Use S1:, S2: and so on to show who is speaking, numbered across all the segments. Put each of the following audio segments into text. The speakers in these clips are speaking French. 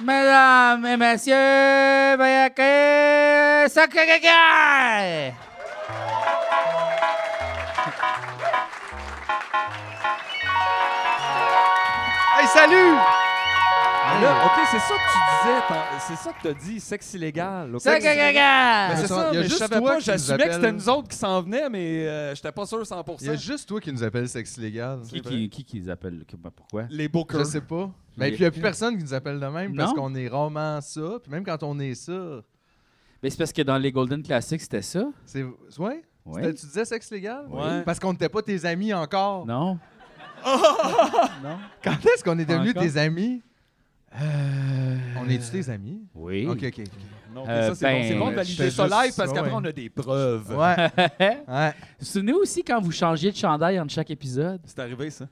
S1: Mesdames et messieurs, veuillez accueillir Sacré Guéguerre!
S2: Hey, salut!
S3: Mais Ah, là, OK, c'est ça que tu disais. t'en- C'est ça que t'as dit, sexe illégal. ok?
S1: Sacré
S2: Mais
S3: Mais
S1: Guéguerre!
S3: c'est
S2: ça,
S3: ça,
S2: il y a
S3: mais je
S2: juste
S3: savais
S2: toi
S3: pas,
S2: qui nous
S3: j'assumais que c'était
S2: appelle.
S3: nous autres qui s'en venaient, mais euh, j'étais pas sûr 100%.
S2: Il y a juste toi qui nous appelle sexe illégal.
S4: Qui, qui, qui, qui les appelle que- ben, Pourquoi?
S3: Les bookers.
S2: Je sais pas. Mais puis il y a plus personne qui nous appelle de même parce
S4: Non.
S2: qu'on est rarement ça. Puis même quand on est ça,
S4: Ben, c'est parce que dans les Golden Classics, c'était ça.
S2: c'est. Ouais?
S4: Oui.
S2: C'était- Tu disais sexe légal?
S3: Ouais.
S2: Parce qu'on n'était pas tes amis encore.
S4: Non. non.
S2: Quand est-ce qu'on est
S4: Pas
S2: devenus
S4: encore.
S2: tes amis? On est-tu tes amis?
S4: Oui.
S2: Ok, ok. ok.
S3: Non,
S4: Euh,
S3: ça, c'est bon.
S4: ben,
S3: C'est bon de
S2: je
S3: valider
S2: fais
S3: ça
S2: juste-
S3: live parce qu'après,
S2: ouais.
S3: on a des preuves.
S2: Ouais. Ben,
S4: Vous
S2: ouais.
S4: vous souvenez aussi quand vous changiez de chandail entre chaque épisode?
S3: C'est arrivé, ça.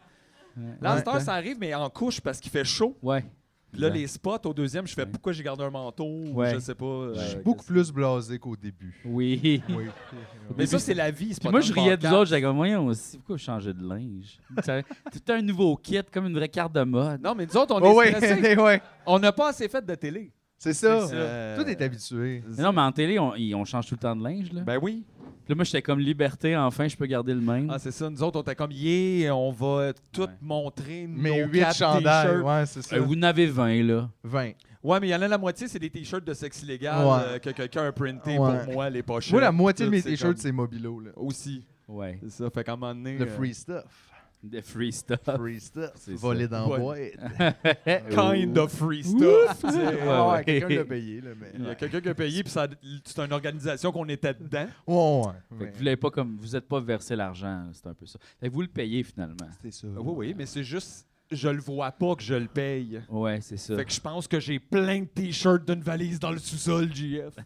S3: Là, en ce temps, ça arrive, mais en couche parce qu'il fait chaud.
S4: Ouais.
S3: Puis Là,
S4: Ouais.
S3: les spots, au deuxième, je fais pourquoi j'ai gardé un manteau ou
S4: Ouais.
S3: je sais pas. euh,
S2: Je suis beaucoup plus blasé qu'au début.
S4: Oui.
S2: Oui.
S3: Mais ça, c'est la vie. c'est
S4: Puis
S3: pas
S4: moi,
S3: tant
S4: je
S3: le
S4: riais des
S3: podcast.
S4: autres, j'étais comme, voyons aussi, pourquoi vous changez de linge? Ça- Tout un nouveau kit, comme une vraie carte de mode.
S3: Non, mais nous autres, on
S2: Oh,
S3: est
S2: ouais,
S3: stressés.
S2: mais ouais.
S3: On n'a pas assez fait de télé.
S2: C'est ça.
S3: C'est ça. Euh,
S2: Tout est habitué.
S4: Mais non, mais en télé, on, ils- on change tout le temps de linge. Là,
S3: Ben oui.
S4: Puis là moi, j'étais comme liberté, enfin, je peux garder le même.
S3: Ah, c'est ça. Nous autres, on était comme, yeah, on va tout
S4: Ouais.
S3: montrer.
S2: Mais
S3: nos
S2: 8
S3: quatre
S2: chandails.
S3: t-shirts.
S2: Ouais, c'est ça.
S4: Euh, vous en avez 20, là.
S2: 20.
S3: Ouais, mais il y en a la moitié, c'est des t-shirts de sexe illégal
S2: Ouais.
S3: euh, que quelqu'un a printé
S2: Ouais.
S3: pour moi, les pochettes.
S2: Moi, la moitié de
S3: Tout,
S2: mes t-shirts,
S3: comme-
S2: c'est Mobilo. Là.
S3: Aussi.
S4: Ouais.
S3: C'est ça. Fait qu'à un moment donné.
S2: Le
S3: euh,
S2: free stuff.
S4: De free stuff.
S2: Free stuff.
S4: Ah. C'est
S2: Volé dans
S3: Ouais.
S2: boîte.
S3: Kind of free stuff. tu sais.
S4: Ouais,
S2: Ah ouais,
S4: ouais.
S2: quelqu'un l'a payé. Là, mais...
S3: Il y a quelqu'un qui a payé, puis ça- c'est une organisation qu'on était dedans.
S2: Ouais, ouais.
S4: Fait
S2: mais-
S4: que vous n'êtes pas comme vous êtes pas versé l'argent, c'est un peu ça. Fait que vous le payez finalement.
S2: C'est ça.
S3: Oui, oui, mais c'est juste, je le vois pas que je le paye.
S4: Ouais, c'est ça.
S3: Fait que je pense que j'ai plein de t-shirts d'une valise dans le sous-sol, JF.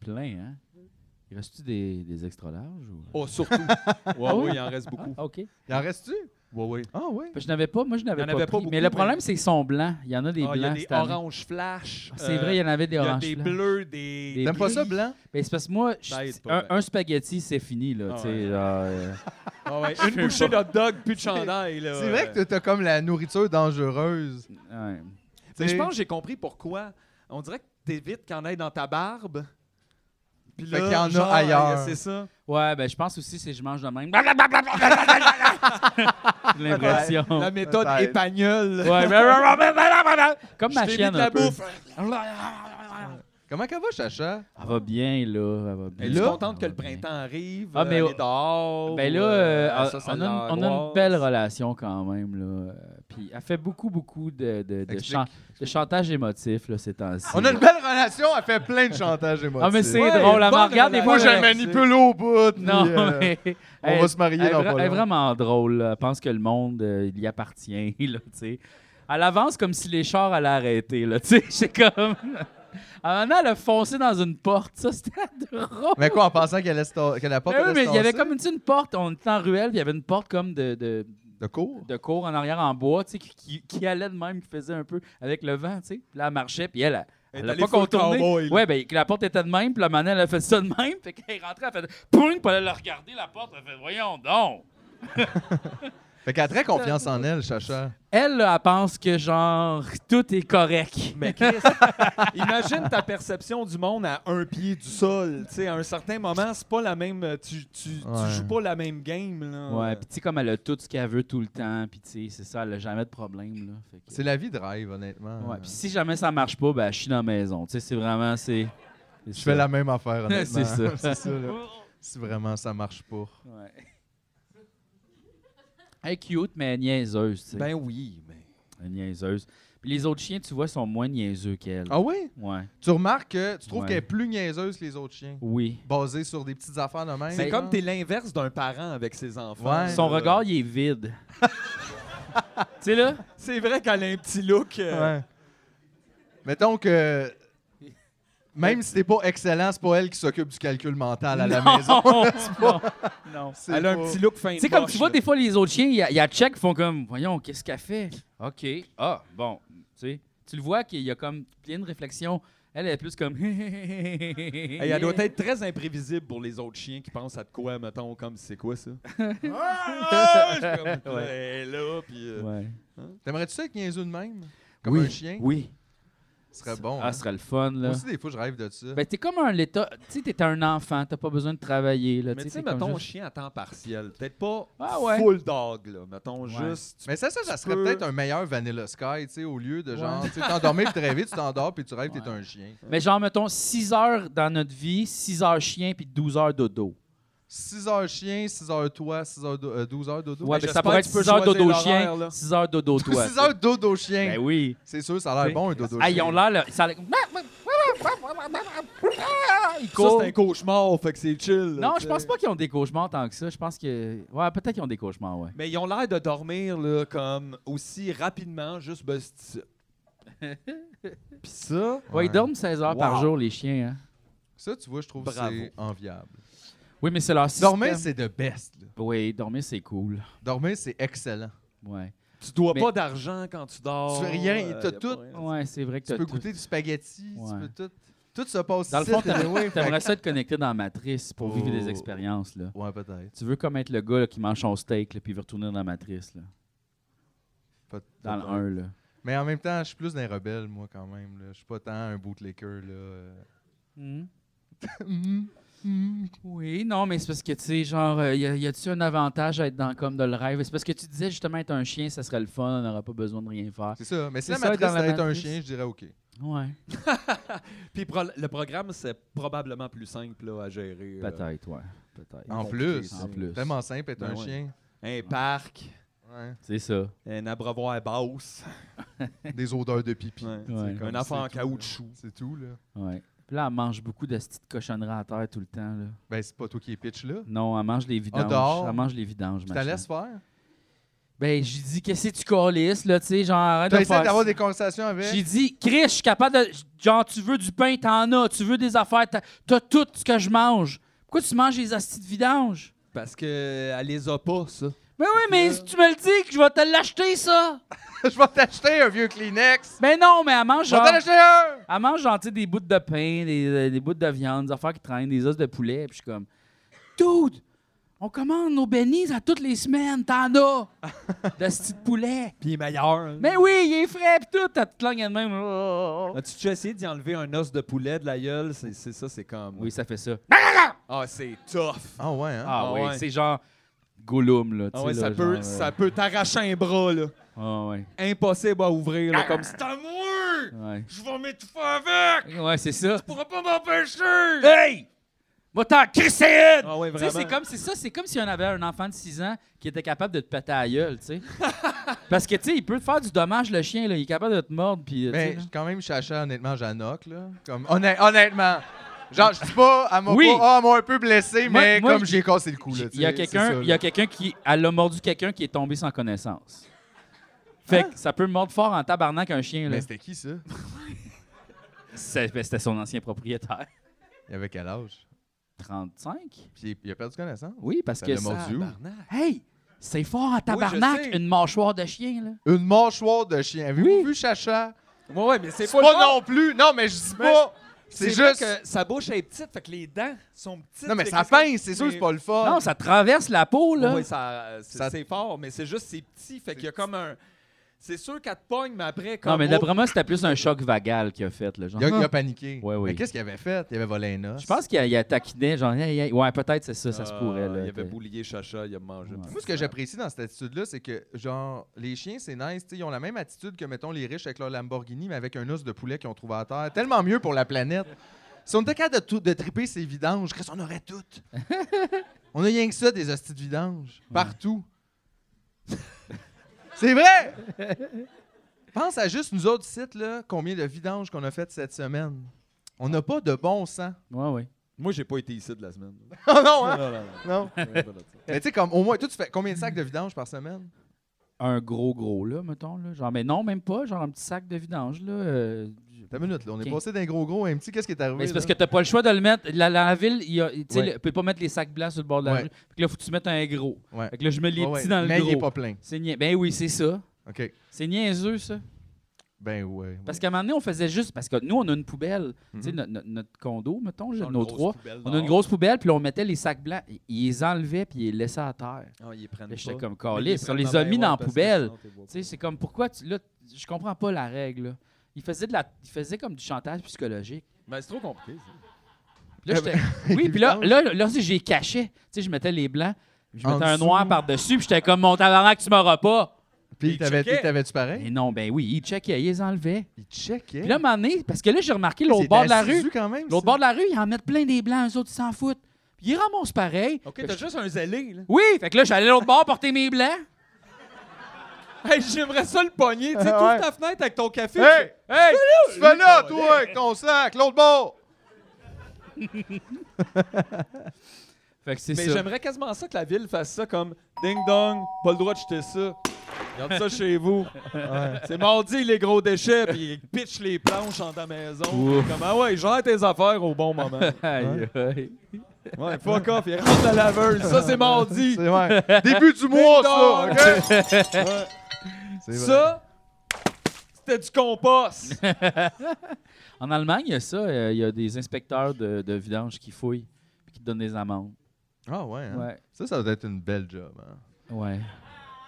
S4: Plein, hein? Il reste-tu des, des extra larges ou...
S3: Oh, surtout. ouais, oui, il en reste beaucoup.
S4: Ah, OK. Fait
S2: Il en reste-tu?
S3: Ouais, oui.
S2: Ah ouais.
S4: que Je n'avais pas, moi je n'avais
S3: Il y
S4: pas,
S3: en avait pas
S4: pris.
S3: beaucoup,
S4: mais
S3: mais-
S4: le problème c'est qu'ils sont blancs, il y en a des
S3: Ah, il y a
S4: blancs
S3: des
S4: cette année.
S3: oranges flash. euh,
S4: Ah, C'est vrai, il y en avait des
S3: il y a
S4: oranges.
S3: des
S4: blancs.
S3: bleus, des.
S4: Des
S2: T'aimes pas
S4: bleus.
S2: ça, blanc?
S4: Ben, c'est parce que moi, je-
S3: Nice, pas
S4: un,
S3: blanc.
S4: un spaghetti, c'est fini. Là,
S3: Ah,
S4: tu sais,
S3: ouais.
S4: genre, euh,
S3: Ah ouais, Une bouchée de hot dog, plus de chandail. là.
S2: C'est vrai que t'as- t'as comme la nourriture dangereuse.
S4: euh, ouais.
S3: Mais je pense que j'ai compris pourquoi. On dirait que t'évites qu'il y en ait dans ta barbe. Puis
S2: Fait qu'il y en a
S3: genre, euh,
S2: ailleurs.
S3: C'est ça.
S4: Ouais, ben je pense aussi c'est je mange de même. J'ai L'impression.
S3: La méthode
S2: Oh, Peut-être.
S3: épagnole.
S4: Ouais, ben- Comme
S3: Je
S4: ma
S3: t'ai mis
S4: chienne.
S3: de la
S4: un peu.
S3: bouffe.
S2: Comment ça va, Chacha?
S4: Elle va bien, là. Elle va bien.
S3: Elle est
S2: Là-
S3: contente que
S4: Elle
S3: le
S4: va bien.
S3: printemps arrive.
S4: Ah, mais
S3: euh, elle
S4: au-
S3: est dehors.
S4: Ben là,
S3: euh,
S4: euh,
S3: elle, ça, ça
S4: on, a une, on a une
S3: l'angoisse.
S4: belle relation quand même. Là. Euh, Puis elle fait beaucoup, beaucoup de, de, de,
S2: Explique.
S4: chan- de chantage émotif là, ces temps-ci.
S2: On a une belle relation, elle fait plein de chantage émotif.
S4: Ah, mais c'est
S3: Ouais,
S4: drôle. Elle
S3: bonne
S4: me regarde des
S3: relation.
S4: fois.
S2: Moi, je
S3: Ouais,
S2: la
S4: elle-
S2: manipule au bout. puis,
S4: Non,
S2: euh,
S4: mais.
S2: On
S4: elle-
S2: va se marier
S4: elle,
S2: dans
S4: vra- elle
S2: pas
S4: est
S2: long.
S4: vraiment drôle. là. Elle pense que le monde, euh, il y appartient. Là, tu sais. elle avance comme si les chars allaient arrêter. Là, tu sais. C'est comme. À un moment, elle a foncé dans une porte. Ça, c'était drôle.
S2: Mais quoi, en pensant qu'elle allait se ta- que la porte
S4: Mais oui,
S2: allait se
S4: mais il y avait
S2: tasser?
S4: comme une, tu sais, une porte. On était en ruelle, puis il y avait une porte comme de- de,
S2: De cours?
S4: de cours en arrière en bois, tu sais, qui, qui- qui allait de même, qui faisait un peu avec le vent, tu sais. Puis là, elle marchait, puis elle, elle,
S3: Elle
S4: elle
S3: est
S4: a
S3: allée
S4: pas
S3: full
S4: contourné.
S3: cowboy, là.
S4: ouais, ben que la porte était de même, puis la manette, elle a fait ça de même, fait qu'elle est rentrée, elle a fait poing, puis elle a regardé la porte, elle a fait voyons donc.
S2: Fait qu'elle a très confiance en elle, Chacha.
S4: Elle, là, elle pense que genre tout est correct.
S3: Mais Chris, imagine ta perception du monde à un pied du sol. Tu sais, à un certain moment, c'est pas la même. euh, Tu, tu, tu
S2: Ouais.
S3: joues pas la même game. Là.
S4: Ouais, puis tu sais, comme elle a tout ce qu'elle veut tout le temps, puis tu sais, c'est ça, elle a jamais de problème, là. Fait que-
S2: C'est la vie de rêve, honnêtement.
S4: ouais, puis si jamais ça marche pas, ben, je suis dans la maison, tu sais, c'est vraiment, c'est. c'est
S2: Je
S4: ça.
S2: fais la même affaire, honnêtement.
S4: C'est ça.
S2: C'est ça, là. Si vraiment ça marche pas.
S4: Ouais. Elle est cute, mais niaiseuse, tu sais.
S3: Ben oui, mais.
S4: Elle est niaiseuse. Puis les autres chiens, tu vois, sont moins niaiseux qu'elle.
S2: Ah oui?
S4: Ouais.
S2: Tu remarques que tu trouves
S4: Ouais.
S2: qu'elle est plus niaiseuse que les autres chiens.
S4: Oui.
S2: Basée sur des petites affaires de même.
S3: C'est
S2: genre.
S3: comme t'es l'inverse d'un parent avec ses enfants. Euh,
S2: Ouais.
S4: Ben Son regard, il est vide. tu sais, là?
S3: C'est vrai qu'elle a un petit look. euh,
S2: Ouais. Mettons que. Même si t'es pas excellent, c'est pas elle qui s'occupe du calcul mental à la maison.
S4: non, non.
S2: C'est
S3: Elle a un
S2: pas-
S3: petit look fin de
S4: Tu sais, comme
S3: poche,
S4: tu vois,
S3: là.
S4: des fois, les autres chiens, il y a, il y a check, ils font comme, voyons, qu'est-ce qu'elle fait? OK. Ah, bon. Tu sais, tu le vois qu'il y a comme plein de réflexions. Elle elle est plus comme.
S3: Hey, elle doit être très imprévisible pour les autres chiens qui pensent à de quoi, mettons, comme c'est quoi ça? ah, ah, je suis comme,
S4: Ouais.
S3: Elle est là, puis. euh,
S4: Ouais.
S2: T'aimerais-tu ça être niaiseux de même? Comme
S4: oui.
S2: un chien.
S4: Oui.
S2: Ce serait bon.
S4: Ah,
S2: hein.
S4: ce serait le fun,
S2: Moi
S4: là.
S2: aussi, des fois, je rêve de ça.
S4: Ben, t'es comme un l'état. Tu sais, t'es un enfant, t'as pas besoin de travailler, là.
S3: Mais tu sais,
S4: t'es comme
S3: mettons,
S4: juste-
S3: chien à temps partiel. Peut-être pas
S4: Ah ouais.
S3: full dog, là. Mettons
S4: Ouais.
S3: juste. tu-
S2: Mais ça, ça, ça
S3: tu
S2: serait
S3: peux-
S2: peut-être un meilleur Vanilla Sky, tu sais, au lieu de genre, tu sais, t'endormir puis te rêver, tu t'endors puis tu rêves, t'es
S4: Ouais.
S2: un chien.
S4: Mais genre, mettons, 6 heures dans notre vie, 6 heures chien, puis 12 heures dodo.
S2: 6 heures chien, 6 heures toi, 6 heures, do- euh, 12 heures dodo.
S4: Ouais,
S3: mais
S4: ben, ça pourrait être
S3: j'espère que
S4: 6
S3: tu
S4: heures
S3: peux choisir
S4: dodo
S3: l'horaire,
S4: chien,
S3: là.
S4: 6 heures dodo toi.
S2: 6 heures dodo chien.
S4: Ben oui.
S2: C'est sûr, ça a l'air
S4: Oui.
S2: bon un dodo
S4: Ah,
S2: chien.
S4: ils ont l'air, là. Ça... a l'air- Ils
S3: Ça,
S4: courent.
S3: c'est un cauchemar, fait que c'est chill. là,
S4: Non, je
S3: tu sais.
S4: pense pas qu'ils ont des cauchemars tant que ça. Je pense que. Ouais, peut-être qu'ils ont des cauchemars, ouais.
S3: Mais ils ont l'air de dormir là, comme aussi rapidement, juste ben, c'est ça. Puis ça,
S4: Ouais, ils dorment 16 heures par
S3: Wow.
S4: jour, les chiens, hein.
S2: Ça, tu vois, je trouve que
S3: Bravo.
S2: c'est enviable.
S4: Oui, mais c'est leur système.
S2: Dormir, c'est de best. là.
S4: Oui, dormir, c'est cool.
S2: Dormir, c'est excellent.
S4: Ouais.
S3: tu dois
S4: Mais-
S3: pas d'argent quand tu dors. euh,
S2: Tu fais rien, t'as
S3: y a pas
S2: tout.
S3: rien.
S4: Ouais, c'est vrai que
S2: Tu
S4: t'as
S2: peux
S4: tout.
S2: goûter du spaghetti, tu
S4: Ouais.
S2: peux tout. Tout se passe
S4: Dans le
S2: ici,
S4: fond,
S2: t'es
S4: t'aimerais
S2: loin, fait
S4: t'aimerais ça te connecter dans la matrice pour vivre des
S2: Oh.
S4: expériences, là.
S2: que- Ouais, peut-être.
S4: Tu veux comme être le gars là, qui mange son steak, là, puis il veut retourner dans la matrice, là.
S2: Peut-
S4: Dans le
S2: peut-être.
S4: 1, là.
S2: Mais en même temps, je suis plus d'un rebelle, moi, quand même. là. Je suis pas tant un bootlicker, là. euh.
S4: Hmm. Oui, non, mais c'est parce que, tu sais, genre, euh, y a- y a-tu un avantage à être dans comme de le rêve? C'est parce que tu disais justement être un chien, ça serait le fun, on n'aurait pas besoin de rien faire.
S2: C'est ça. Mais si
S4: C'est
S2: la
S4: ça,
S2: matrice
S4: dans la
S2: d'être un
S4: matrice.
S2: chien, je dirais OK.
S4: Ouais.
S3: Puis pro- le programme, c'est probablement plus simple là, à gérer. euh,
S4: Peut-être, ouais. Peut-être.
S2: En
S3: compliqué,
S2: plus,
S3: ça.
S4: En plus.
S2: Tellement simple être
S3: Ben
S2: un
S3: ouais.
S2: chien.
S3: Un parc,
S2: Ouais.
S4: C'est ça.
S3: un abreuvoir à basse,
S2: Des odeurs de pipi.
S3: Ouais.
S2: C'est
S4: Ouais.
S2: comme
S3: un enfant en
S2: c'est tout, là.
S3: caoutchouc.
S2: C'est tout, là.
S4: Ouais. Puis là, elle mange beaucoup de petites cochonneries à terre tout le temps. Là.
S2: Ben, c'est pas toi qui es pitch, là.
S4: Non, elle mange les vidanges.
S2: Ah, dehors?
S4: elle mange les vidanges,
S2: Tu
S4: ma
S2: la
S4: chère.
S2: laisses faire?
S4: Ben, j'ai dit, qu'est-ce que tu calisses, là, tu sais, genre, arrête
S2: T'as
S4: de
S2: essayé
S4: faire
S2: d'avoir
S4: ça.
S2: des conversations
S4: J'ai
S2: avec?
S4: dit, Chris, je suis capable de. Genre, tu veux du pain, t'en as. Tu veux des affaires, t'as t'as tout ce que je mange. Pourquoi tu manges les astis de vidange?
S3: Parce qu'elle les a pas, ça.
S4: Ben oui, mais si tu me le dis que je vais te l'acheter, ça.
S2: Je vais t'acheter un vieux Kleenex!
S4: Ben non, mais elle mange
S2: Je vais
S4: genre.
S2: t'en acheter un!
S4: Elle mange genre, tu sais, des bouts de pain, des, euh, des bouts de viande, des affaires qui traînent, des os de poulet. Puis je suis comme, Dude, on commande nos bénis à toutes les semaines, t'en as. D'astis de poulet.
S3: Puis il est meilleur. hein.
S4: Mais oui, il est frais, pis tout, t'as te langue de même.
S3: As-tu déjà essayé d'y enlever un os de poulet de la gueule? C'est c'est ça, c'est comme.
S4: Oui, ça fait ça.
S3: Ah, c'est tough.
S2: Ah ouais, hein?
S4: Ah,
S3: Ah
S4: oui,
S3: ouais.
S4: c'est genre Gollum, là. tu
S3: Ah
S4: sais,
S3: ouais,
S4: là,
S3: ça,
S4: genre,
S3: peut,
S4: euh,
S3: ça peut t'arracher un bras, là.
S4: Ah ouais.
S3: Impossible à ouvrir, là, Ah, comme c'est à moi!
S4: Ouais,
S3: Je vais m'étouffer avec!
S4: ouais c'est ça.
S3: Je pourrais pas m'empêcher!
S4: Hey! Va t'en crisser une!
S3: Ah ouais,
S4: Tu sais,
S3: vraiment.
S4: c'est comme, c'est ça, c'est comme si on avait un enfant de 6 ans qui était capable de te péter à la gueule, tu sais. Parce que, tu sais, il peut te faire du dommage, le chien, là. Il est capable de te mordre, puis. euh, tu sais,
S2: Mais
S4: là.
S2: Ben, quand même, Chacha, honnêtement, j'annoque, là. Comme, honnêt- honnêtement. Genre, je dis pas, elle m'a
S4: Oui.
S2: pas- ah, elle m'a un peu blessé,
S4: Moi-
S2: mais
S4: moi,
S2: comme j'ai cassé le cou, là. tu
S4: Il y a
S2: sais, c'est ça,
S4: quelqu'un il y a
S2: là.
S4: quelqu'un qui. Elle a mordu quelqu'un qui est tombé sans connaissance. Fait que ça peut mordre fort en tabarnak un chien, là.
S2: Mais c'était qui, ça?
S4: C'est- ben, C'était son ancien propriétaire.
S2: Il avait quel âge?
S4: 35?
S2: Puis il a perdu connaissance.
S4: Oui, parce
S2: Ça
S4: que.
S2: l'a mordu.
S4: ça-
S2: Dieu.
S3: Tabarnak.
S4: Hey! C'est fort en tabarnak,
S3: je sais.
S4: une mâchoire de chien, là.
S2: Une mâchoire de chien. Avez-vous
S4: Oui.
S2: vu Chacha?
S3: Ouais, ouais, mais c'est
S2: Pas,
S3: pas, le genre-
S2: non plus. Non, mais je dis
S3: Mais-
S2: pas. C'est
S3: vrai
S2: juste.
S3: que sa bouche est petite, fait que les dents sont petites.
S2: Non, mais
S3: fait
S2: ça
S3: que c'est-
S2: pince, c'est sûr,
S3: mais-
S2: c'est pas le fun.
S4: Non, ça traverse la peau, là.
S3: Oui, ça, euh, Ah. c'est
S2: Ça-
S3: c'est fort, mais c'est juste, c'est petit. Fait qu'il y a comme un. C'est sûr qu'elle te pogne, mais après, comme.
S4: non, mais
S3: oh,
S4: d'après moi, c'était plus un choc vagal qu'il a fait, là. Genre,
S2: il, a, il
S4: Ah.
S2: a paniqué.
S4: Ouais, oui.
S2: Mais qu'est-ce qu'il avait fait? Il avait volé un os.
S4: Je pense qu'il a, il a taquiné, genre, Hey, hey. ouais, peut-être c'est ça, ça se
S3: euh,
S4: pourrait, là.
S3: Il avait
S4: T'es-
S3: boulié Chacha, il a mangé.
S4: Ouais.
S2: Moi, ce que j'apprécie dans cette attitude-là, c'est que, genre, les chiens, c'est nice. tu sais, Ils ont la même attitude que, mettons, les riches avec leur Lamborghini, mais avec un os de poulet qu'ils ont trouvé à terre. Tellement mieux pour la planète. Si on était capable de, tout- de triper ces vidanges, qu'est-ce qu'on aurait toutes? on a rien que ça, des hosties de vidanges. Partout. c'est vrai! Pense à juste nous autres sites, là, combien de vidanges qu'on a faites cette semaine. On n'a pas de bon sang.
S4: Ouais, ouais.
S3: Moi, j'ai pas été ici de la semaine.
S2: oh non, hein?
S3: non, non,
S2: Non.
S3: non.
S2: Mais tu sais, comme, au moins, toi, tu fais combien de sacs de vidanges par semaine?
S4: Un gros, gros, là, mettons, là. Genre, mais non, même pas, genre un petit sac de vidange, là. euh, je-
S2: T'as une minute, là. On est
S4: Ok.
S2: passé d'un gros gros à un petit. Qu'est-ce qui est arrivé?
S4: Mais c'est
S2: là?
S4: parce que t'as pas le choix de le mettre. La, la- la ville, il y a, tu sais,
S2: Ouais.
S4: le- peut pas mettre les sacs blancs sur le bord de la
S2: Ouais.
S4: rue. Fait que là, faut que tu mettes un gros.
S2: Ouais.
S4: Fait que là, je mets les
S2: Ouais, ouais.
S4: petits dans le
S2: Mais
S4: gros.
S2: il est pas plein.
S4: C'est nia- Ben oui, c'est ça.
S2: OK.
S4: C'est niaiseux, ça.
S2: Ben ouais.
S4: Parce
S2: ouais.
S4: qu'à un moment donné, on faisait juste. Parce que nous, on a une poubelle. Tu sais,
S2: Mhm.
S4: notre, notre- notre condo, mettons,
S3: Genre une
S4: nos
S3: grosse
S4: trois.
S3: poubelle
S4: On a une
S3: dehors.
S4: grosse poubelle, puis là, on mettait les sacs blancs. Ils- Ils les enlevaient, puis ils les laissaient à terre.
S3: Ah, ils les prennent
S4: Là, J'étais
S3: pas.
S4: comme
S3: Mais ils
S4: calé. On
S3: prennent
S4: les
S3: dans
S4: a
S3: la
S4: mis dans la
S3: boîte parce que
S4: poubelle.
S3: sinon, t'es
S4: Tu sais, c'est comme pourquoi tu. Là, je comprends pas la règle. là. Il faisait, de la, il faisait comme du chantage psychologique.
S3: Ben, c'est trop compliqué. ça.
S4: Puis là,
S2: Ah
S4: j'étais- oui, puis là,
S2: évidemment.
S4: là, là, aussi, j'ai caché. Tu sais, je mettais les blancs, puis je
S2: En
S4: mettais un
S2: dessous.
S4: noir par-dessus, puis j'étais comme mon tabarnak, tu m'auras pas.
S2: Puis
S3: Il
S2: t'avais-
S3: checkait.
S2: t'avais-tu pareil?
S4: Et non, ben oui, ils checkaient, ils les enlevaient.
S2: Il checkait.
S4: Puis là, à un moment donné, parce que là, j'ai remarqué
S2: C'était
S4: l'autre bord de la
S2: assidu
S4: rue.
S2: quand même.
S4: L'autre
S2: ça.
S4: bord de la rue, ils en mettent plein des blancs, eux autres, ils s'en foutent. Puis ils ramassent pareil.
S3: OK,
S4: Fait
S3: t'as
S4: que je-
S3: juste un zélé, là.
S4: Oui, fait que là, j'allais à l'autre bord porter mes blancs.
S3: Hey, j'aimerais ça le pogner. Tu sais,
S2: Ah,
S3: t'ouvres
S2: ouais.
S3: ta fenêtre avec ton café.
S2: Hey!
S4: Hey!
S2: Tu fais là, toi, avec ton sac, l'autre bord!
S4: Fait que c'est
S3: tu- Mais
S4: ça.
S3: j'aimerais quasiment ça que la ville fasse ça comme ding-dong, pas le droit de jeter ça. Regarde ça chez vous. C'est mardi, les gros déchets, puis ils pitchent les planches dans ta maison.
S4: Ouf.
S3: Comme, ah ouais, gère tes affaires au bon moment.
S4: Aïe, aïe.
S3: Ouais, fuck off, il rentre la laveuse. Ça, c'est mardi.
S2: C'est ouais. Début du mois, ça,
S3: Ding
S2: OK?
S3: Ouais.
S2: C'est vrai.
S3: Ça, c'était du compost.
S4: En Allemagne, il y a ça. euh, Il y a des inspecteurs de, de vidange qui fouillent puis qui te donnent des amendes.
S2: Ah ouais, hein?
S4: Ouais.
S2: Ça, ça doit être une belle job. hein.
S4: Ouais.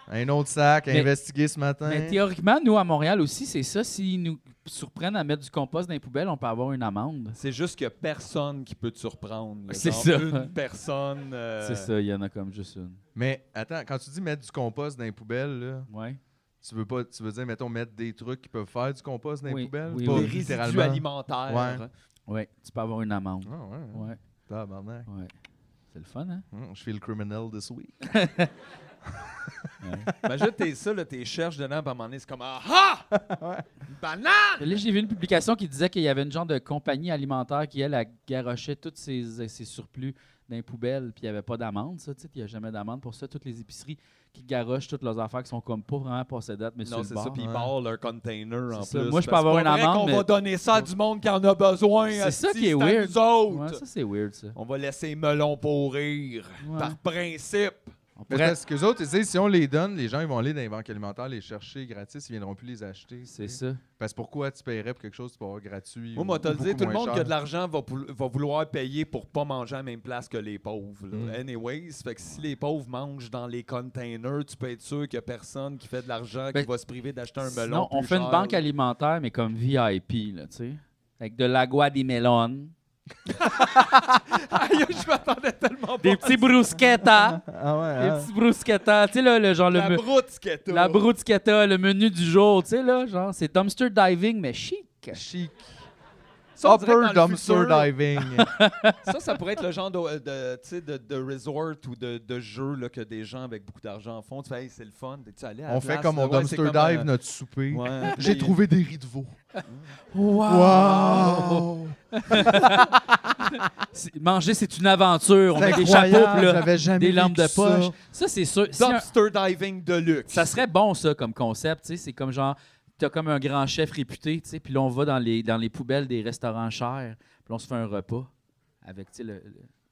S2: Un autre sac à
S4: Mais-
S2: investiguer ce matin.
S4: Mais théoriquement, nous, à Montréal aussi, c'est ça. S'ils nous surprennent à mettre du compost dans les poubelles, on peut avoir une amende.
S3: C'est juste qu'il n'y a personne qui peut te surprendre. là.
S4: C'est
S3: Genre,
S4: ça.
S3: Une personne. euh,
S4: C'est ça, il y en a comme juste une.
S2: Mais attends, quand tu dis mettre du compost dans les poubelles, là,
S4: Ouais.
S2: tu veux pas, tu veux dire mettons mettre des trucs qui peuvent faire du compost dans les
S4: Oui,
S2: poubelles,
S4: oui,
S2: pas
S4: oui.
S3: Des résidus
S2: littéralement.
S3: alimentaires.
S2: Ouais.
S4: Ouais, tu peux avoir une amende.
S2: Ah ouais. hein?
S4: Ouais,
S2: Tabarnak.
S4: ouais. C'est le fun, hein?
S2: Hum, je fais le criminal this week.
S3: Imagine, t'es ça, là, t'es cherche dedans, puis à un moment donné, c'est comme Ah ah! Une Banane!
S4: Là, j'ai vu une publication qui disait qu'il y avait une genre de compagnie alimentaire qui, elle, a garochait tous ses, ses surplus dans les poubelles, puis il n'y avait pas d'amende, ça, tu sais, il n'y a jamais d'amende pour ça. Toutes les épiceries qui garochent toutes leurs affaires qui sont comme pas vraiment passées date, mais sur
S3: non,
S4: le
S3: c'est
S4: bord.
S3: ça, puis ils
S2: ouais.
S3: barrent leur container en
S4: C'est ça.
S3: plus.
S4: Moi, je peux
S3: parce que
S4: avoir
S3: c'est pas
S4: une
S3: vrai
S4: amende,
S3: qu'on
S4: mais-
S3: va donner ça à du monde qui en a besoin.
S4: C'est ça
S3: hostie,
S4: qui est
S3: c'est à
S4: weird.
S3: nous autres.
S4: Ouais, ça, c'est weird, ça.
S3: On va laisser melon pourrir,
S4: Ouais.
S3: par principe.
S4: On
S2: Mais
S4: pourrait-
S2: parce que les autres, ils disent, si on les donne, les gens ils vont aller dans les banques alimentaires les chercher gratis, ils viendront plus les acheter.
S4: C'est
S2: tu sais.
S4: ça.
S2: Parce que pourquoi tu paierais pour quelque chose que tu peux avoir gratuit?
S3: Moi,
S2: ou-
S3: moi, te
S2: ou
S3: le dire,
S2: beaucoup
S3: tout le
S2: moins
S3: monde qui a
S2: cher?
S3: de l'argent va, poul- va vouloir payer pour pas manger à la même place que les pauvres. là.
S2: Mm.
S3: Anyways, fait que si les pauvres mangent dans les containers, tu peux être sûr qu'il y a personne qui fait de l'argent
S4: Ben,
S3: qui va se priver d'acheter un
S4: Sinon,
S3: melon.
S4: on
S3: plus
S4: fait une
S3: cher,
S4: banque
S3: là.
S4: alimentaire, mais comme VIP, là, tu sais. Avec de l'agua des melons,
S3: Aïe, je m'attendais tellement
S4: des
S3: pas.
S4: petits bruschetta,
S2: Ah ouais,
S4: des
S2: hein?
S4: petits bruschetta, tu sais, là, le genre le.
S3: La
S4: me-
S3: broute, ce qu'est-ce que
S4: La
S3: t'as.
S4: bruschetta, le menu du jour, tu sais, là, genre, c'est dumpster diving, mais chic.
S2: Chic.
S3: Ça, on dirait que
S2: Upper
S3: dans le
S2: dumpster
S3: futur,
S2: diving.
S3: Ça, ça pourrait être le genre de, euh, de, tu sais, de- de resort ou de, de jeu là, que des gens avec beaucoup d'argent font. Tu fais, hey, c'est le fun. T'es-tu allé à la
S2: on fait
S3: place,
S2: comme
S3: là?
S2: on
S3: Ouais, c'est
S2: dumpster
S3: comme,
S2: dive
S3: euh,
S2: notre souper.
S3: ouais,
S2: J'ai
S3: puis-
S2: trouvé des riz de veau.
S4: Wow! C'est- Manger, c'est une aventure. On
S2: C'est
S4: met des
S2: incroyable,
S4: chapeaux, puis là,
S2: j'avais jamais
S4: des lampes
S2: vécu
S4: de
S2: ça.
S4: poche. Ça, c'est sûr. si un-
S3: Dumpster diving de luxe.
S4: ça serait bon, ça, comme concept, tu sais. C'est comme genre, t'as comme un grand chef réputé, tu sais, puis là, on va dans les, dans les poubelles des restaurants chers, puis on se fait un repas avec, tu sais, le... le-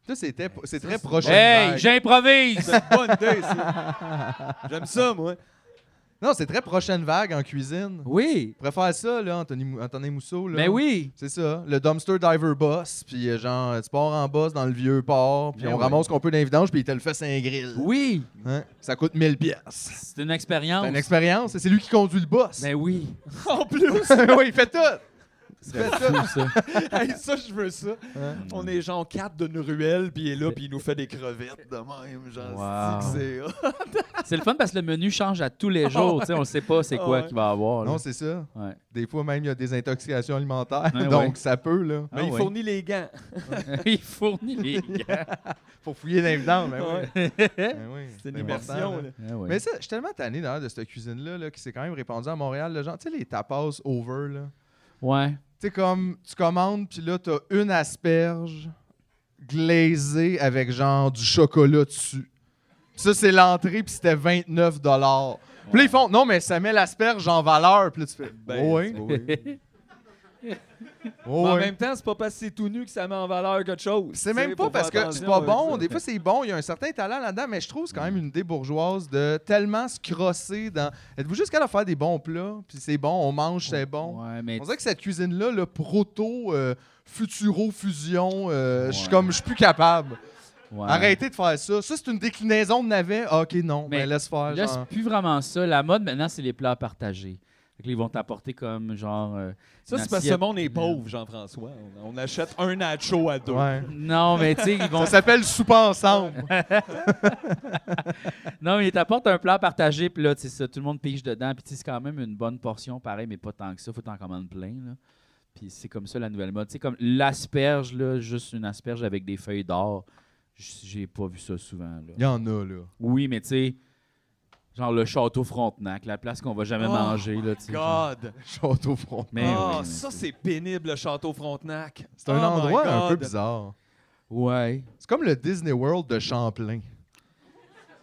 S2: Ça, c'était- c'est très
S3: c'est-
S2: proche.
S4: Hey, j'improvise!
S3: C'est une bonne idée, ça. J'aime ça, moi.
S2: Non, c'est très prochaine vague en cuisine.
S4: oui,
S2: On pourrait faire ça, là, Anthony, Mou- Antonin Mousseau. Là.
S4: mais Ben oui!
S2: C'est ça, le dumpster diver boss, puis euh, genre, tu pars en boss dans le vieux port, puis
S4: Ben
S2: on
S4: oui.
S2: ramasse ce qu'on peut dans les vidanges, puis il te le fait un grill.
S4: Oui!
S2: Hein? Ça coûte 1000 pièces.
S4: C'est une expérience.
S2: C'est une expérience, et c'est lui qui conduit le boss.
S4: Mais oui!
S3: En plus,
S2: oui, il fait tout.
S4: C'est fou, ça.
S3: hey, ça, je veux ça.
S2: Hein?
S3: On est genre quatre d'une ruelle, puis il est là, puis il nous fait des crevettes de même. Genre,
S4: Wow.
S3: c'est que c'est-
S4: C'est le fun parce que le menu change à tous les jours. tu sais, on ne sait pas c'est
S3: Ah
S4: quoi
S3: ouais.
S4: qu'il va y avoir. là.
S2: Non, c'est ça.
S4: Ouais.
S2: Des fois, même, il y a des intoxications alimentaires,
S4: Ouais,
S2: donc
S4: ouais.
S2: ça peut, là,
S4: Ah
S3: Mais il
S4: ouais.
S3: fournit les gants.
S4: Il fournit les gars.
S2: pour fouiller dans les vidanges. ben oui.
S3: Ouais.
S2: Ben oui,
S3: C'est une
S2: important,
S3: immersion.
S2: là.
S3: là.
S4: Ah ouais.
S2: Mais ça, je suis tellement tanné d'ailleurs de cette cuisine-là là, qui s'est quand même répandue à Montréal. là, genre, tu sais, les tapas over, là.
S4: Ouais.
S2: Tu sais, comme, tu commandes, puis là, t'as une asperge glaisée avec genre du chocolat dessus. Puis ça, c'est l'entrée, puis c'était 29 Puis là, ils font, non, mais ça met l'asperge en valeur. Puis là, tu fais, oh
S3: Ben,
S2: oui, oh
S3: c'est- Mais
S2: oui.
S3: En même temps, c'est pas parce que c'est tout nu que ça met en valeur quelque chose.
S2: C'est
S3: Tu
S2: même
S3: sais,
S2: pas
S3: faut
S2: parce
S3: faire
S2: que c'est
S3: attention
S2: pas
S3: avec
S2: bon.
S3: ça.
S2: Des fois, c'est bon. Il y a un certain talent là-dedans, mais je trouve que c'est quand même une idée bourgeoise de tellement se crosser dans. Êtes-vous juste capable de faire des bons plats? Puis c'est bon, on mange, c'est bon.
S4: Ouais, mais
S2: On dirait que cette cuisine-là, le proto, euh, futuro, fusion, euh, je suis
S4: Ouais.
S2: comme, je suis plus capable.
S4: ouais.
S2: Arrêtez de faire ça. Ça, c'est une déclinaison de navet. Ah, ok, non, mais
S4: Mais
S2: laisse faire.
S4: Là,
S2: genre.
S4: c'est plus vraiment ça. La mode maintenant, c'est les plats partagés. Fait Fait que là, ils vont t'apporter comme genre. euh,
S3: Ça,
S4: une
S3: c'est parce que
S4: assiette.
S3: le monde est pauvre, Jean-François. On on achète un nacho à deux.
S2: Ouais.
S4: Non, mais tu sais, ils vont.
S2: On s'appelle Souper ensemble.
S4: Non, mais ils t'apportent un plat partagé, puis là, tu sais, ça, tout le monde pige dedans, puis tu sais, c'est quand même une bonne portion, pareil, mais pas tant que ça, faut t'en commander plein, là. Puis c'est comme ça la nouvelle mode. Tu sais, comme l'asperge, là, juste une asperge avec des feuilles d'or, j- j'ai pas vu ça souvent, là.
S2: Il y en a, là.
S4: Oui, mais tu sais, genre le château Frontenac, la place qu'on va jamais
S3: Oh
S4: manger, là, tu sais. genre.
S3: God!
S2: Château Front.
S4: Mais oui,
S3: Ah,
S4: mais
S3: ça,
S4: tu-
S3: c'est pénible, le château Frontenac.
S2: C'est un
S3: Oh my
S2: endroit un peu
S3: God.
S2: bizarre.
S4: Ouais.
S2: C'est comme le Disney World de Champlain.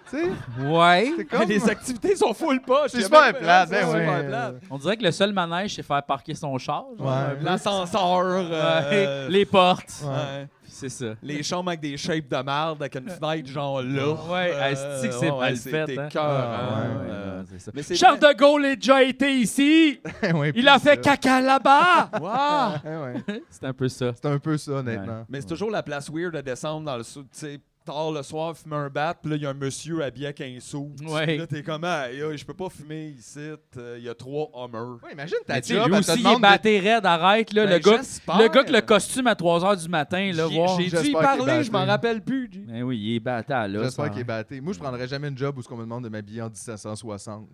S2: tu sais,
S4: Ouais.
S2: c'est comme...
S3: Les activités sont full poche.
S2: C'est
S3: y a
S2: super
S3: même-
S2: plate,
S3: Ouais,
S2: ben
S3: c'est
S2: ouais.
S3: super plate.
S4: On dirait que le seul manège, c'est faire parquer son char. genre.
S2: Ouais.
S3: L'ascenseur. euh,
S4: Ouais, Les portes.
S2: Ouais.
S3: ouais.
S4: C'est ça.
S3: Les chambres avec des shapes de merde, avec une fenêtre genre là. Euh,
S4: Ouais, asti que c'est mal fait,
S3: C'était
S4: hein.
S3: cœur.
S2: Ah, ouais,
S3: Euh, Mais c'est
S4: Charles de Gaulle a déjà été ici.
S2: Eh ouais,
S4: Il
S2: puis
S4: a fait
S2: ça.
S4: caca là-bas.
S3: Wow!
S2: Eh ouais.
S4: C'est un peu ça.
S2: C'est un peu ça, honnêtement.
S3: Mais c'est toujours la place weird de descendre dans le sud. Tu sais, tard le soir, fumer un bat, puis là, il y a un monsieur habillé avec un sou.
S4: Ouais.
S3: Là, t'es comme, ah, je peux pas fumer ici. Euh, Il y a trois Hummers.
S2: Ouais, imagine ta
S4: Mais tu sais,
S2: job,
S4: lui
S2: elle
S4: aussi,
S2: te
S4: il est
S2: demande de-
S4: batté raide. Arrête, là,
S3: Ben,
S4: le, gars,
S3: j'espère.
S4: le gars que le costume à 3 h du matin. Là,
S3: J'ai-
S4: voir.
S3: J'ai dû y
S2: J'espère qu'il est
S3: parler, je m'en
S2: batté.
S3: rappelle plus. G.
S4: Ben oui, il est battant, là.
S2: J'espère
S4: ça.
S2: qu'il est batté. Moi, je prendrais jamais une job où ce qu'on me demande de m'habiller en 1760.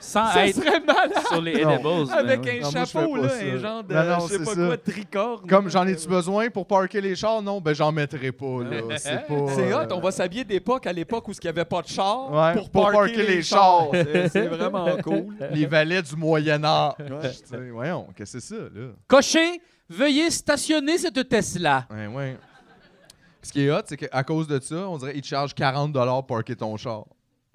S4: Sans
S3: Ça
S4: être
S3: serait malade
S4: sur les
S2: Non.
S4: edibles.
S3: avec
S4: Ah, ben oui.
S3: un
S2: Non, moi, je
S3: chapeau,
S2: fais
S3: là,
S2: pas
S3: un
S2: ça.
S3: genre de,
S2: Non, non,
S3: je sais
S2: c'est
S3: pas
S2: ça.
S3: quoi, de tricorne.
S2: Comme j'en ai-tu besoin pour parker les chars? Non, ben j'en mettrai pas, là. C'est pas...
S3: C'est
S2: euh,
S3: hot, on va s'habiller d'époque à l'époque où il n'y avait pas de char
S2: Ouais,
S3: pour,
S2: pour
S3: parker,
S2: parker
S3: les
S2: les
S3: chars.
S2: chars.
S3: C'est- C'est vraiment cool.
S2: Les valets du Moyen-Âge. Tu sais, Voyons, qu'est-ce que c'est ça, là?
S4: Cocher, veuillez stationner cette Tesla.
S2: Ouais, ouais. Ce qui est hot, c'est qu'à cause de ça, on dirait qu'ils te chargent 40 pour parker ton char.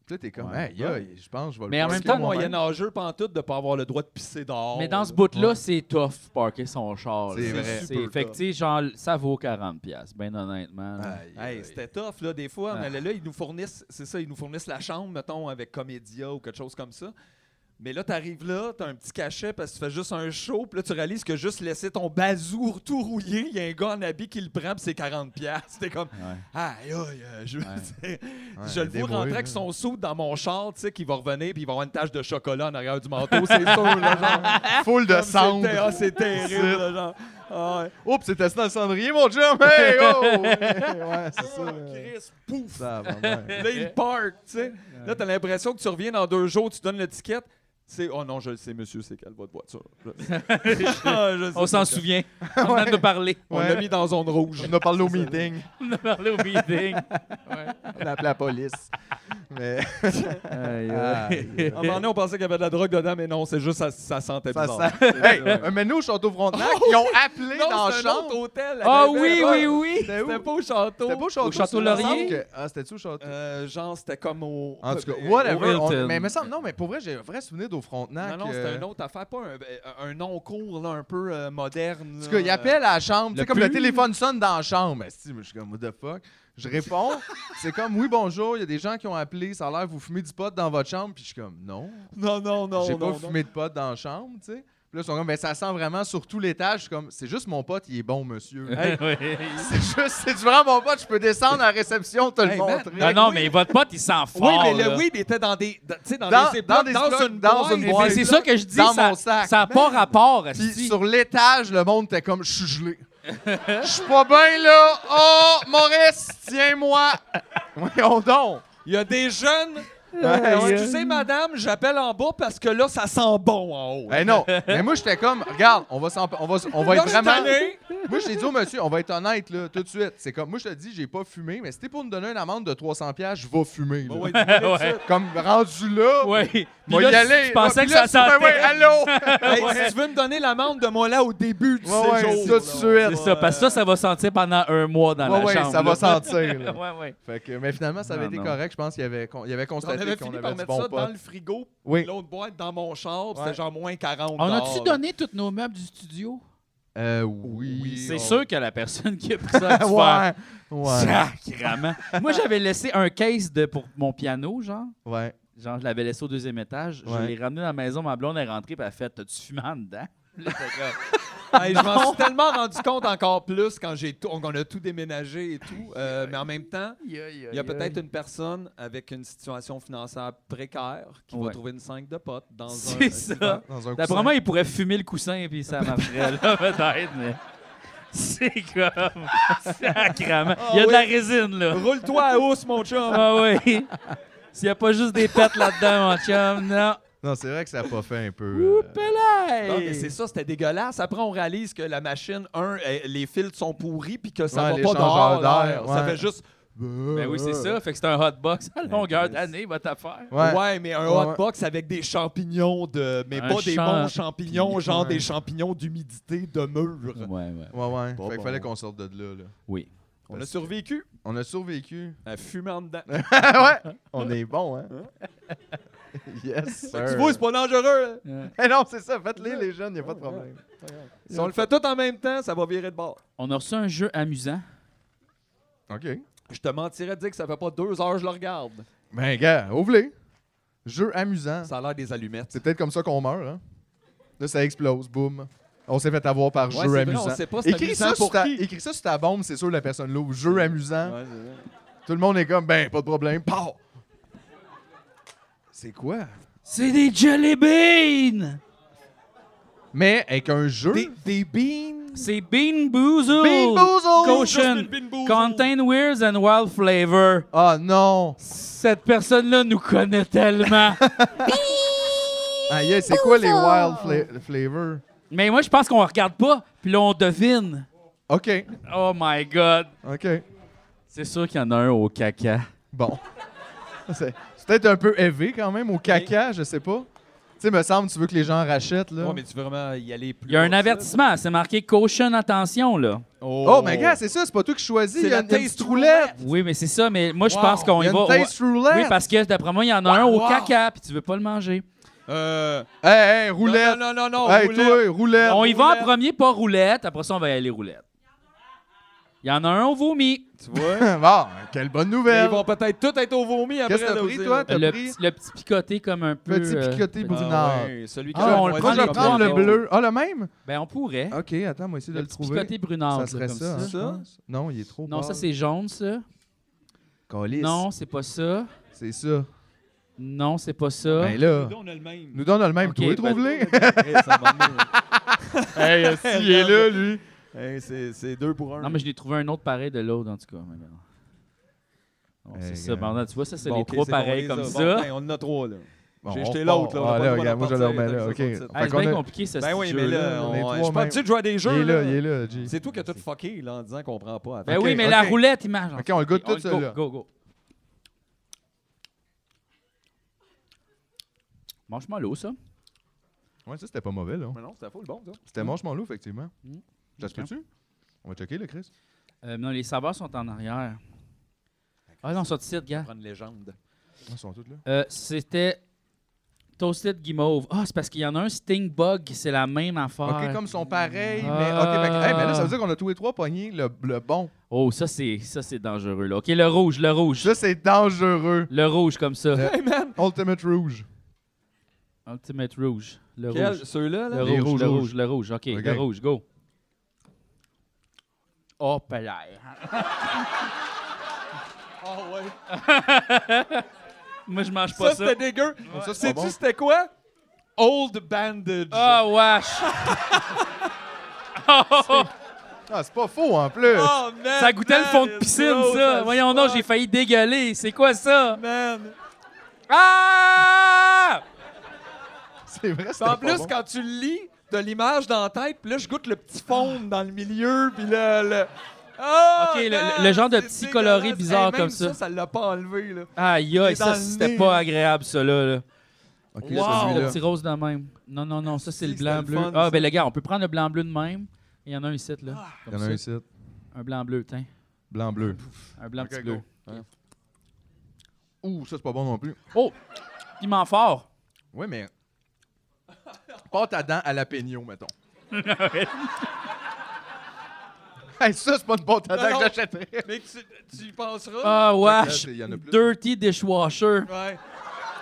S2: Puis là, t'es comme,
S4: Ouais.
S2: hey, aïe, je pense que je vais le
S4: Mais en même
S2: parker
S3: C'est
S4: temps,
S2: moi-même.
S3: moyen-âgeux, pantoute, de ne pas avoir le droit de pisser dehors.
S4: Mais dans ce
S3: là.
S4: bout-là, c'est tough parker son char.
S2: Oh C'est
S4: là.
S2: vrai.
S4: C'est
S3: super
S4: fait que,
S3: tough.
S4: tu sais, genre, ça vaut 40$, piastres, ben honnêtement. là.
S2: Aïe,
S3: Hey,
S2: aïe.
S3: c'était tough, là, des fois. On
S4: Ah.
S3: allait là, ils nous fournissent, c'est ça, ils nous fournissent la chambre, mettons, avec Comédia ou quelque chose comme ça. Mais là, t'arrives là, t'as un petit cachet parce que tu fais juste un show, puis là, tu réalises que juste laisser ton bazour tout rouillé, il y a un gars en habit qui le prend, puis c'est 40$. piastres. T'es comme,
S4: Ouais.
S3: aïe, aïe, euh, je,
S2: Ouais,
S3: je le vois
S2: débrouille,
S3: rentrer
S2: là.
S3: avec son saut dans mon char, tu sais, qui va revenir, puis il va avoir une tache de chocolat en arrière du manteau, c'est sûr, là, genre.
S2: Foule de
S3: Comme
S2: cendres.
S3: c'était- ah, c'est terrible,
S2: Zut.
S3: là, genre. Ah, ouais.
S2: Oups, c'était ça dans le cendrier, mon chum! Hey, oh! ouais, c'est ça.
S3: Ah,
S2: là.
S3: Chris, pouf!
S2: Ça, va, ouais.
S3: Là, il part, tu sais. Là, t'as l'impression que tu reviens dans deux jours, tu donnes l'étiquette. C'est oh non, je le sais, monsieur, c'est quelle votre voiture. Je- Ah, je sais
S4: On s'en
S3: c'est
S4: souvient. On en a parlé.
S3: quelle. On
S2: Ouais.
S3: l'a mis dans zone rouge.
S2: On a parlé au meeting,
S4: On a parlé au meeting.
S2: on a appelé la police. Mais ah,
S4: Aïe,
S2: aïe.
S3: À un moment donné, on pensait qu'il y avait de la drogue dedans, mais non, c'est juste ça, ça sentait
S2: ça
S3: bizarre.
S2: sent. Hey, mets-nous au Château Frontenac, ils ont appelé
S3: Oh, Non,
S2: dans la
S3: c'est un autre
S2: chambre.
S3: hôtel.
S4: Ah
S2: Ben,
S3: Elle avait-
S4: oui, oui, oui.
S2: C'était où?
S3: C'était pas au château.
S2: C'était pas au Château,
S4: Château
S2: il me
S4: Laurier?
S2: semble que- Ah, c'était-tu au Château?
S3: Euh, genre, c'était comme au.
S2: En tout cas,
S3: euh,
S2: whatever.
S4: au Hilton.
S2: on- mais me semble, non, mais pour vrai, j'ai un vrai souvenir d'au Frontenac.
S3: Non, non, c'était
S2: euh,
S3: une autre affaire, pas un, un non-cours là, un peu euh, moderne.
S2: En
S3: là.
S2: tout cas, il appelle à la chambre.
S4: Le
S2: C'est comme le
S4: pu-
S2: téléphone sonne dans la chambre. Esti, moi, je suis comme, what the fuck? Je réponds. c'est comme, oui, bonjour, il y a des gens qui ont appelé. Ça a l'air, vous fumez du pot dans votre chambre. Puis je suis comme, non,
S3: Non, non, non.
S2: j'ai pas
S3: non, non.
S2: fumé de pot dans la chambre, tu sais. Puis là, ils sont comme, ben, ça sent vraiment sur tout l'étage. Je suis comme, c'est juste mon pote, il est bon, monsieur. Hey, c'est juste, c'est vraiment mon pote, je peux descendre à la réception, te le
S3: Hey, man,
S2: montrer.
S4: Non, non, mais votre pote, il s'en fout.
S3: Oui, mais le weed était dans des. dans- Tu sais, dans,
S2: Dans-
S3: des
S2: dans
S3: dans,
S2: des
S3: dans,
S2: blocs,
S3: une
S2: dans
S3: boîte.
S2: une
S4: Mais
S2: boîte.
S4: c'est ça que je dis.
S2: Dans
S4: ça,
S2: mon sac. Ben,
S4: Ça a pas rapport.
S2: Puis
S4: esti.
S2: sur l'étage, le monde était comme, je suis gelé. Je suis pas bien là. Oh, Maurice, tiens-moi. Voyons donc.
S3: Il y a des jeunes. euh,
S2: Aïe, aïe.
S3: Excusez, madame, j'appelle en bas parce que là, ça sent bon en haut.
S2: Eh non, mais moi j'étais comme, regarde, on va s'en, on va, s- on va
S3: Là,
S2: être
S3: je suis
S2: vraiment.
S3: tanné.
S2: Moi j'ai dit au monsieur, on va être honnête là, tout de suite. C'est comme, moi je te dis, j'ai pas fumé, mais si t'es pour me donner une amende de 300 pièces, je vais fumer. là.
S3: Bon, Bah ouais, dis-le tout de
S4: Ouais.
S3: suite.
S2: Comme rendu là,
S4: Ouais.
S2: puis
S4: Puis
S2: va
S4: là,
S2: y aller.
S4: Je
S2: là,
S4: pensais
S2: puis
S4: que
S2: là,
S4: ça
S2: c'est-
S4: sentait.
S2: ouais, ouais, allô.
S3: Hey, Si tu veux me donner l'amende de moi là au début du
S2: Ouais, ouais,
S3: séjour.
S2: ça, tout de
S3: là,
S2: suite.
S4: C'est ça, parce que ça, ça va sentir pendant un mois dans
S2: Ouais,
S4: la
S2: ouais,
S4: chambre.
S2: ça va
S4: là.
S2: sentir. là.
S4: Ouais, ouais.
S2: Fait que, mais finalement, ça avait
S4: Non,
S2: été
S4: non.
S2: correct. Je pense qu'il avait, con- il avait
S3: On avait
S2: constaté qu'on
S3: fini
S2: avait
S3: par
S2: du
S3: mettre
S2: bon
S3: ça dans
S2: pote.
S3: le frigo.
S2: Oui.
S3: L'autre boîte dans mon char,
S2: Ouais.
S3: c'était genre moins 40.
S4: On a-tu
S3: dehors.
S4: donné tous nos meubles du studio?
S2: Euh, oui.
S4: C'est
S2: on-
S4: sûr que la personne qui a pris ça a dû faire
S2: Ouais. Ouais.
S4: Sacrement. Moi, j'avais laissé un case de, pour mon piano, genre.
S2: Ouais.
S4: Genre, je l'avais laissé au deuxième étage.
S2: Ouais.
S4: Je l'ai ramené dans la maison. Ma blonde est rentrée et elle a fait T'as-tu fumé en dedans Là, j'étais comme,
S3: Hey, je m'en suis tellement rendu compte encore plus quand j'ai tout, on a tout déménagé et tout. Euh, mais en même temps, il y a peut-être une personne avec une situation financière précaire qui
S4: Ouais.
S3: va trouver une 5 de potes dans un.
S4: C'est ça.
S2: Dans un
S4: D'après
S2: coussin.
S4: moi, il pourrait fumer le coussin et puis ça marcherait, là, peut-être, mais. C'est comme. Sacrament.
S2: Ah
S4: Il y a de la résine, là.
S3: Roule-toi à hausse, mon chum.
S4: Ah oui. S'il n'y a pas juste des pets là-dedans, mon chum, non.
S2: Non, c'est vrai que ça a pas fait un peu. euh,
S3: Non, mais c'est ça, c'était dégueulasse. Après, on réalise que la machine, un, elle- les fils sont pourris puis que ça
S2: Ouais,
S3: va pas dehors.
S2: l'échangeur d'air,
S3: l'air. Ça
S2: ouais.
S3: fait juste.
S4: Ben oui, c'est ça. Fait que c'est un hot box à longueur
S2: Christ.
S4: d'année, votre affaire.
S2: Ouais.
S3: Ouais. mais un
S2: Ouais, ouais.
S3: hotbox avec des champignons de. Mais
S4: Un
S3: pas des
S4: champ-
S3: bons champignons, genre
S2: Ouais.
S3: des champignons d'humidité de mur.
S4: Ouais, ouais.
S2: Ouais, ouais.
S3: Pas
S2: fait qu'il
S3: bon.
S2: fallait qu'on sorte de là, là.
S4: Oui.
S3: On a survécu
S2: On a survécu.
S3: à fumer en dedans.
S2: ouais! On est bon, hein?
S3: Fait
S2: yes,
S3: que
S2: sir.
S3: tu vois, c'est pas dangereux. hein.
S4: Euh,
S2: Eh non, c'est ça. Faites-les, les jeunes, y a pas de problème.
S3: Si on le fait tout en même temps, ça va virer de bord.
S4: On a reçu un jeu amusant.
S2: OK.
S3: Je te mentirais de dire que ça fait pas deux heures que je le regarde.
S2: Ben, gars, ouvre-les. Jeu amusant.
S3: Ça a l'air des allumettes.
S2: C'est peut-être comme ça qu'on meurt, hein? Là, ça explose, boum. On s'est fait avoir par
S3: Ouais,
S2: jeu
S3: c'est vrai,
S2: amusant.
S3: on sait pas c'est
S2: écris,
S3: amusant
S2: ça sur
S3: pour
S2: ta,
S3: qui.
S2: écris ça sur ta bombe, c'est sûr, la personne l'ouvre. Jeu amusant.
S3: Ouais, c'est vrai.
S2: Tout le monde est comme, ben, pas de problème. Pow! C'est quoi?
S4: C'est des jelly beans!
S2: Mais avec un jeu.
S3: Des, des beans.
S4: C'est Bean Boozled!
S2: Bean Boozled!
S4: Caution!
S3: Just bean boozled.
S4: Contain weirds and wild flavor.
S2: Ah non!
S4: Cette personne-là nous connaît tellement.
S2: Aïe, aïe, c'est quoi les wild fla- flavors?
S4: Mais moi, je pense qu'on regarde pas, puis là, on devine.
S2: OK,
S4: Oh my God!
S2: OK.
S4: C'est sûr qu'il y en a un au caca.
S2: Bon. C'est c'est peut-être un peu élevé quand même, au caca, je sais pas. Tu sais, me semble, tu veux que les gens rachètent, là.
S3: Ouais, mais tu veux vraiment y aller plus.
S4: Il y a un
S3: bas,
S4: avertissement, c'est marqué caution, attention, là.
S3: ça? Oh,
S2: Oh, mais gars, c'est ça, c'est pas toi qui choisis.
S3: C'est
S2: Il y a
S3: la
S2: une, il y a une
S3: taste
S2: petite roulette.
S4: Oui, mais c'est ça, mais moi, je
S3: Wow,
S4: pense qu'on
S2: Il y
S4: y
S2: a
S4: va.
S2: une taste roulette.
S4: Oui, parce que d'après moi, il y en a un au
S3: Wow.
S4: caca, puis tu veux pas le manger.
S3: Euh,
S2: Hey, hey, roulette.
S3: Non, non, non, non.
S2: hey,
S3: roulette.
S2: toi, roulette.
S4: on y va en
S3: roulette.
S4: premier, pas roulette. Après ça, on va y aller roulette. Il y en a un au vomi.
S3: Tu vois?
S2: bon, quelle bonne
S3: Mais
S2: nouvelle.
S3: ils vont peut-être tous être au vomi après.
S2: Qu'est-ce que t'as
S3: là,
S2: pris,
S3: aussi,
S2: toi?
S3: là.
S2: T'as
S4: Le,
S2: pris
S4: petit- le petit picoté comme un peu...
S2: petit
S4: euh,
S2: picoté brunard.
S3: Ah, ouais, celui qui
S4: Ah,
S3: a
S4: on le
S2: Moi,
S3: moitié
S4: prend,
S2: je vais
S4: les
S3: comme
S2: prendre
S4: trois, mais
S2: le
S4: on-
S2: bleu. Ah, le même?
S4: Ben, on pourrait.
S2: OK, attends, moi, essayer de
S4: le
S2: le
S4: petit
S2: trouver.
S4: picoté brunard,
S2: Ça serait
S4: comme
S2: ça.
S4: ça.
S2: hein, je
S3: Ça?
S2: pense. Non, il est trop
S4: Non, ça,
S2: pâle.
S4: c'est jaune, ça.
S2: Calisse.
S4: Non, c'est pas ça.
S2: C'est ça.
S4: Non, c'est pas ça.
S2: Ben là,
S3: Nous deux, on a le même.
S2: nous donne le même.
S4: Ok,
S2: Toi,
S4: ben-
S2: trouve-les.
S3: Eh, ça m'a mis, là.
S2: Hey,
S3: euh,
S2: est-ce qu'il est là, lui.
S3: Eh, c'est c'est deux pour un.
S4: non, mais je l'ai trouvé un autre pareil de l'autre, en tout cas. mais bon. Bon,
S2: Hey,
S4: c'est ça.
S2: gars.
S4: Pendant, tu vois, ça, c'est
S3: Bon,
S4: les
S3: ok,
S4: trois
S3: c'est bon,
S4: pareils
S3: on les
S4: comme
S3: a.
S4: ça.
S3: Bon, ben, on en a trois, là.
S2: Bon,
S3: J'ai
S2: on
S3: jeté
S2: repart.
S3: l'autre, là, on a
S2: Ah,
S3: pas
S2: là,
S3: le droit
S2: regarde, moi,
S3: d'en
S2: je le
S3: partir,
S2: remets là.
S3: donc
S2: OK.
S3: ça sort de
S4: Hey,
S2: Fait
S4: c'est
S2: qu'on
S4: bien
S2: a-
S4: compliqué, ce
S3: Ben
S4: petit
S3: oui, mais
S4: jeu-là.
S3: là,
S2: on est
S3: on-
S2: trois
S3: je suis pas
S2: même.
S3: habitué de jouer à des jeux.
S2: Il est là,
S3: là.
S2: il est là, G.
S3: C'est toi qui as tout fucké, là, en disant qu'on prend pas.
S4: Ben
S2: Ok,
S4: oui, mais la
S2: ok.
S4: roulette, il marche.
S2: OK, on le goûte tout, celui-là.
S4: Oh, Go, go. Marshmallow, ça.
S2: Ouais, ça, c'était pas mauvais, là.
S3: Mais non, c'était fou le bon, ça.
S2: C'était marshmallow, effectivement.
S4: Mm.
S2: Ça se peut-tu? On va checker, le Chris.
S4: Euh, non, les saveurs sont en arrière. Ah non, sorti de gars.
S3: Prendre une légende.
S2: Ouais, Ils sont tous là.
S4: Euh, C'était Toasted Guimauve. Ah, c'est parce qu'il y en a un Sting Bug, c'est la même affaire.
S2: OK, comme ils sont pareils, mais OK,
S4: Ah.
S2: fait que- hey, mais là, ça veut dire qu'on a tous les trois pogné le, le bon.
S4: Oh, ça c'est ça c'est dangereux là. OK, le rouge, le rouge.
S2: Ça, c'est Euh. dangereux.
S4: Le rouge comme ça.
S2: Le-
S3: Hey, man!
S2: Ultimate Rouge.
S4: Ultimate rouge, le
S3: Quel-
S4: rouge.
S3: Ceux-là,
S4: Le
S3: là?
S2: Les
S4: rouge,
S2: rouges,
S4: le
S2: rouges.
S4: rouge, le rouge. OK,
S2: OK.
S4: le rouge, go. Oh, pelaire.
S3: Ah ouais.
S4: Moi je mange
S3: Ça,
S4: pas ça.
S3: c'était dégueu.
S2: Ça, c'est
S3: Sais-tu
S2: pas bon.
S3: c'était quoi? Old Bandage.
S4: Ah, wesh! Oh,
S2: Ah, c'est pas faux, en plus.
S3: Oh, man,
S4: ça goûtait le fond de
S3: man,
S4: piscine,
S3: no,
S4: ça!
S3: se
S4: Voyons donc,
S3: fuck,
S4: j'ai failli dégueuler. C'est quoi ça?
S3: Man!
S4: Ah!
S2: C'est vrai, c'est
S3: En plus, quand tu le lis, t'as l'image dans la tête, puis là, je goûte le petit fond dans le milieu, puis là, le... Ah,
S4: Ok, le-
S3: man,
S4: le- le genre de
S3: c'est
S4: petit coloris
S3: dégueulasse.
S4: bizarre
S3: Hey, même
S4: comme ça.
S3: ça, ça l'a pas enlevé, là.
S4: Aïe, aïe,
S3: C'est dans
S4: ça,
S3: le
S4: c'était
S3: nez,
S4: pas
S3: là.
S4: agréable, ça, là. là.
S2: OK,
S3: Wow.
S4: Le
S2: celui-là.
S4: petit rose de même. Non, non, non, ça, c'est
S3: Si,
S4: le blanc
S3: c'était
S4: bleu.
S3: le fun,
S4: ah,
S3: ça.
S4: ben, les gars, on peut prendre le blanc bleu de même. Il y en a un ici, là.
S2: Il
S4: Comme
S2: y en a
S4: ça.
S2: un ici.
S4: un blanc bleu, tiens.
S2: Blanc-bleu.
S4: Un blanc
S2: Ok,
S4: petit
S2: go.
S4: bleu.
S2: Ouh, ça, c'est pas bon non plus.
S4: Oh! Piment fort!
S2: Oui, mais. Pâte à dents à la peigno, mettons. hey, ça, c'est pas une pâte à
S3: Non,
S2: dents
S3: non.
S2: que j'achèterais.
S3: Mais tu, tu y penseras.
S4: Ah,
S2: Fait que là,
S4: wesh!
S2: c'est- il y en a plus.
S4: Dirty dishwasher.
S3: Ouais.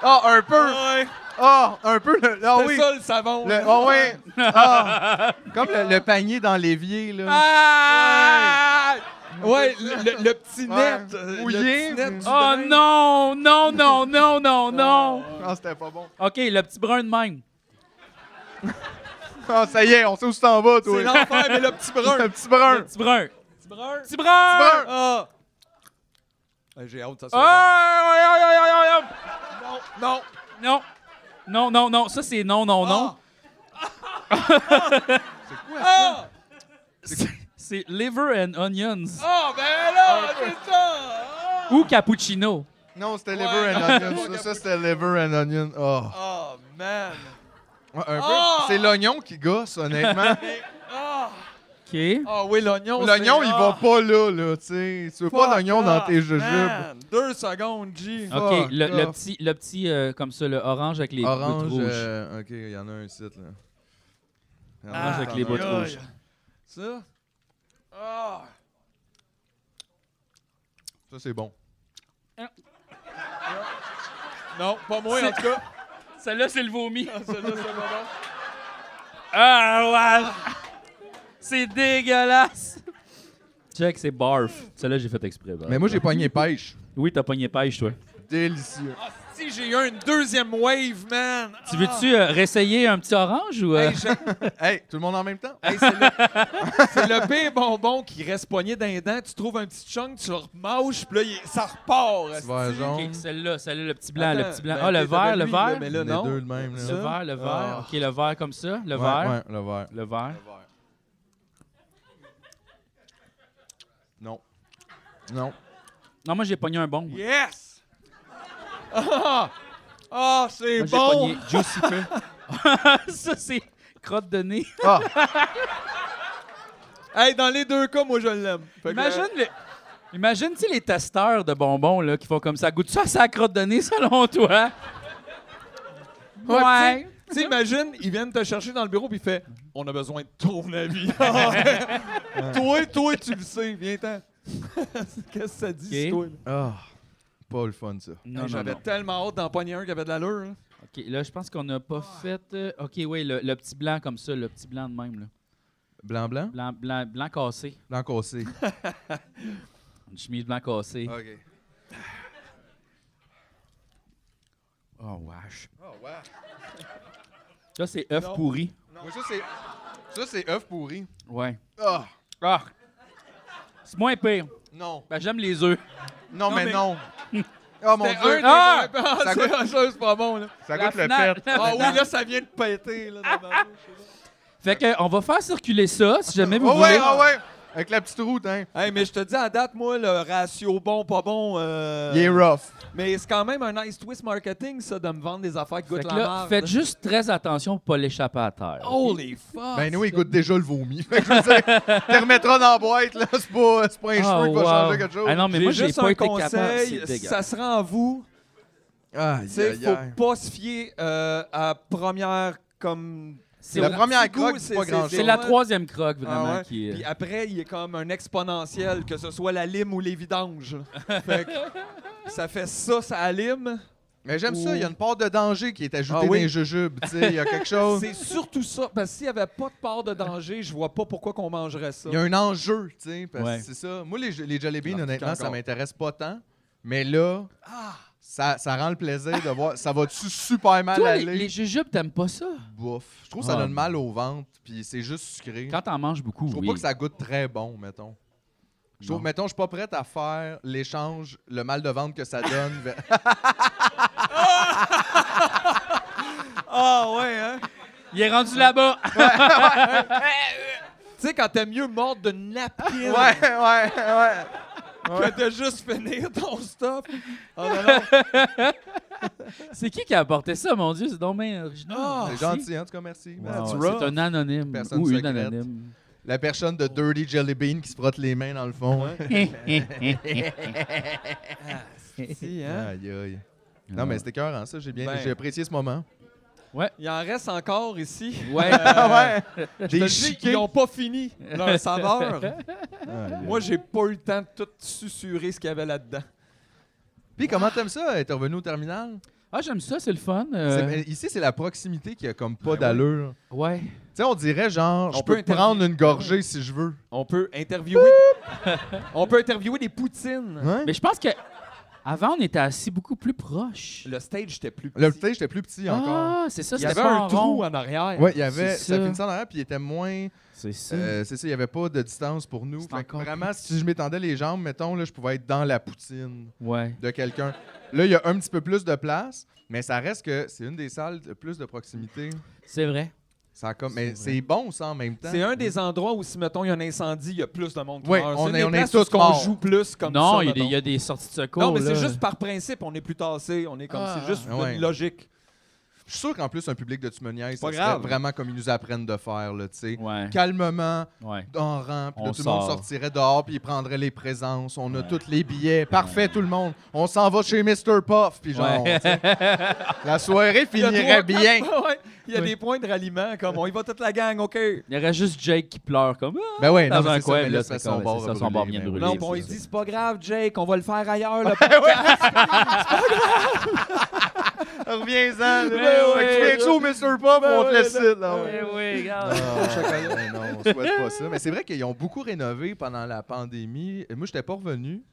S2: Ah, un peu!
S3: Ouais,
S2: Ah, un peu! le- Ah
S3: c'est
S2: oui!
S3: ça le savon.
S2: Le-
S3: là.
S2: ah ouais! Ah. Comme le, le panier dans l'évier, là.
S1: Ah!
S3: Ouais, le, le- le petit
S2: Ouais.
S3: net. euh,
S2: Mouillé.
S3: Le petit net du
S1: Oh
S4: Ah,
S3: drain.
S1: non, non, non, non, non, non.
S2: Ah, c'était pas bon.
S4: OK, le petit brun de même.
S2: Ah, ça y est, on sait où tu t'en vas, toi.
S3: C'est l'enfer, mais le petit brun.
S2: Le petit brun.
S1: Le petit brun.
S3: petit brun.
S1: Petit brun!
S2: Petit brun!
S3: Ah. Ah, J'ai hâte, ça soit
S1: Ah!
S3: bon. Non,
S1: Non. Non, non, non. Ça, c'est non, non,
S3: non,
S1: non.
S2: Ah.
S3: non.
S2: C'est quoi?
S3: Ah!
S4: C'est liver and onions
S3: Ah, ben là, c'est ça! Ah!
S4: ou cappuccino.
S2: Non, c'était
S3: Ouais.
S2: liver and onion. Ça, ça, c'était liver and onion. Oh.
S3: Oh, man.
S2: Ouais, un peu.
S3: Ah!
S2: C'est l'oignon qui gosse, honnêtement.
S3: Ah,
S4: OK. Hey,
S3: Ah oui, l'oignon.
S2: l'oignon,
S3: c'est-
S2: il
S3: Ah.
S2: va pas là, là, tu sais. Tu veux pas d'oignon dans tes jujubes.
S3: Man, Deux secondes, G.
S2: Ah,
S4: OK, le,
S2: Fuck
S4: le
S2: off.
S4: petit, le petit euh, comme ça, le orange avec les
S2: Orange.
S4: bouts rouges.
S2: euh, OK, il y en a un ici, là. Il y en a
S4: Orange
S2: un,
S4: avec
S2: t'en
S4: les
S2: as
S4: bottes
S2: un.
S4: rouges.
S3: Ça? Ah!
S2: Ça, c'est bon.
S3: Non, pas moi, en tout cas.
S1: Celle-là, c'est le vomi.
S3: Ah, Celui-là, c'est pas bon.
S1: Ah, ouais. C'est dégueulasse.
S4: Check, c'est barf. Celle-là, j'ai fait exprès. barf.
S2: Mais moi, j'ai pogné pêche.
S4: Oui, t'as pogné pêche, toi.
S2: Délicieux.
S3: Ah, si, j'ai eu une deuxième wave, man.
S4: Tu
S3: Ah.
S4: veux-tu euh, réessayer un petit orange ou... euh,
S3: Hey, je-
S2: Hey, tout le monde en même temps?
S3: hey, c'est le... c'est le pire bonbon qui reste poigné dans les dents. Tu trouves un petit chunk, tu le remâches, puis là, il- ça repart. esti.
S2: Vert jaune.
S4: OK, celle-là, celle-là, le petit blanc, le
S3: Attends,
S4: petit blanc.
S3: ben,
S4: Ah, le
S3: t'es
S4: vert,
S3: de
S4: le
S3: lui,
S4: vert.
S3: là, Mais là,
S2: Les deux
S3: non.
S2: le même, là.
S4: Le
S3: Ça?
S4: vert, le
S2: Ah.
S4: vert. OK, le vert comme ça. Le
S2: Ouais,
S4: vert.
S2: ouais, le vert.
S4: Le vert.
S2: Non. Non.
S4: Non, moi, j'ai pogné un bon. moi.
S3: Yes! Ah! Ah, c'est
S4: Moi, j'ai
S3: bon!
S4: pogné Juicy Fruit. ça, c'est crotte de nez.
S2: Ah!
S3: Hey, dans les deux cas, moi, je l'aime. Fait que, euh,
S4: Imagine, le... Imagine, tu sais, les testeurs de bonbons là, qui font comme ça. Goûte ça à sa crotte de nez, selon toi?
S3: Ouais,
S4: Ouais.
S3: Tu sais, imagine, ils viennent te chercher dans le bureau puis il fait On a besoin de ton avis. Ah, toi, toi, tu le sais, viens-t'en. Qu'est-ce que ça dit,
S4: Ok.
S3: sur toi? là?
S2: Ah! Pas le fun, ça.
S4: Non,
S3: Hey,
S4: non,
S3: J'avais
S4: non.
S3: tellement hâte d'en pogner un qui avait de l'allure. là.
S4: OK, là, je pense qu'on n'a pas fait... euh, OK, oui, le, le petit blanc comme ça, le petit blanc de même. Là.
S2: Blanc, blanc?
S4: Blanc, blanc, blanc cassé.
S2: Blanc cassé.
S4: Une chemise blanc cassée.
S2: OK.
S4: Oh, wesh.
S2: Oh, ouais.
S4: Là, c'est œuf
S3: Non.
S4: pourri.
S2: Moi, ça, c'est... Ça, c'est œuf pourri.
S4: Ouais.
S2: Ah!
S4: Ah! C'est moins pire.
S2: Non.
S4: Ben, j'aime les œufs.
S2: Non, mais,
S3: mais-
S2: non. Oh, mon
S3: C'était
S2: Dieu.
S3: un
S1: Ah!
S3: des moins-
S2: Ça goûte-
S3: Ah, ça, c'est pas bon, là.
S2: Ça
S4: La
S2: goûte le
S4: finale.
S2: pet.
S3: Ah oui, là, ça vient de péter, là, dans ma bouche.
S4: Fait que, on va faire circuler ça, si jamais vous
S2: Oh
S4: voulez.
S2: ouais, oh ouais! Avec la petite route, hein.
S3: Hey, mais je te dis, à date, moi, le ratio bon, pas bon. euh,
S2: Il est rough.
S3: Mais c'est quand même un nice twist marketing, ça, de me vendre des affaires qui
S4: Fait
S3: goûtent
S4: que
S3: la
S4: là,
S3: marde.
S4: faites juste très attention pour pas l'échapper à terre.
S3: Holy
S4: Ah,
S3: fuck!
S2: Ben, nous, il goûte déjà le vomi. Fait que je veux dire, tu le remettras dans la boîte, là. C'est pas, c'est pas un
S4: Ah,
S2: cheveu qui va
S4: wow.
S2: changer quelque chose.
S4: Ah non, mais moi, j'ai
S3: juste
S4: pas
S3: un
S4: été capable.
S3: conseil,
S4: C'est dégueulasse.
S3: ça se rend à vous.
S2: Ah,
S3: Tu sais, faut pas se fier euh, à première comme.
S4: C'est
S2: la
S4: la-
S2: première
S3: c'est
S2: croque,
S3: goût,
S2: c'est pas
S3: c'est-
S2: grand-chose.
S4: C'est la
S3: ouais.
S4: troisième croque, vraiment,
S3: Ah ouais.
S4: qui est...
S3: Puis après, il est comme un exponentiel, que ce soit la lime ou les vidanges. Fait que ça fait ça, ça lime.
S2: Mais j'aime ça, il y a une part de danger qui est ajoutée
S3: Ah oui.
S2: dans les jujubes, tu sais, il y a quelque chose.
S3: C'est surtout ça, parce que s'il n'y avait pas de part de danger, je vois pas pourquoi qu'on mangerait ça.
S2: Il y a un enjeu, tu sais, parce
S4: Ouais.
S2: que c'est ça. Moi, les, les Jelly Beans,
S3: Ah,
S2: honnêtement, ça
S3: encore.
S2: m'intéresse pas tant, mais là,
S3: Ah!
S2: ça, ça rend le plaisir de voir, ça va-tu super mal
S4: Toi, les,
S2: aller?
S4: les jujubes, t'aimes pas ça?
S2: Bouf. Je trouve que ça
S4: Ah.
S2: donne mal au ventre, puis c'est juste sucré.
S4: Quand t'en manges beaucoup,
S2: Je trouve
S4: oui.
S2: pas que ça goûte très bon, mettons. Je trouve,
S4: Non.
S2: mettons, je suis pas prête à faire l'échange, le mal de ventre que ça donne. vers-
S3: Ah ouais, hein?
S4: Il est rendu là-bas!
S3: Tu sais, quand t'aimes mieux mordre de napkin
S2: ouais, ouais.
S3: que de juste finir ton stuff. Ah, non, non.
S4: c'est qui qui a apporté ça, mon Dieu? C'est donc bien original.
S3: Ah,
S2: C'est
S4: Merci.
S2: gentil, hein, en tout cas, merci.
S4: Wow,
S2: That's
S4: c'est
S2: rough.
S4: un anonyme
S2: Personne
S4: ou une
S2: secrète.
S4: anonyme.
S2: La personne de Dirty Jelly Bean qui se frotte les mains dans le fond.
S3: Si, hein?
S2: Aïe, aïe. Non, mais c'était cœur, ça. J'ai bien,
S3: Ben.
S2: j'ai apprécié ce moment.
S3: Il en reste encore ici.
S4: Ouais.
S2: Ah ouais.
S3: Je te
S2: Des
S3: le dis,
S2: chiquets.
S3: Ils n'ont pas fini leur saveur.
S4: Ah,
S2: Aïe, aïe.
S3: Moi, j'ai pas eu le temps de tout susurrer ce qu'il y avait là-dedans.
S2: Puis comment t'aimes ça être revenu au terminal?
S4: Ah, j'aime ça, c'est le fun.
S2: C'est-
S4: euh,
S2: mais Ici, c'est la proximité qui a comme
S4: Ben
S2: pas
S3: ouais.
S2: d'allure.
S4: Ouais.
S2: Tu sais, on dirait genre,
S3: On
S2: je
S3: peut
S2: peux te prendre
S3: intervenir.
S2: une gorgée si je veux.
S3: On peut interviewer. on peut interviewer des poutines.
S2: Hein?
S4: Mais je pense que avant, on était assis beaucoup plus proches.
S3: Le stage était plus petit.
S2: Le petit, j'étais plus petit encore.
S4: Ah, c'est ça,
S3: il y avait
S4: c'était
S3: un
S4: pas
S3: trou
S4: en rond.
S3: en arrière.
S2: Ouais, il y avait,
S4: Ah, c'est
S2: ça.
S4: ça.
S2: finissait en arrière, puis il était moins.
S4: C'est ça.
S2: euh, c'est ça, il n'y avait pas de distance pour nous.
S4: C'est
S2: Fait que
S4: encore
S2: vraiment, si je m'étendais les jambes, mettons, là, je pouvais être dans la poutine
S4: Ouais.
S2: de quelqu'un. Là, il y a un petit peu plus de place, mais ça reste que c'est une des salles de plus de proximité.
S4: C'est vrai.
S2: Ça a comme,
S4: C'est
S2: mais
S4: vrai.
S2: c'est bon, ça, en même temps.
S3: C'est un des endroits où, si, mettons, il y a un incendie, il y a plus de monde qui
S2: Ouais,
S3: meurt.
S2: on
S3: C'est une
S2: est-
S3: des
S2: on est
S3: places
S2: tous
S3: où qu'on
S2: morts.
S3: joue plus comme
S4: non,
S3: ça.
S4: il y a des- il
S3: mettons.
S4: y a des sorties de secours.
S3: Non, mais c'est
S4: là.
S3: juste par principe, on est plus tassé, on est comme.
S4: Ah.
S3: c'est juste
S2: Ouais.
S3: une logique.
S2: Je suis sûr qu'en plus, un public de Tumoniaise,
S3: Pas
S2: c'est
S3: grave.
S2: vraiment comme ils nous apprennent de faire, là, tu sais.
S4: Ouais.
S2: Calmement,
S4: Ouais.
S2: en rang, puis là,
S4: On
S2: tout le monde
S4: sort.
S2: sortirait dehors, puis ils prendraient les présences. On a
S4: Ouais.
S2: tous les billets. Parfait, tout le monde. On s'en va chez Mr. Puff, puis genre,
S4: Ouais.
S2: tu sais, la soirée
S3: Il y a
S2: finirait
S3: trois-
S2: bien.
S3: Ouais, il y a
S4: Oui.
S3: des points de ralliement, comme on y va toute la gang, OK.
S4: Il y aurait juste Jake qui pleure comme. Ah!
S2: Ben ouais, non,
S4: Dans
S2: mais
S4: un
S2: c'est
S4: coin,
S2: ça, mais
S4: là,
S2: là,
S4: c'est
S2: ça, son
S4: correct,
S2: bord
S4: c'est
S2: va
S4: ça, son bord vient de
S2: mais
S4: brûler.
S3: Non,
S4: c'est
S3: puis on
S4: ça.
S3: lui dit, c'est pas grave, Jake, on va le faire ailleurs. le podcast.
S2: ouais. Reviens-en, là.
S4: Ben
S2: Fait que
S4: ouais,
S2: tu viens
S4: là.
S2: de jouer au Mr. Puff,
S3: Ben
S2: on te
S3: ouais,
S2: laisse
S3: ben-
S2: ici, là. ouais.
S4: Eh oui, regarde.
S2: Ah, ben non, on souhaite pas ça. Mais c'est vrai qu'ils ont beaucoup rénové pendant la pandémie. Moi, j'étais pas revenu.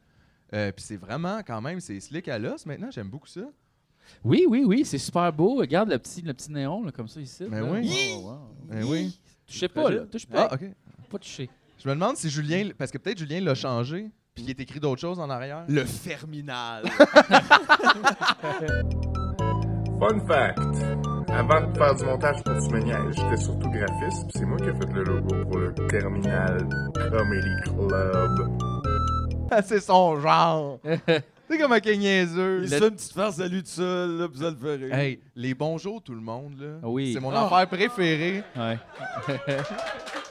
S2: Euh, Puis c'est vraiment, quand même, c'est slick à l'os maintenant. J'aime beaucoup ça. Euh,
S4: Oui, oui, oui, c'est super beau. Regarde le petit, le petit néon là, comme ça ici.
S2: Mais
S4: là.
S2: oui.
S4: Wow, wow.
S2: Eh oui.
S4: Touchez pas, là. Touche pas.
S2: Ah, OK.
S4: Pas touché.
S2: Je me demande si Julien, parce que peut-être Julien l'a changé, puis il est écrit d'autres choses en arrière.
S3: Le ferminal.
S5: Fun fact! Avant de faire du montage pour Soumaniage, j'étais surtout graphiste, puis c'est moi qui ai fait le logo pour le Terminal Comedy Club.
S2: c'est son genre. c'est comme un quai niaiseux.
S3: Il se fait une petite farce à lui tout seul, là, puis ça le fait rire.
S2: Hey, les bonjours tout le monde là.
S4: Oui.
S2: C'est mon
S4: Ah.
S2: affaire préférée.
S4: Ouais.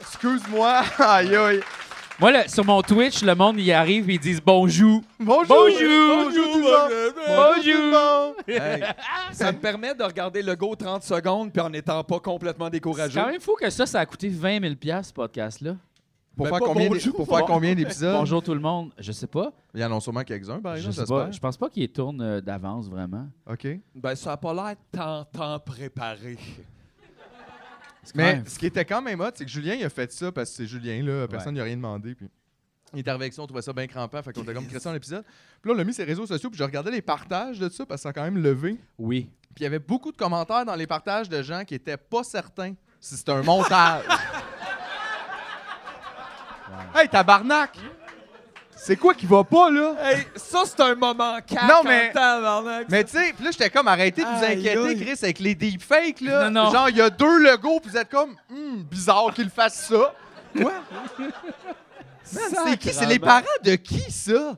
S2: Excuse-moi. Aïe aïe.
S4: Moi, là, sur mon Twitch, le monde y arrive et ils disent bonjour.
S2: Bonjour.
S4: Bonjour.
S2: Bonjour tout le monde. Bonjour tout le monde. Hey,
S3: Ça me permet de regarder le go 30 secondes, puis en n'étant pas complètement
S4: C'est
S3: découragé.
S4: quand même fou que ça, ça a coûté 20 000 ce podcast-là.
S2: Pour,
S3: Ben,
S2: faire
S3: pas
S2: combien d'é-
S3: bonjour.
S2: pour faire combien d'épisodes?
S4: Bonjour tout le monde. Je sais pas.
S2: Il y en a sûrement quelques-uns, ben, par
S4: Je
S2: exemple,
S4: sais
S2: j'espère.
S4: pas. Je pense pas qu'il tourne euh, d'avance vraiment.
S2: OK.
S3: Ben, ça a pas l'air tant, tant préparé.
S4: C'est quand
S2: Mais
S4: même-
S2: ce qui était quand même hot, c'est que Julien, il a fait ça parce que c'est Julien, là. Personne n'a rien demandé. Puis il était avec ça, on trouvait ça bien crampant. Fait qu'on était comme Christian l'épisode. Puis là, on l'a mis sur les réseaux sociaux. Puis je regardais les partages de ça parce que ça a quand même levé.
S4: Oui.
S2: Puis il y avait beaucoup de commentaires dans les partages de gens qui étaient pas certains si c'était un montage. Hey, tabarnak! C'est quoi qui va pas, là?
S3: Hey, ça, c'est un moment calme.
S2: Non, mais-
S3: tabarnak.
S2: Mais tu sais, puis là, j'étais comme arrêtez de vous
S3: Aïe,
S2: inquiéter,
S3: aïe.
S2: Chris, avec les deepfakes, là.
S4: Non, non.
S2: Genre, il y a deux logos, puis vous êtes comme, hum, bizarre qu'ils fassent ça. Quoi? Man, c'est qui? C'est les
S3: Sacrement.
S2: parents de qui, ça?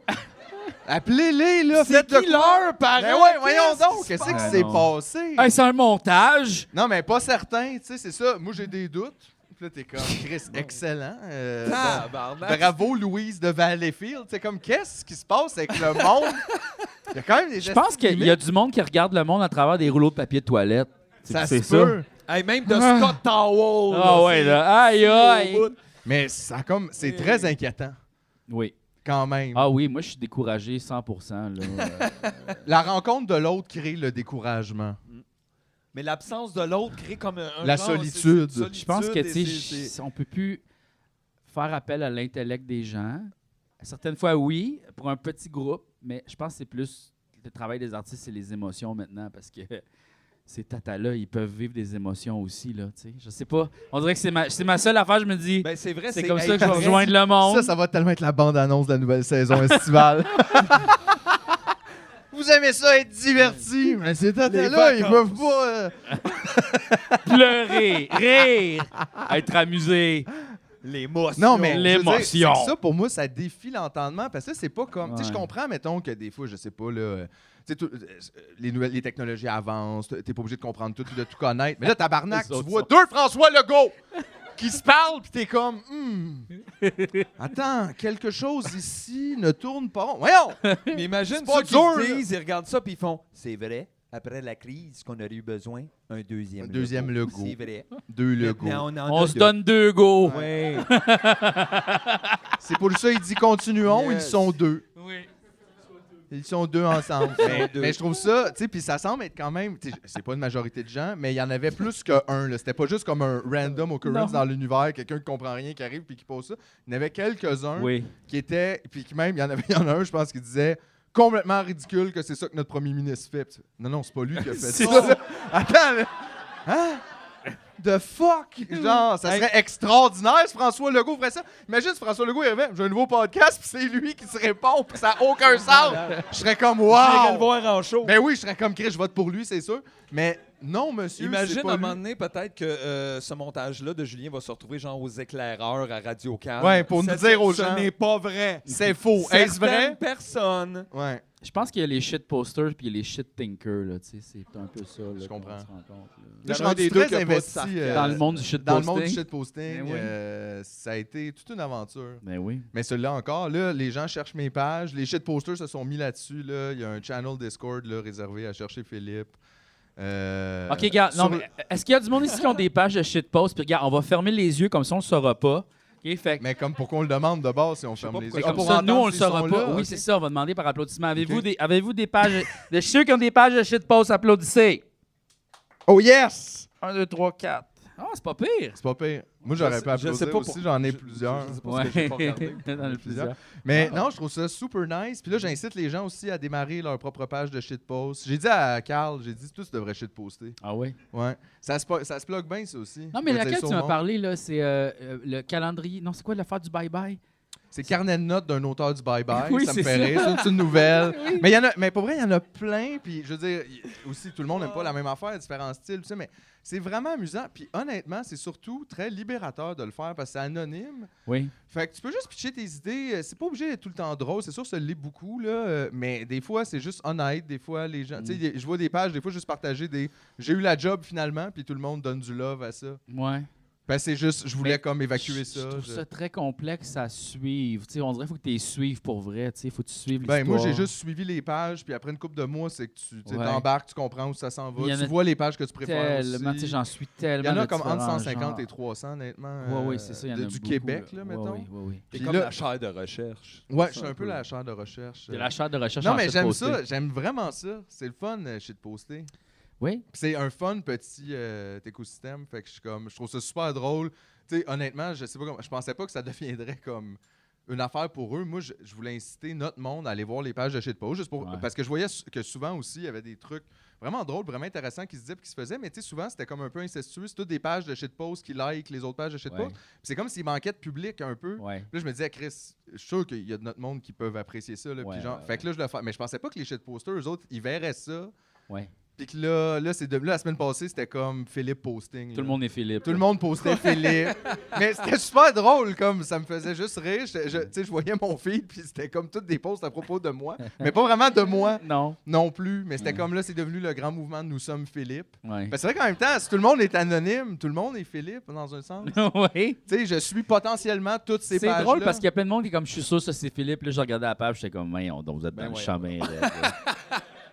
S2: Appelez-les, là.
S3: C'est
S2: faites
S3: qui
S2: le
S3: leur parent?
S2: Mais Ben ouais, voyons
S3: Qu'est-ce
S2: donc,
S3: qui se
S2: qu'est-ce
S3: passe?
S2: qui
S4: passe?
S2: s'est
S4: Ah,
S2: passé?
S4: Hey, c'est un montage.
S2: Non, mais pas certain, tu sais, c'est ça. Moi, j'ai des doutes. Puis là, t'es comme, Chris, excellent. euh, bon.
S3: Tabarnak.
S2: Bravo, Louise de Valleyfield. C'est comme, qu'est-ce qui se passe avec le monde? Il y a quand même des
S4: Je pense qu'il y a du monde qui regarde le monde à travers des rouleaux de papier de toilette.
S2: Ça
S4: c'est
S2: se
S4: ça.
S2: peut.
S3: Hey, même de
S2: Ah.
S3: Scott Towell.
S4: Ah ouais, là. Aïe, aïe.
S2: Mais ça comme c'est très inquiétant
S4: Oui.
S2: quand même.
S4: Ah oui, moi, je suis découragé 100 là. Euh,
S2: La rencontre de l'autre crée le découragement.
S3: Mais l'absence de l'autre crée comme un. un
S2: La
S3: genre, c'est- c'est-
S2: solitude.
S4: Je pense que,
S3: solitude
S4: tu
S3: et
S4: sais,
S3: c'est- c'est-
S4: je- on peut plus faire appel à l'intellect des gens. Certaines fois, oui, pour un petit groupe, mais je pense que c'est plus le travail des artistes et les émotions maintenant, parce que ces tatas-là, ils peuvent vivre des émotions aussi, là, tu sais. Je sais pas. On dirait que c'est ma, c'est ma seule affaire, je me dis,
S3: Ben, c'est vrai,
S4: c'est comme ça
S3: hey,
S4: que je vais
S3: parce-
S4: rejoindre le monde.
S2: Ça, ça va tellement être la bande-annonce de la nouvelle saison estivale. Vous aimez ça être diverti, mais ces tatas-là, ils
S3: vacances.
S2: peuvent pas. euh,
S4: Pleurer, rire, être amusé.
S3: Les mousses.
S2: Non, mais je veux dire,
S4: L'émotion.
S2: c'est Ça, pour moi, ça défie l'entendement parce que c'est pas comme. Tu sais, je
S4: Ouais.
S2: comprends, mettons, que des fois, je sais pas, là. euh, tu sais, tout- euh, les, nouvelles, les technologies avancent, t'es pas obligé de comprendre tout, de tout connaître. Mais là, tabarnak,
S4: Les
S2: tu
S4: autres
S2: vois
S4: sont-
S2: deux François Legault qui se parlent, puis t'es comme. Hmm. Attends, quelque chose ici ne tourne pas. rond. Voyons!
S3: Mais imagine
S2: C'est pas
S3: ceux qui se
S2: dur, là.
S3: disent, ils regardent ça puis ils font C'est vrai, après la crise, qu'on aurait eu besoin un deuxième
S2: Un deuxième logo.
S3: C'est vrai.
S2: Deux
S3: Mais
S2: Legault.
S3: on en
S4: On
S3: a
S4: se
S3: deux.
S4: donne deux go.
S3: Ouais.
S2: C'est pour ça, il dit continuons,
S3: Yes.
S2: ils sont deux. Ils sont deux ensemble. mais,
S3: deux.
S2: mais je trouve ça, tu sais, puis ça semble être quand même, tu sais, c'est pas une majorité de gens, mais il y en avait plus qu'un. là. C'était pas juste comme un random occurrence dans l'univers, quelqu'un qui comprend rien qui arrive puis qui pose ça. Il y en avait quelques-uns
S4: Oui.
S2: qui étaient, puis qui même, il y en avait il y en a un, je pense, qui disait complètement ridicule que c'est ça que notre premier ministre fait. Puis tu- Non, non, c'est pas lui qui a fait
S1: C'est
S2: ça. là. Attends, mais- hein? The fuck? Genre, ça serait extraordinaire si François Legault ferait ça. Imagine si François Legault arrivait, j'ai un nouveau podcast, puis c'est lui qui se répond, puis ça n'a aucun sens. Je serais comme,
S3: J'irais le
S2: wow!
S3: voir en show.
S2: Ben oui, je serais comme Chris, je vote pour lui, c'est sûr. Mais non, monsieur, c'est
S3: Imagine à
S2: pas
S3: un
S2: lui.
S3: moment donné, peut-être que euh, ce montage-là de Julien va se retrouver genre aux éclaireurs à Radio Cannes.
S2: Ouais, pour nous dire aux
S3: ce
S2: gens.
S3: Ce n'est pas vrai.
S2: C'est faux. Est-ce vrai?
S3: personne.
S2: Ouais.
S4: Je pense qu'il y a les shit posters puis il y a les shit thinkers. là, tu sais, C'est un peu ça. là,
S2: Je
S4: qu'on
S2: comprends.
S4: se rend compte, là.
S2: Là, je suis
S3: en a un
S2: rendu
S3: des deux
S2: très
S3: qui a pas de
S2: investi
S3: sarcasme.
S2: euh,
S4: Dans le monde du shit
S2: dans le
S4: posting.
S2: monde du shitposting.
S4: Ben oui.
S2: euh, ça a été toute une aventure.
S4: Ben oui.
S2: Mais celui-là encore, là, les gens cherchent mes pages. Les shitposters se sont mis là-dessus. Là. Il y a un channel Discord là, réservé à chercher Philippe. Euh,
S1: OK, regarde.
S2: sur
S1: Non,
S2: le-
S1: mais est-ce qu'il y a du monde ici qui ont des pages de shitpost? Puis regarde, on va fermer les yeux comme ça, on le saura pas. OK, fait que-
S2: Mais comme pourquoi on le demande de base si on ferme
S3: pas
S2: les yeux?
S1: fait
S2: Ah,
S1: comme
S2: pour
S1: ça, nous,
S2: entendre
S1: on le
S2: s'ils
S1: saura
S2: sont
S1: pas.
S2: là,
S1: oui,
S2: ok.
S1: c'est ça, on va demander par applaudissement. Avez-vous
S2: OK.
S1: des, avez des pages... de ceux qui ont des pages de shitpost, applaudissez.
S2: Oh yes!
S1: 1, 2, 3, 4. Ah, c'est pas pire.
S2: C'est pas pire. Moi, j'aurais
S3: sais-
S2: pas
S3: je
S2: applaudi
S3: sais pas
S2: aussi,
S3: pour-
S2: j'en ai
S3: je-
S2: plusieurs.
S3: je sais pas
S4: Ouais.
S3: ce que j'ai pas regardé.
S4: Dans le plusieurs.
S2: Mais non, je trouve ça super nice. Puis là, j'incite les gens aussi à démarrer leur propre page de shitpost. J'ai dit à Carl, j'ai dit, tous devraient shitposter.
S4: Ah oui.
S2: Ouais. Ça se, po- ça se plug bien, ça aussi.
S4: Non, mais
S2: Je veux dire,
S4: laquelle
S2: ça
S4: tu
S2: au
S4: m'as
S2: monde.
S4: parlé, là, c'est euh, euh, le calendrier. Non, c'est quoi l'affaire du bye-bye?
S2: C'est carnet de notes d'un auteur du Bye Bye.
S4: Oui,
S2: ça me
S4: c'est
S2: fait
S4: ça.
S2: rire. C'est une nouvelle. Mais, il y en a, mais pour vrai, il y en a plein. Puis je veux dire, y- aussi, tout le monde n'aime pas la même affaire, différents styles. tout ça, mais c'est vraiment amusant. Puis honnêtement, c'est surtout très libérateur de le faire parce que c'est anonyme.
S4: Oui.
S2: Fait que tu peux juste pitcher tes idées. Euh, C'est pas obligé d'être tout le temps drôle. C'est sûr, ça l'est beaucoup. Là, euh, mais des fois, c'est juste honnête. Des fois, les gens. Tu
S4: Mm.
S2: sais, y- je vois des pages, des fois, juste partager des. J'ai eu la job finalement, puis tout le monde donne du love à ça.
S4: Ouais.
S2: Parce que c'est juste, je voulais
S4: Mais
S2: comme évacuer
S4: Je-
S2: ça.
S4: Je trouve
S2: je-
S4: ça très complexe à suivre. Tu sais, on dirait qu'il faut que tu les suives pour vrai. Il faut que tu suives
S2: Ben,
S4: l'histoire.
S2: moi, j'ai juste suivi les pages, puis après une couple de mois, c'est que tu tu sais,
S4: Ouais.
S2: t'embarques, tu comprends où ça s'en va.
S4: Il y en
S2: Tu
S4: a
S2: vois les pages que tu préfères.
S4: Tellement, tu sais,
S2: aussi.
S4: j'en suis
S2: Il
S4: tellement.
S2: y en a
S4: de
S2: comme entre
S4: différents
S2: 150 et
S4: genres.
S2: 300, honnêtement.
S4: Ouais, ouais,
S2: euh,
S4: c'est ça. Il y en
S2: de-
S4: a
S2: Du
S4: beaucoup,
S2: Québec, là,
S4: Ouais,
S2: mettons.
S4: ouais, ouais, ouais.
S3: T'es
S2: Puis
S3: comme
S2: là-
S3: la chaire de recherche.
S2: Ouais,
S3: C'est
S2: je suis un peu la chaire de recherche.
S4: De
S2: euh.
S4: la chaire de recherche.
S2: Non,
S4: en
S2: mais
S4: fait
S2: j'aime
S4: poster.
S2: ça. J'aime vraiment ça. C'est le fun, euh, shit poster.
S4: Oui.
S2: Puis C'est un fun petit euh, écosystème. Fait que je suis comme, je trouve ça super drôle. Tu sais, honnêtement, je sais pas comment, je pensais pas que ça deviendrait comme une affaire pour eux. Moi, je, je voulais inciter notre monde à aller voir les pages de shitpost, juste pour
S4: Ouais.
S2: parce que je voyais sou- que souvent aussi il y avait des trucs vraiment drôles, vraiment intéressants qui se disaient, puis qui se faisaient. Mais tu sais, souvent c'était comme un peu incestueux. C'est toutes des pages de shitpost qui like les autres pages de shitpost.
S4: Ouais.
S2: Puis C'est comme s'il manquait de public un peu.
S4: Ouais.
S2: Puis Là, je me disais, Chris, je suis sûr qu'il y a de notre monde qui peuvent apprécier ça. Là,
S4: Ouais,
S2: puis genre,
S4: ouais,
S2: fait que là, je le fais. Mais je pensais pas que les shitposters, eux autres, ils verraient ça.
S4: Ouais.
S2: Puis que là, là, c'est de... là, la semaine passée, c'était comme Philippe posting.
S4: Tout
S2: là.
S4: le monde est Philippe.
S2: Tout le monde postait Philippe. Mais c'était super drôle, comme ça me faisait juste rire. Je, je- tu sais, je voyais mon feed, puis c'était comme toutes des posts à propos de moi. Mais pas vraiment de moi
S4: Non.
S2: non plus. Mais c'était
S4: Ouais.
S2: comme là, c'est devenu le grand mouvement de Nous sommes Philippe.
S4: Ouais.
S2: Parce que c'est vrai qu'en même temps, si tout le monde est anonyme, tout le monde est Philippe, dans un sens.
S4: oui.
S2: tu sais, je suis potentiellement toutes ces pages
S4: C'est drôle parce qu'il y a plein de monde qui est comme je suis sûr ça c'est Philippe là je regardais la page j'étais comme voyons donc vous êtes dans
S3: Ben
S4: le
S3: ouais.
S4: chemin là.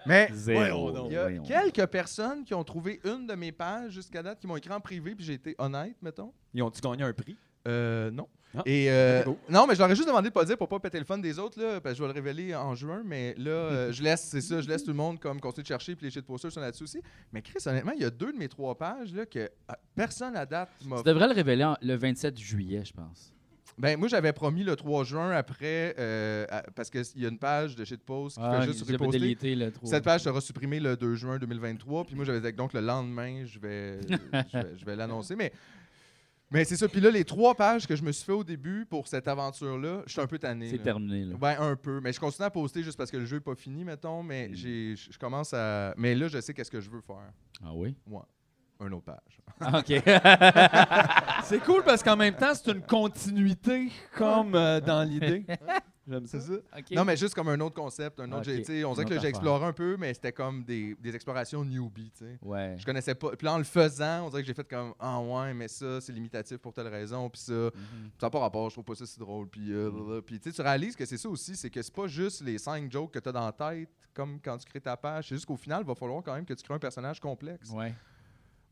S2: Mais
S4: zéro.
S3: Voyons donc.
S2: Il y a
S4: voyons.
S2: quelques personnes qui ont trouvé une de mes pages jusqu'à date, qui m'ont écrit en privé, puis j'ai été honnête, mettons.
S3: Ils ont-tu gagné un prix?
S2: Euh, non.
S3: Ah,
S2: Et euh,
S3: c'est beau.
S2: non, mais je leur ai juste demandé de pas dire pour pas péter le fun des autres là, parce que je vais le révéler en juin. Mais là, euh, je laisse, c'est ça, je laisse tout le monde comme continuer de chercher, puis les shit posters sont là-dessus aussi. Mais Chris, honnêtement, il y a deux de mes trois pages là que ah, personne à date m'a.
S4: Tu devrais le révéler en- le 27 juillet je pense.
S2: Ben moi, j'avais promis le 3 juin après, euh, à- parce qu'il y a une page de shit post qui
S4: Ah,
S2: fait juste
S4: j'avais
S2: reposter.
S4: délité le trou.
S2: Cette page sera supprimée le 2 juin 2023. Puis moi, j'avais dit que donc le lendemain, je vais, je vais, je vais l'annoncer. Mais, mais c'est ça. Puis là, les trois pages que je me suis fait au début pour cette aventure-là, je suis un peu tanné.
S4: c'est
S2: là.
S4: terminé là.
S2: Ben, un peu. Mais je continue à poster juste parce que le jeu n'est pas fini, mettons. Mais
S4: Mm.
S2: j'ai, je je commence à. Mais là, je sais qu'est-ce que je veux faire.
S4: Ah oui.
S2: Moi, un autre page.
S4: Ah, OK.
S3: C'est cool parce qu'en même temps, c'est une continuité comme euh, dans l'idée. J'aime ça.
S4: OK.
S2: Non, mais juste comme un autre concept. Un autre,
S4: Ok.
S2: j'ai- tu sais, on dirait
S4: Une
S2: que là,
S4: autre
S2: j'ai
S4: affaire.
S2: exploré un peu, mais c'était comme des, des explorations newbie, tu sais.
S4: Ouais.
S2: Je connaissais pas. Puis là, en le faisant, on dirait que j'ai fait comme Ah ouais, mais ça, c'est limitatif pour telle raison. Puis ça,
S4: Mhm.
S2: ça n'a pas rapport, je trouve pas ça si drôle. Puis, euh, blablabla. Puis, tu sais, tu réalises que c'est ça aussi, c'est que c'est pas juste les cinq jokes que tu as dans la tête, comme quand tu crées ta page. C'est juste qu'au final, il va falloir quand même que tu crées un personnage complexe.
S4: Ouais.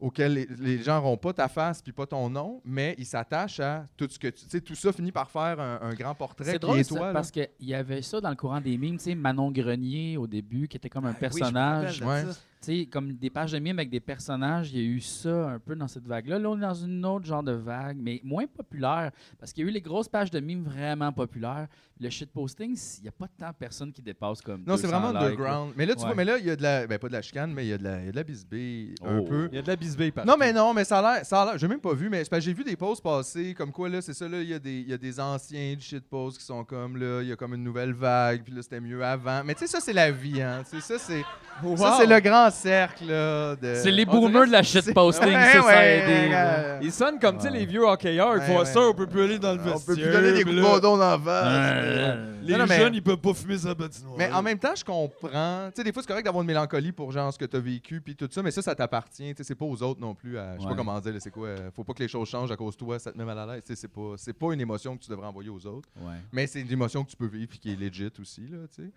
S2: auquel les, les gens n'auront pas ta face puis pas ton nom, mais ils s'attachent à tout ce que tu. Tu sais, tout ça finit par faire un, un grand portrait
S4: C'est
S2: qui
S4: drôle
S2: est
S4: ça,
S2: toi. là.
S4: parce qu'il y avait ça dans le courant des mimes, tu sais, Manon Grenier au début, qui était comme un personnage.
S2: Ah, me rappelle de
S4: Tu sais, comme des pages de mimes avec des personnages, il y a eu ça un peu dans cette vague-là. Là, on est dans une autre genre de vague, mais moins populaire, parce qu'il y a eu les grosses pages de mimes vraiment populaires. Le shitposting, s- il n'y a pas tant de personnes qui dépassent comme
S2: Non, c'est
S4: 200
S2: vraiment
S4: likes, là.
S2: underground. Mais là, tu
S4: Ouais.
S2: vois, mais là, il y a de la. Ben, pas de la chicane, mais il y a de la, il y a de la bisbille un
S4: Oh.
S2: peu.
S3: Il y a de la bisbille partout.
S2: Non, mais non, mais ça a l'air. ça a l'air- J'ai même pas vu, mais c'est parce que j'ai vu des posts passer, comme quoi, là, c'est ça, là, il y, a des- il y a des anciens de shitposts qui sont comme, là, il y a comme une nouvelle vague, puis là, c'était mieux avant. Mais tu sais, ça, c'est la vie, hein. Tu sais, ça, c'est
S3: Wow.
S2: ça, c'est le grand cercle, là. de-
S4: C'est les
S2: On dirait-
S4: boomers de la shitposting, ça,
S2: Ouais,
S4: ça a
S2: ouais,
S4: aidé, là.
S2: euh,
S3: Il sonne comme tu sais, les vieux hockeyeurs. qui
S2: Ouais,
S3: font
S2: ouais.
S3: ça, on peut plus aller dans le
S2: On
S3: vestiaire.
S2: peut plus donner des coups
S3: puis
S2: de
S3: là,
S2: bâton dans la face.
S4: Euh,
S3: Les
S2: Non, non, mais-
S3: jeunes, ils peuvent pas fumer sa patinoire.
S2: Mais en même temps, je comprends. Tu sais, des fois, c'est correct d'avoir une mélancolie pour genre ce que tu as vécu puis tout ça, mais ça, ça t'appartient. Tu sais, c'est pas aux autres non plus. à- je sais pas
S4: Ouais.
S2: comment dire, là, c'est quoi. euh, Faut pas que les choses changent à cause de toi, ça te met mal à l'aise. Tu sais, c'est pas, c'est pas une émotion que tu devrais envoyer aux autres.
S4: ouais.
S2: Mais c'est une émotion que tu peux vivre puis qui est legit aussi, là, tu sais.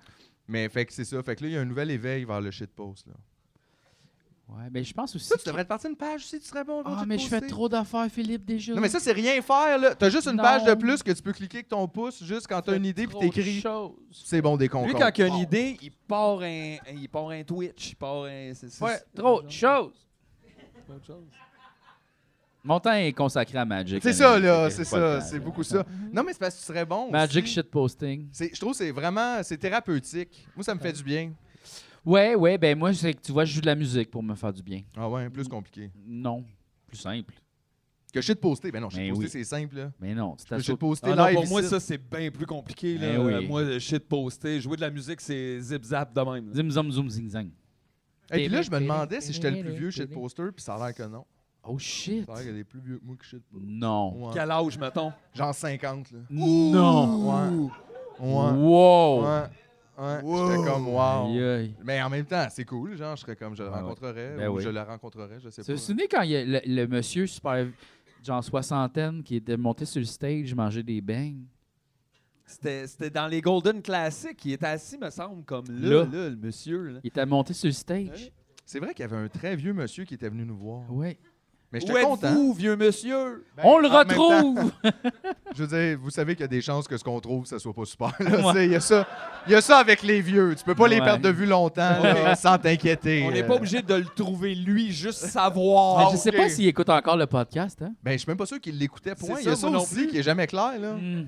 S2: Mais fait que c'est ça. Fait que là, il y a un nouvel éveil vers le shitpost, là.
S4: Ouais, mais je pense aussi.
S2: Ça, tu
S4: que-
S2: devrais te partir une page aussi, tu serais bon. va,
S4: Ah,
S2: tu
S4: mais
S2: te
S4: je fais
S2: poster.
S4: trop d'affaires, Philippe, déjà.
S2: Non, mais ça, c'est rien faire, là. T'as juste une page de
S4: Non.
S2: plus que tu peux cliquer avec ton pouce juste quand t'as une idée puis
S4: Trop de
S2: t'écris.
S4: choses.
S2: C'est bon des
S3: Lui,
S2: concombres.
S3: quand il a une idée, il part un, il part un Twitch, il part un. c'est- c'est-
S2: Ouais,
S3: c'est-
S4: Trop de choses.
S3: autre chose.
S4: Mon temps est consacré à Magic.
S2: C'est
S4: l'année,
S2: ça, là,
S4: fait que
S2: c'est
S4: pas le
S2: ça,
S4: temps,
S2: c'est
S4: là.
S2: beaucoup ça. Non, mais c'est parce que tu serais bon.
S4: Magic
S2: aussi.
S4: shitposting.
S2: C'est- Je trouve que c'est vraiment c'est thérapeutique. Moi, ça me fait du bien.
S4: Ouais, ouais, ben moi, c'est que tu vois, je joue de la musique pour me faire du bien.
S2: Ah ouais, plus compliqué.
S4: Non, plus simple.
S2: Que shit poster. Ben non, shit
S4: Ben
S2: poster,
S4: oui.
S2: c'est simple. Là.
S4: Mais non, tu
S2: Je peux shit
S4: t'assois.
S2: poster
S3: Ah
S2: live.
S3: non, pour moi,
S2: ici.
S3: ça, c'est bien plus compliqué. Là. Euh,
S4: Eh oui.
S3: Moi, le shit posté, jouer de la musique, c'est zip-zap de même. là.
S4: Zim zoom zoom zing zang.
S2: Et puis là, je me demandais si j'étais le plus vieux shit poster, puis ça a l'air que non.
S4: Oh shit.
S2: Ça a l'air qu'il y a des plus vieux que moi qui shit poster.
S4: Non.
S2: Ouais.
S3: Quel âge, mettons?
S2: Genre 50, là.
S4: Non.
S2: Ouais. Ouais.
S4: Wow.
S2: Ouais. Ouais. J'étais comme,
S4: Aïe,
S2: wow.
S4: aïe.
S2: Mais en même temps, c'est cool. Genre, je serais comme, je le
S4: Ah ouais.
S2: rencontrerais,
S4: Ben
S2: ou
S4: oui.
S2: je la rencontrerais, je sais
S4: Tu te
S2: pas.
S4: souviens quand il y a le, le monsieur super, genre soixantaine, qui était monté sur le stage manger des beignes?
S3: C'était c'était dans les Golden Classics. Il était assis, me semble, comme là, là,
S4: Là.
S3: le monsieur. Là.
S4: Il était monté sur le stage?
S3: Ouais.
S2: C'est vrai qu'il y avait un très vieux monsieur qui était venu nous voir.
S4: Ouais.
S2: Mais
S3: Où
S2: j'étais content.
S3: êtes-vous, vieux monsieur?
S2: Ben,
S4: On le
S2: en même temps,
S4: retrouve!
S2: Je veux dire, vous savez qu'il y a des chances que ce qu'on trouve, ça soit pas super. là. C'est- Il y, a ça- il y a ça avec les vieux. Tu peux pas les
S4: Ouais.
S2: perdre de vue longtemps là, sans t'inquiéter.
S3: On n'est
S2: Euh,
S3: pas obligé de le trouver, lui, juste savoir.
S4: Mais je sais
S2: Ah, ok.
S4: pas s'il écoute encore le podcast, hein?
S2: Ben, je suis même pas sûr qu'il l'écoutait. Point.
S3: C'est
S2: Il y a
S3: ça,
S2: ça
S3: moi non
S2: aussi qui est jamais clair. Là. Tu
S4: Hmm.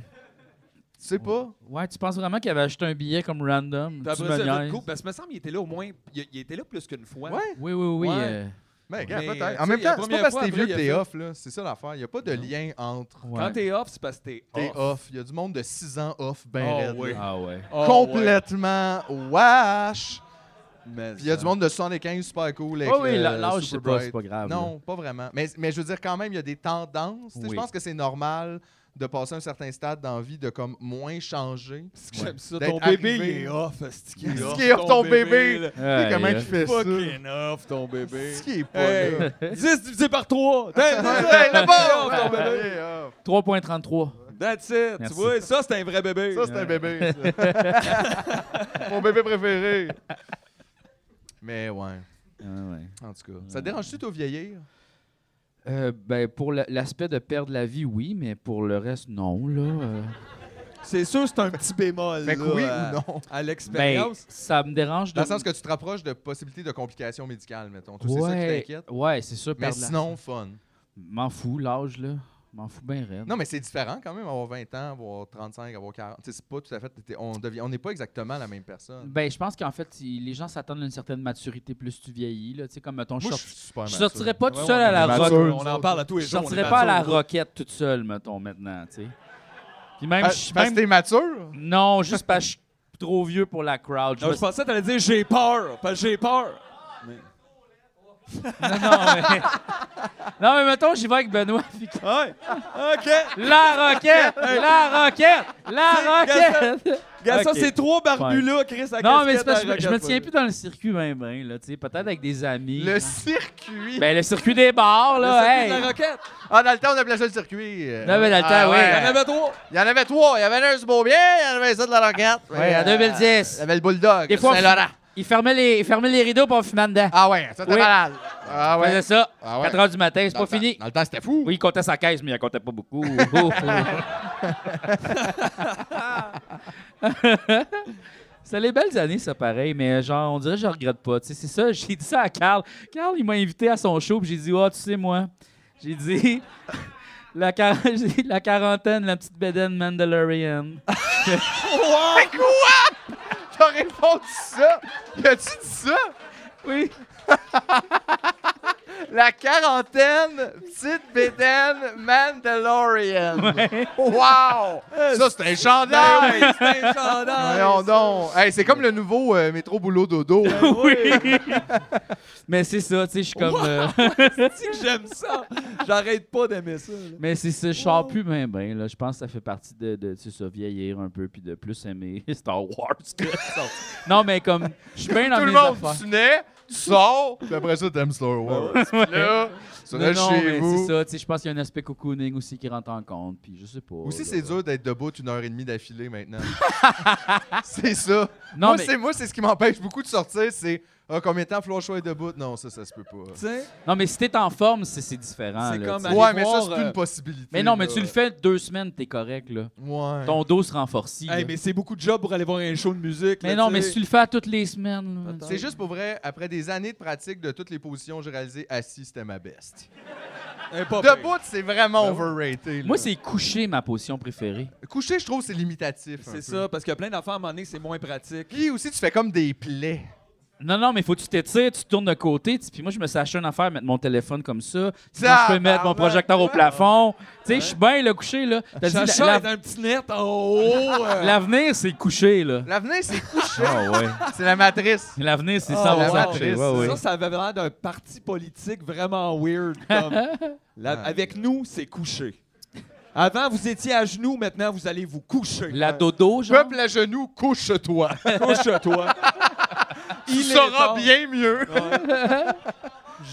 S2: sais pas.
S4: Ouais, tu penses vraiment qu'il avait acheté un billet comme random?
S3: Puis
S4: Tu
S3: après
S4: me
S3: ça, l'autre
S4: niaises.
S3: coup, parce que me semble qu'il était là au moins. Il, il était là plus qu'une fois.
S2: Ouais.
S4: Oui, oui, oui.
S3: Ouais.
S4: euh,
S2: Ben, regarde,
S3: Mais,
S2: peut-être.
S3: tu
S2: En
S3: sais,
S2: même
S3: il y a
S2: temps, c'est
S3: première
S2: pas parce
S3: fois,
S2: que t'es
S3: après,
S2: vieux
S3: il
S2: que
S3: a
S2: t'es
S3: fait-
S2: off. là. C'est ça l'affaire. Il n'y a pas de
S4: Non.
S2: lien entre
S4: ouais.
S3: Quand t'es off, c'est parce que t'es
S2: t'es
S3: off.
S2: off. Il y a du monde de 6 ans off, ben
S3: Oh,
S2: raide,
S3: oui.
S2: là.
S4: Ah ouais.
S3: Oh, ouais.
S2: Complètement wash.
S3: Mais
S2: Puis il y a
S3: ça-
S2: du monde de 75 super cool. avec
S4: Ah oui,
S2: le
S4: la- l'âge,
S2: Super
S4: c'est pas,
S2: Bright.
S4: c'est pas grave. là.
S2: Non, pas vraiment. Mais, mais je veux dire, quand même, il y a des tendances. Tu sais, Je
S4: Oui.
S2: pense que c'est normal de passer un certain stade dans la vie de comme moins changer.
S3: C'est que J'aime ça.
S2: D'être
S3: Ton bébé,
S2: arrivé.
S3: il est off. Ce qui
S2: Est-ce
S3: est off,
S2: qu'il est off, ton bébé?
S3: là.
S4: Aïe,
S2: Tu sais comment
S4: aïe.
S2: il fait ça?
S3: Fucking off, ton bébé.
S2: Ce qui est pas
S3: Hey,
S2: là.
S3: 10 divisé par 3.
S2: Hey, le bon!
S3: Off, ton bébé.
S2: Allez, hop.
S4: 3.33.
S3: That's it. Tu
S4: Merci.
S3: vois, ça, c'est un vrai bébé.
S2: Ça, c'est un bébé. ça. Mon bébé préféré. Mais ouais,
S4: Ah ouais.
S2: en tout cas.
S4: Mm.
S2: Ça te dérange-tu, toi, vieillir?
S4: Euh, ben, pour la- l'aspect de perdre la vie, oui, mais pour le reste, non. Là. euh.
S3: c'est sûr, c'est un petit bémol.
S2: Fait que
S3: Ben, là,
S2: Ben,
S3: euh,
S2: oui
S3: à-
S2: ou non?
S3: À
S4: Ben,
S3: l'expérience.
S4: ça me dérange de.
S2: Dans le sens que tu te rapproches de possibilités de complications médicales, mettons. Tu sais, C'est ça qui
S4: Ouais,
S2: t'inquiète?
S4: Ouais, c'est sûr.
S2: Mais
S4: perdre la-
S2: sinon, fun.
S4: M'en fous, l'âge, là. M'en fous bien raide.
S2: Non, mais c'est différent quand même, avoir 20 ans, avoir 35, avoir 40. Tu sais, C'est pas tout à fait. t'es- On devient, on n'est pas exactement la même personne.
S4: Ben, je pense qu'en fait, il- les gens s'attendent à une certaine maturité plus tu vieillis. Là. Tu sais, comme, mettons, je,
S2: Moi, je
S4: sorti-
S2: suis super
S4: je
S2: mature.
S4: sortirais pas tout
S3: Ouais,
S4: seul
S3: on
S4: à
S3: est
S4: la
S3: mature,
S4: roquette.
S3: On en parle à tous les
S4: Je
S3: jours. on est
S4: sortirais pas à la
S3: mature, là.
S4: roquette toute seule, mettons, maintenant. Tu sais. Puis même,
S2: Ah,
S4: je suis
S2: parce
S4: même
S2: que t'es mature?
S4: Non, juste parce que je suis trop vieux pour la crowd. Je
S3: Non,
S4: me-
S3: je pensais que t'allais dire j'ai peur. Parce que j'ai peur.
S4: non, non, mais... non, mais mettons, j'y vais avec Benoît. puis que-
S3: Ouais. OK.
S4: La roquette! La roquette! La roquette!
S3: Regarde, ça,
S4: Ok.
S3: c'est trois barbus-là, Chris, à
S4: Non,
S3: casquette,
S4: mais c'est parce
S3: à
S4: que je- je me
S3: roquette,
S4: tiens
S3: pas.
S4: plus dans le circuit ben ben, là, tu sais, peut-être avec des amis.
S2: Le circuit.
S4: Ben, le circuit des bars,
S3: Le
S4: là,
S3: circuit de
S4: hey!
S3: la roquette.
S2: Ah, dans le temps, on appelait ça le circuit. euh.
S4: Non, mais dans le temps,
S2: Ah,
S4: oui.
S2: ouais.
S3: Il y en avait trois.
S2: Il y en avait trois. Il y en avait un du Beaubien, il y en avait ça de la roquette. Euh,
S4: Ouais, en 2010.
S2: Il y avait le Bulldog.
S4: Des fois,
S2: Saint-Laurent.
S4: Il fermait les, il fermait les rideaux pour fumer dedans.
S2: Ah ouais, ça t'es
S4: Oui.
S2: malade. Ah
S4: Il faisait
S2: ouais.
S4: ça,
S2: Ah ouais.
S4: 4 heures du matin, c'est
S2: Dans
S4: pas
S2: le temps-
S4: fini.
S2: Dans le temps, c'était fou.
S4: Oui, il comptait sa caisse, mais il en comptait pas beaucoup. Oh, oh. C'était les belles années, ça, pareil, mais genre, on dirait que je regrette pas. Tu sais, c'est ça, j'ai dit ça à Carl. Carl, il m'a invité à son show, puis j'ai dit, ah, tu sais, moi, j'ai dit, la, quar- j'ai dit, la quarantaine, la petite bédaine Mandalorian.
S2: T'as répondu ça? As-tu dit ça?
S4: Oui,
S2: La quarantaine, petite bédaine Mandalorian. Wow! Ça, c'est un chandail!
S3: Ben C'est un chandail.
S2: Voyons donc. Hey, c'est comme le nouveau euh, métro boulot dodo.
S4: oui. mais c'est ça, tu sais, je suis comme. euh,
S3: Si que j'aime ça. J'arrête pas d'aimer ça. là.
S4: Mais c'est ça, je sors plus ben ben, là. Je pense que ça fait partie de, de tu sais ça, vieillir un peu puis de plus aimer Star Wars que Non, mais comme, je suis bien dans
S2: Tout le
S4: mes
S2: monde,
S4: affaires.
S2: tu nais, tu sors, puis après ça, t'aimes Star Wars. Puis Là, tu
S4: Non,
S2: restes
S4: non,
S2: chez
S4: mais c'est
S2: vous.
S4: ça, tu sais, je pense qu'il y a un aspect cocooning aussi qui rentre en compte, puis je sais pas. là.
S2: Aussi, c'est dur d'être debout une heure et demie d'affilée maintenant. c'est ça.
S4: Non,
S2: moi,
S4: mais,
S2: c'est, moi, c'est ce qui m'empêche beaucoup de sortir. C'est ah, combien de temps faut que je debout? Non, ça, ça se peut pas.
S3: Tu sais,
S4: non, mais si t'es en forme, c'est c'est différent,
S3: C'est
S4: là,
S3: comme
S4: tu sais.
S3: aller
S2: Ouais, mais ça,
S3: voir,
S2: c'est plus
S3: euh,
S2: une possibilité.
S4: Mais non, mais
S2: là.
S4: tu le fais deux semaines, t'es correct, là.
S2: Ouais.
S4: Ton dos se renforcit,
S3: hey,
S4: là.
S3: mais c'est beaucoup de job pour aller voir un show de musique.
S4: Mais
S3: là,
S4: non,
S3: tu
S4: mais
S3: sais.
S4: si tu le fais à toutes les semaines... là,
S2: C'est juste pour vrai, après des années de pratique de toutes les positions, j'ai réalisé assis, c'était ma best.
S3: Hey, pas pire.
S2: Debout, c'est vraiment overrated. là.
S4: Ben Moi, c'est coucher ma position préférée.
S2: Couché, je trouve, c'est limitatif. un peu.
S3: C'est ça, parce qu'il y a plein d'affaires à un moment donné, c'est moins pratique.
S2: Puis aussi, tu fais comme des plaies.
S4: Non, non, mais faut que tu t'étires, tu te tournes de côté. tu- Puis moi, je me suis acheté une affaire, mettre mon téléphone comme ça. Sinon, je peux mettre mon
S2: Tabarnak.
S4: projecteur au plafond. Tu sais, je suis bien, le couché, là. T'as
S3: Ça
S4: dit, la-
S3: chante un petit net en haut.
S4: la-
S3: euh.
S4: l'avenir, c'est couché, là.
S2: L'avenir, c'est couché.
S4: Ah ouais.
S2: c'est la matrice.
S4: L'avenir, c'est
S3: Ah,
S4: ça,
S2: la
S4: on
S2: matrice,
S4: couché.
S2: c'est
S4: Ouais, ouais.
S3: Ça, ça avait l'air d'un parti politique vraiment weird. comme- La- Avec nous, c'est couché. Avant, vous étiez à genoux, maintenant, vous allez vous coucher.
S4: La dodo, genre.
S2: Peuple à genoux, couche-toi.
S3: Couche-toi.
S2: Il
S3: est
S2: sera
S3: temps.
S2: bien mieux.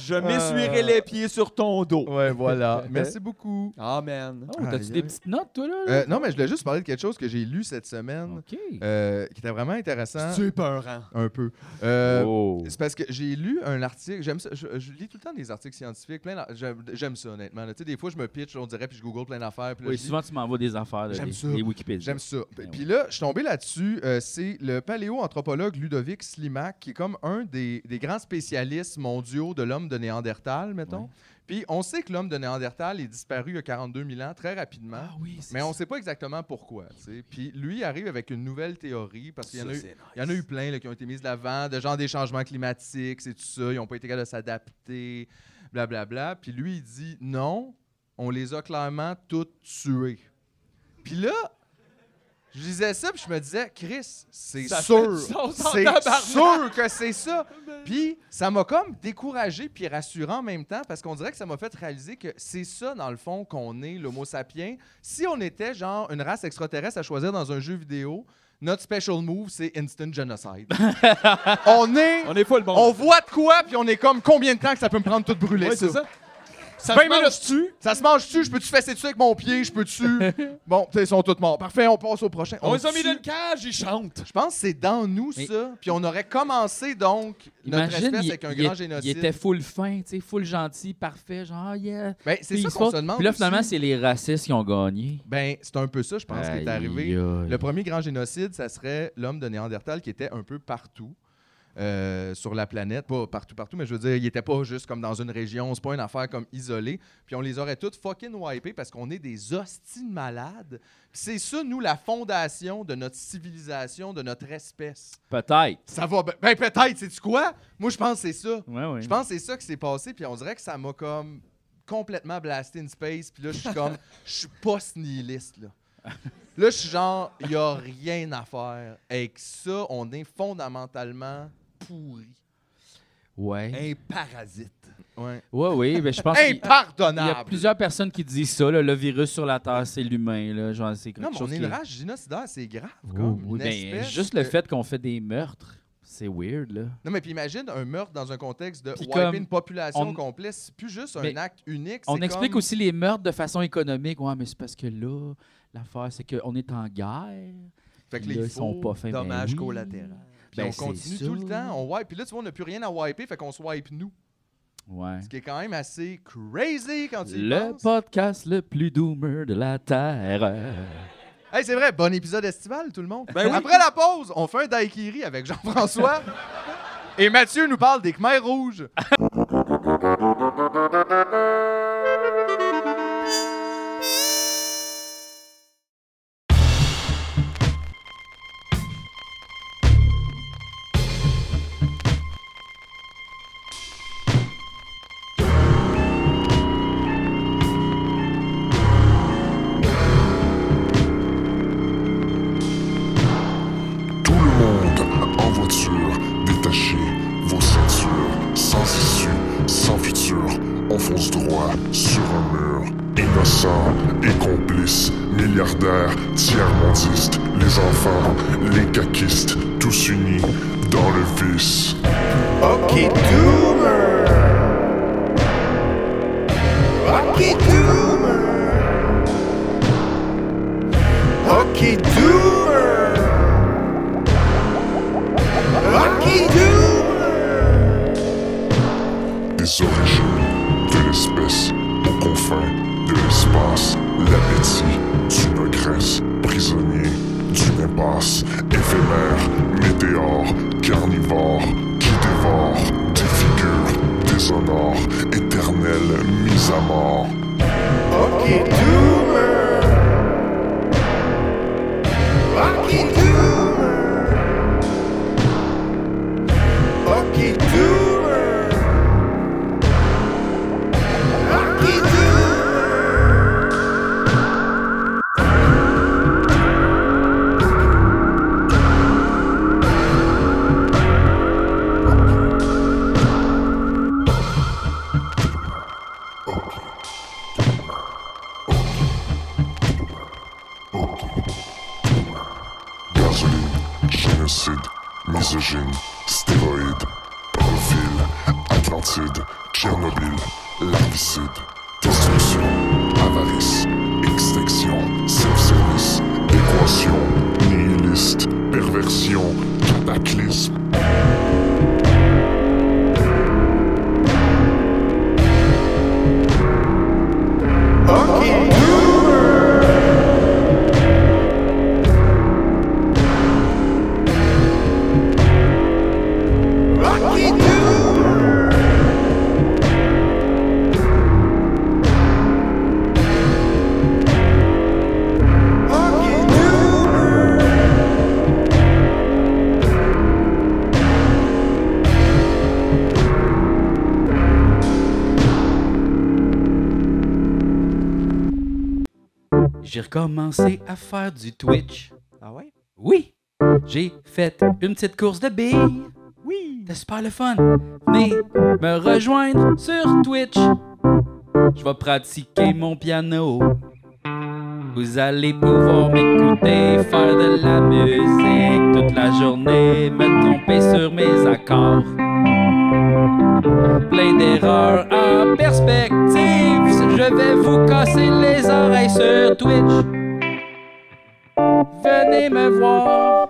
S3: Je m'essuierai les pieds sur ton dos.
S2: Ouais, voilà. Merci beaucoup.
S3: Amen.
S4: Oh, T'as-tu
S2: Aïe,
S4: des
S2: aïe.
S4: petites notes, toi, là?
S2: Euh, non, mais je voulais juste parler de quelque chose que j'ai lu cette semaine
S4: OK.
S2: euh, qui était vraiment intéressant.
S3: Tu es peurant.
S2: Un peu. Euh,
S4: Oh.
S2: C'est parce que j'ai lu un article, j'aime ça, je, je lis tout le temps des articles scientifiques, plein d'ar- j'aime j'aime ça honnêtement. là. Tu sais, des fois je me pitch, on dirait, puis je google plein d'affaires. puis là,
S4: Oui,
S2: je lis.
S4: souvent, tu m'envoies des affaires, là,
S2: J'aime
S4: des,
S2: ça.
S4: des Wikipédia.
S2: J'aime ça. Puis-
S4: Ben
S2: Puis là, je suis tombé là-dessus. euh, c'est le paléo-anthropologue Ludovic Slimak, qui est comme un des, des grands spécialistes mondiaux de l'homme de Néandertal, mettons. Puis on sait que l'homme de Néandertal est disparu il y a 42 000 ans, très rapidement.
S4: Ah oui, c'est
S2: Mais on ne
S4: ça.
S2: sait pas exactement pourquoi. tu sais. Puis lui il arrive avec une nouvelle théorie, parce qu'il y en a eu il y en a eu plein là, qui ont été mis de l'avant, de genre des changements climatiques, c'est tout ça, ils n'ont pas été capables de s'adapter, blablabla. Bla. Puis lui, il dit non, on les a clairement toutes tués. Puis là, je disais ça, puis je me disais, Chris, c'est
S3: Ça fait
S2: sûr.
S3: du sens en
S2: C'est
S3: tabarnak.
S2: sûr que c'est ça. Puis ça m'a comme découragé puis rassurant en même temps parce qu'on dirait que ça m'a fait réaliser que c'est ça, dans le fond, qu'on est, l'homo sapiens. Si on était genre une race extraterrestre à choisir dans un jeu vidéo, notre special move, c'est instant genocide. on est.
S3: On est full bon.
S2: On voit de quoi, puis on est comme combien de temps que ça peut me prendre tout brûler,
S3: Ouais,
S2: ça?
S3: Oh, c'est ça. Ça
S2: 20
S3: se mange-tu?
S2: Ça se mange-tu? Je peux-tu fesser dessus avec mon pied? Je peux-tu? bon, ils sont tous morts. Parfait, on passe au prochain.
S3: On les a mis
S2: tue.
S3: dans une cage, ils chantent.
S2: Je pense que c'est dans nous,
S4: Mais-
S2: ça. Puis on aurait commencé, donc, notre
S4: Imagine,
S2: espèce
S4: il,
S2: avec un
S4: il
S2: grand
S4: est-
S2: génocide.
S4: il était full fin, tu sais, full gentil, parfait, genre, ah, yeah.
S2: Ben, c'est
S4: Puis
S2: ça
S4: il se
S2: qu'on
S4: passe-
S2: se demande.
S4: Puis là, finalement,
S2: aussi.
S4: c'est les racistes qui ont gagné.
S2: Ben, c'est un peu ça, je pense, qui est arrivé.
S4: Aïe, aïe.
S2: Le premier grand génocide, ça serait l'homme de Néandertal qui était un peu partout euh, sur la planète. Pas partout, partout, mais je veux dire, il était pas juste comme dans une région. C'est pas une affaire comme isolée. Puis on les aurait toutes fucking wipés parce qu'on est des hosties de malades. Puis c'est ça, nous, la fondation de notre civilisation, de notre espèce.
S4: Peut-être.
S2: Ça va. Ben, ben, peut-être, sais-tu quoi? Moi, je pense que c'est ça.
S4: Ouais, ouais.
S2: Je pense que c'est ça qui s'est passé, puis on dirait que ça m'a comme complètement blasté in space, puis là, je suis comme, je suis pas ce nihiliste, là. Là, je suis genre, il y a rien à faire. Avec ça, on est fondamentalement pourri.
S4: Ouais.
S3: Un parasite.
S2: Ouais.
S4: Mm. Ouais, oui, mais je pense qu'il il y a
S2: Impardonnable!
S4: plusieurs personnes qui disent ça. là, le virus sur la Terre, c'est l'humain. Là, genre, c'est quelque
S2: Non, mais on
S4: chose
S2: est
S4: qui
S2: une race génocidaire, c'est grave,
S4: Oh,
S2: comme.
S4: oui,
S2: une
S4: ben,
S2: espèce
S4: juste le
S2: que-
S4: fait qu'on fait des meurtres, c'est weird, là.
S2: Non, mais puis imagine un meurtre dans un contexte de
S4: Puis
S2: wiper
S4: comme
S2: une population
S4: on-
S2: complète, c'est plus juste un
S4: Mais
S2: acte unique.
S4: On
S2: c'est
S4: explique
S2: comme-
S4: aussi les meurtres de façon économique. Ouais, mais c'est parce que là, l'affaire, c'est qu'on est en guerre.
S2: Fait que
S4: Là,
S2: les
S4: ils sont
S2: faux-
S4: pas fins. ben
S3: Dommage
S4: oui.
S3: collatéral.
S2: Puis
S4: Ben,
S2: on
S4: c'est
S2: continue
S4: ça.
S2: tout le temps, on wipe. Puis là, tu vois, on n'a plus rien à wiper, fait qu'on swipe nous.
S4: Ouais.
S2: Ce qui est quand même assez crazy quand tu y
S4: Le
S2: penses.
S4: podcast le plus doomer de la Terre.
S2: Hey, c'est vrai, bon épisode estival, tout le monde.
S3: Ben oui.
S2: Après la pause, on fait un daiquiri avec Jean-François. Et Mathieu nous parle des Khmers rouges.
S6: Tout le monde en voiture, détachez vos ceintures, sans issue, sans futur, on fonce droit sur un mur. Innocents et complices, milliardaires, tiers-mondistes, les enfants, les caquistes, tous unis dans le vice.
S7: Rocky Doomer. Rocky Doomer. Rocky Doomer. Rocky Doomer.
S6: des origines de l'espèce aux confins de l'espace, l'appétit d'une graisse, prisonnier d'une impasse, éphémère, météore, carnivore, qui dévore, défigure, déshonore, éternelle mise à mort.
S7: Rocky Doomer. Rocky Doomer. Rocky Doomer. Rocky Doomer.
S6: Gasoline, génocide, misogyne, stéroïdes, profil, Atlantide, Tchernobyl, larvicide, destruction, avarice, extinction, self-service, équation, nihiliste, perversion, cataclysme.
S7: Rocky Doomer. Rocky Doomer. Rocky Doomer.
S4: J'ai recommencé à faire du Twitch.
S2: Ah ouais?
S4: Oui! J'ai fait une petite course de billes. Oui! C'était super le fun. Venez me rejoindre sur Twitch. Je vais pratiquer mon piano. Vous allez pouvoir m'écouter faire de la musique toute la journée, me tromper sur mes accords. Plein d'erreurs en perspective, je vais vous casser les oreilles sur Twitch. Venez me voir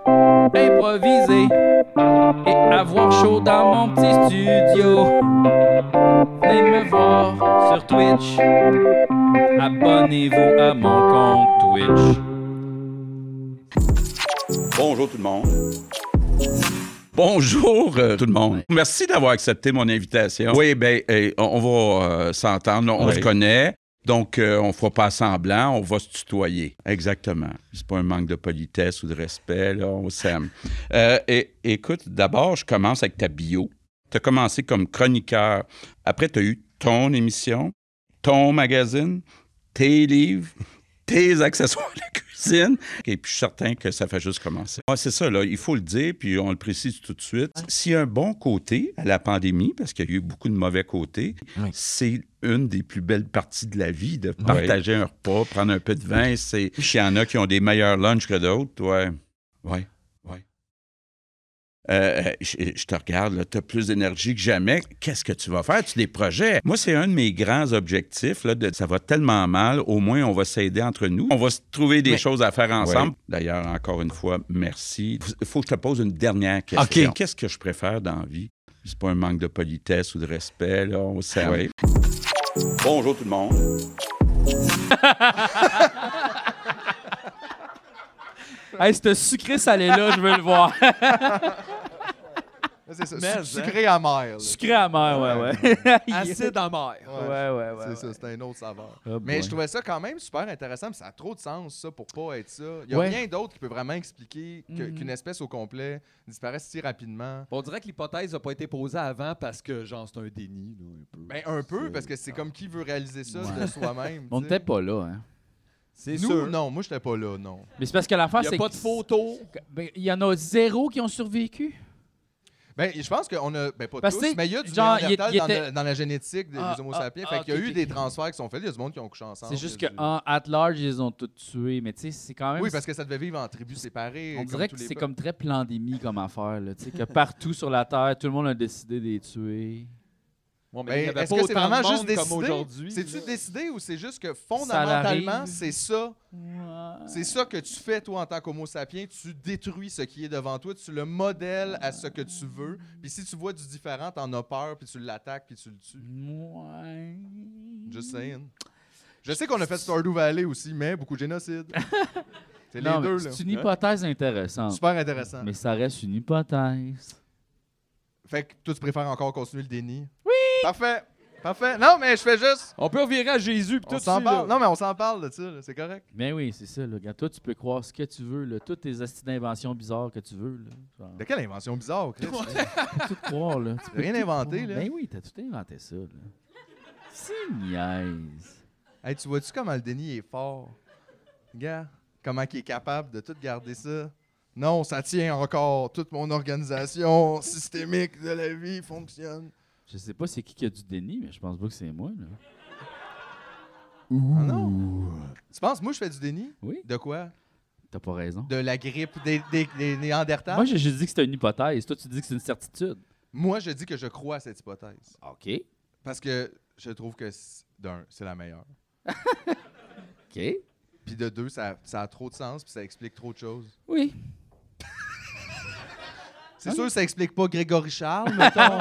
S4: improviser et avoir chaud dans mon petit studio. Venez me voir sur Twitch. Abonnez-vous à mon compte Twitch.
S8: Bonjour tout le monde. Bonjour euh, tout le monde. Merci d'avoir accepté mon invitation. Oui, ben, hey, on, on va euh, s'entendre. On on se connaît. Donc, euh, on ne fera pas semblant, on va se tutoyer. Exactement. C'est pas un manque de politesse ou de respect, là, on s'aime. Euh, é- écoute, d'abord, je commence avec ta bio. Tu as commencé comme chroniqueur. Après, tu as eu ton émission, ton magazine, tes livres, tes accessoires de cuisine. Et puis, je suis certain que ça fait juste commencer. Ah, c'est ça, là, il faut le dire, puis on le précise tout de suite. S'il y a un bon côté à la pandémie, parce qu'il y a eu beaucoup de mauvais côtés, c'est une des plus belles parties de la vie, de partager un repas, prendre un peu de vin. C'est... Il y en a qui ont des meilleurs lunchs que d'autres, ouais. Ouais. euh, je, je te regarde, tu as plus d'énergie que jamais. Qu'est-ce que tu vas faire? Tu les projets. Moi, c'est un de mes grands objectifs. Là, de, ça va tellement mal, au moins, on va s'aider entre nous. On va se trouver des choses à faire ensemble. D'ailleurs, encore une fois, merci. Il faut que je te pose une dernière question.
S9: OK.
S8: Qu'est-ce que je préfère dans la vie? C'est pas un manque de politesse ou de respect, là, on s'aime. Bonjour tout le monde.
S4: Hey, ce sucré salé-là, je veux le voir.
S2: C'est ça.
S3: Mais, hein?
S2: su- Sucré amer. là.
S4: sucré amer, ouais, ouais.
S3: Acide amer.
S4: Ouais,
S2: Ouais,
S4: ouais, ouais.
S2: C'est
S4: ouais.
S2: ça, c'est un autre saveur.
S4: Oh
S2: Mais
S4: boy.
S2: je trouvais ça quand même super intéressant, puis ça a trop de sens, ça, pour pas être ça. Il y a
S4: Ouais.
S2: rien d'autre qui peut vraiment expliquer que-
S4: Mhm.
S2: qu'une espèce au complet disparaisse si rapidement.
S3: On dirait que l'hypothèse n'a pas été posée avant parce que, genre, c'est un déni. là, un peu.
S2: Ben, un peu, parce que c'est comme qui veut réaliser ça de soi-même.
S4: On
S2: tu
S4: n'était
S2: sais.
S4: pas là, hein.
S3: C'est
S2: Nous,
S3: sûr.
S2: non, moi, j'étais pas là, non.
S4: Mais c'est parce que
S3: Il
S4: l'affaire,
S3: n'y
S4: Ah, c'est
S3: a pas
S4: que-
S3: de photo.
S4: Ben, Il y en a zéro qui ont survécu.
S2: Ben, je pense qu'on a. Ben, pas
S4: Parce que,
S2: tous, mais il y a du
S4: genre,
S2: Néandertal
S4: il- il
S2: dans,
S4: était-
S2: le- dans la génétique des
S4: Ah,
S2: Homo
S4: ah,
S2: sapiens.
S4: ah,
S2: fait qu'il y a
S4: ok,
S2: eu
S4: ok.
S2: des transferts qui sont faits. Il y a du monde qui ont couché ensemble.
S4: C'est juste
S2: il y a du-
S4: qu'en at large, ils les ont tous tués. Mais tu sais, c'est quand même.
S2: Oui, parce que ça devait vivre en tribus séparées.
S4: On
S2: comme
S4: dirait
S2: tous
S4: que
S2: les
S4: c'est
S2: peuples.
S4: comme très pandémie comme affaire. Là, tu sais, que partout sur la Terre, tout le monde a décidé de les tuer.
S3: Bon,
S2: Ben,
S3: il y avait
S2: Est-ce
S3: pas
S2: que c'est
S3: autant de
S2: vraiment juste
S3: monde comme
S2: décidé?
S3: aujourd'hui,
S2: C'est-tu
S3: là.
S2: décidé ou c'est juste que fondamentalement,
S4: l'arrive.
S2: c'est ça? C'est ça que tu fais, toi, en tant qu'homo sapiens. Tu détruis ce qui est devant toi, tu le modèles à ce que tu veux. Puis si tu vois du différent, t'en as peur, puis tu l'attaques, puis tu le tues.
S4: Ouais.
S2: Just saying. Je sais qu'on a fait Stardew Valley aussi, mais beaucoup de génocide. c'est les
S4: Non, mais
S2: deux, là.
S4: C'est une hypothèse intéressante.
S2: Super intéressant.
S4: Mais ça reste une hypothèse.
S2: Fait que toi, tu préfères encore continuer le déni? Oui! Parfait! Parfait! Non, mais je fais juste...
S3: On peut revirer à Jésus. puis
S2: On
S3: tout
S2: s'en
S3: suit, là.
S2: parle. Non, mais on s'en parle de ça, là. c'est correct.
S4: Mais oui, c'est ça. Là. Regarde, Toi, tu peux croire ce que tu veux. Là. Toutes tes astuces d'inventions bizarres que tu veux. Là. Genre,
S2: De quelle invention bizarre, Chris?
S4: tout croire. Là. Tu peux
S2: Rien
S4: tout
S2: inventé,
S4: croire.
S2: là.
S4: Ben oui, t'as tout inventé ça. Là. C'est une niaise.
S2: Hey, tu vois-tu comment le déni est fort? Gars, comment qu'il est capable de tout garder ça? Non, ça tient encore. Toute mon organisation systémique de la vie fonctionne.
S4: Je sais pas c'est qui qui a du déni, mais je pense pas que c'est moi. Là.
S2: Ah non? Tu penses, moi, je fais du déni?
S4: Oui.
S2: De quoi?
S4: T'as pas raison.
S2: De la grippe des, des- des Néandertals?
S4: Moi, j'ai juste dit que c'était une hypothèse. Toi, tu dis que c'est une certitude.
S2: Moi, je dis que je crois à cette hypothèse.
S4: OK.
S2: Parce que je trouve que, c'est- d'un, c'est la meilleure.
S4: OK.
S2: Puis de deux, ça, ça a trop de sens, puis ça explique trop de choses.
S4: Oui.
S2: C'est sûr, ça explique pas Grégory Charles, mettons.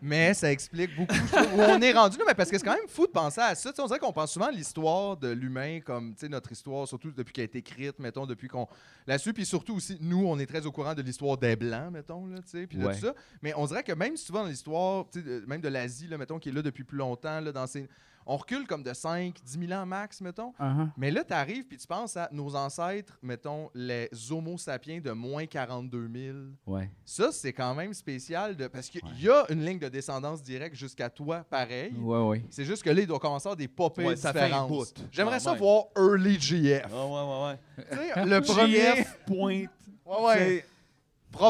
S2: mais ça explique beaucoup je trouve, où on est rendu là. Mais parce que c'est quand même fou de penser à ça. Tu sais, on dirait qu'on pense souvent à l'histoire de l'humain comme tu sais, notre histoire, surtout depuis qu'elle a été écrite, mettons, depuis qu'on la suit. Puis surtout aussi, nous, on est très au courant de l'histoire des Blancs, mettons, là, tu sais, puis de
S4: Ouais.
S2: tout ça. Mais on dirait que même souvent dans l'histoire, tu sais, de- même de l'Asie, là, mettons, qui est là depuis plus longtemps, là, dans ces... on recule comme de 5, 10 000 ans max, mettons.
S4: Uh-huh.
S2: Mais là, tu arrives puis tu penses à nos ancêtres, mettons, les Homo sapiens de moins 42 000.
S4: Ouais.
S2: Ça, c'est quand même spécial de, parce qu'il y a une ligne de descendance directe jusqu'à toi, pareil.
S4: Ouais, ouais.
S2: C'est juste que là, il doit commencer à avoir des popées
S3: Ouais, ça fait un
S2: différences.
S3: bout,
S2: J'aimerais
S3: quand
S2: ça
S3: même.
S2: voir Early GF.
S3: Ah, ouais, ouais, ouais.
S2: Tu sais, le premier.
S3: GF pointe.
S2: Ouais, ouais.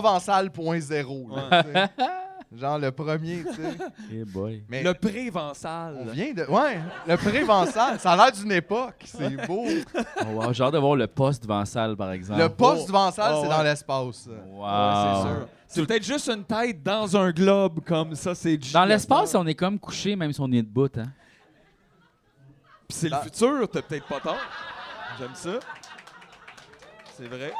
S2: Provençal.0. là, tu sais. Genre le premier, tu sais.
S4: Eh boy.
S2: Mais
S3: Le
S2: on
S3: prévençal.
S2: vient de. Ouais, le prévençal. ça a l'air d'une époque. C'est beau.
S4: Oh, wow, J'ai hâte de voir le poste devant la salle, par exemple.
S2: Le poste
S3: Oh.
S2: vençal,
S3: Oh,
S2: c'est
S3: ouais.
S2: dans l'espace. ça.
S4: Wow.
S3: Ouais, c'est sûr. C'est peut-être juste une tête dans un globe comme ça, c'est
S4: Dans l'espace, on est comme couché, même si on est debout. Hein.
S3: Puis c'est le
S2: Dans-
S3: futur, t'as peut-être pas tort. J'aime ça. C'est vrai.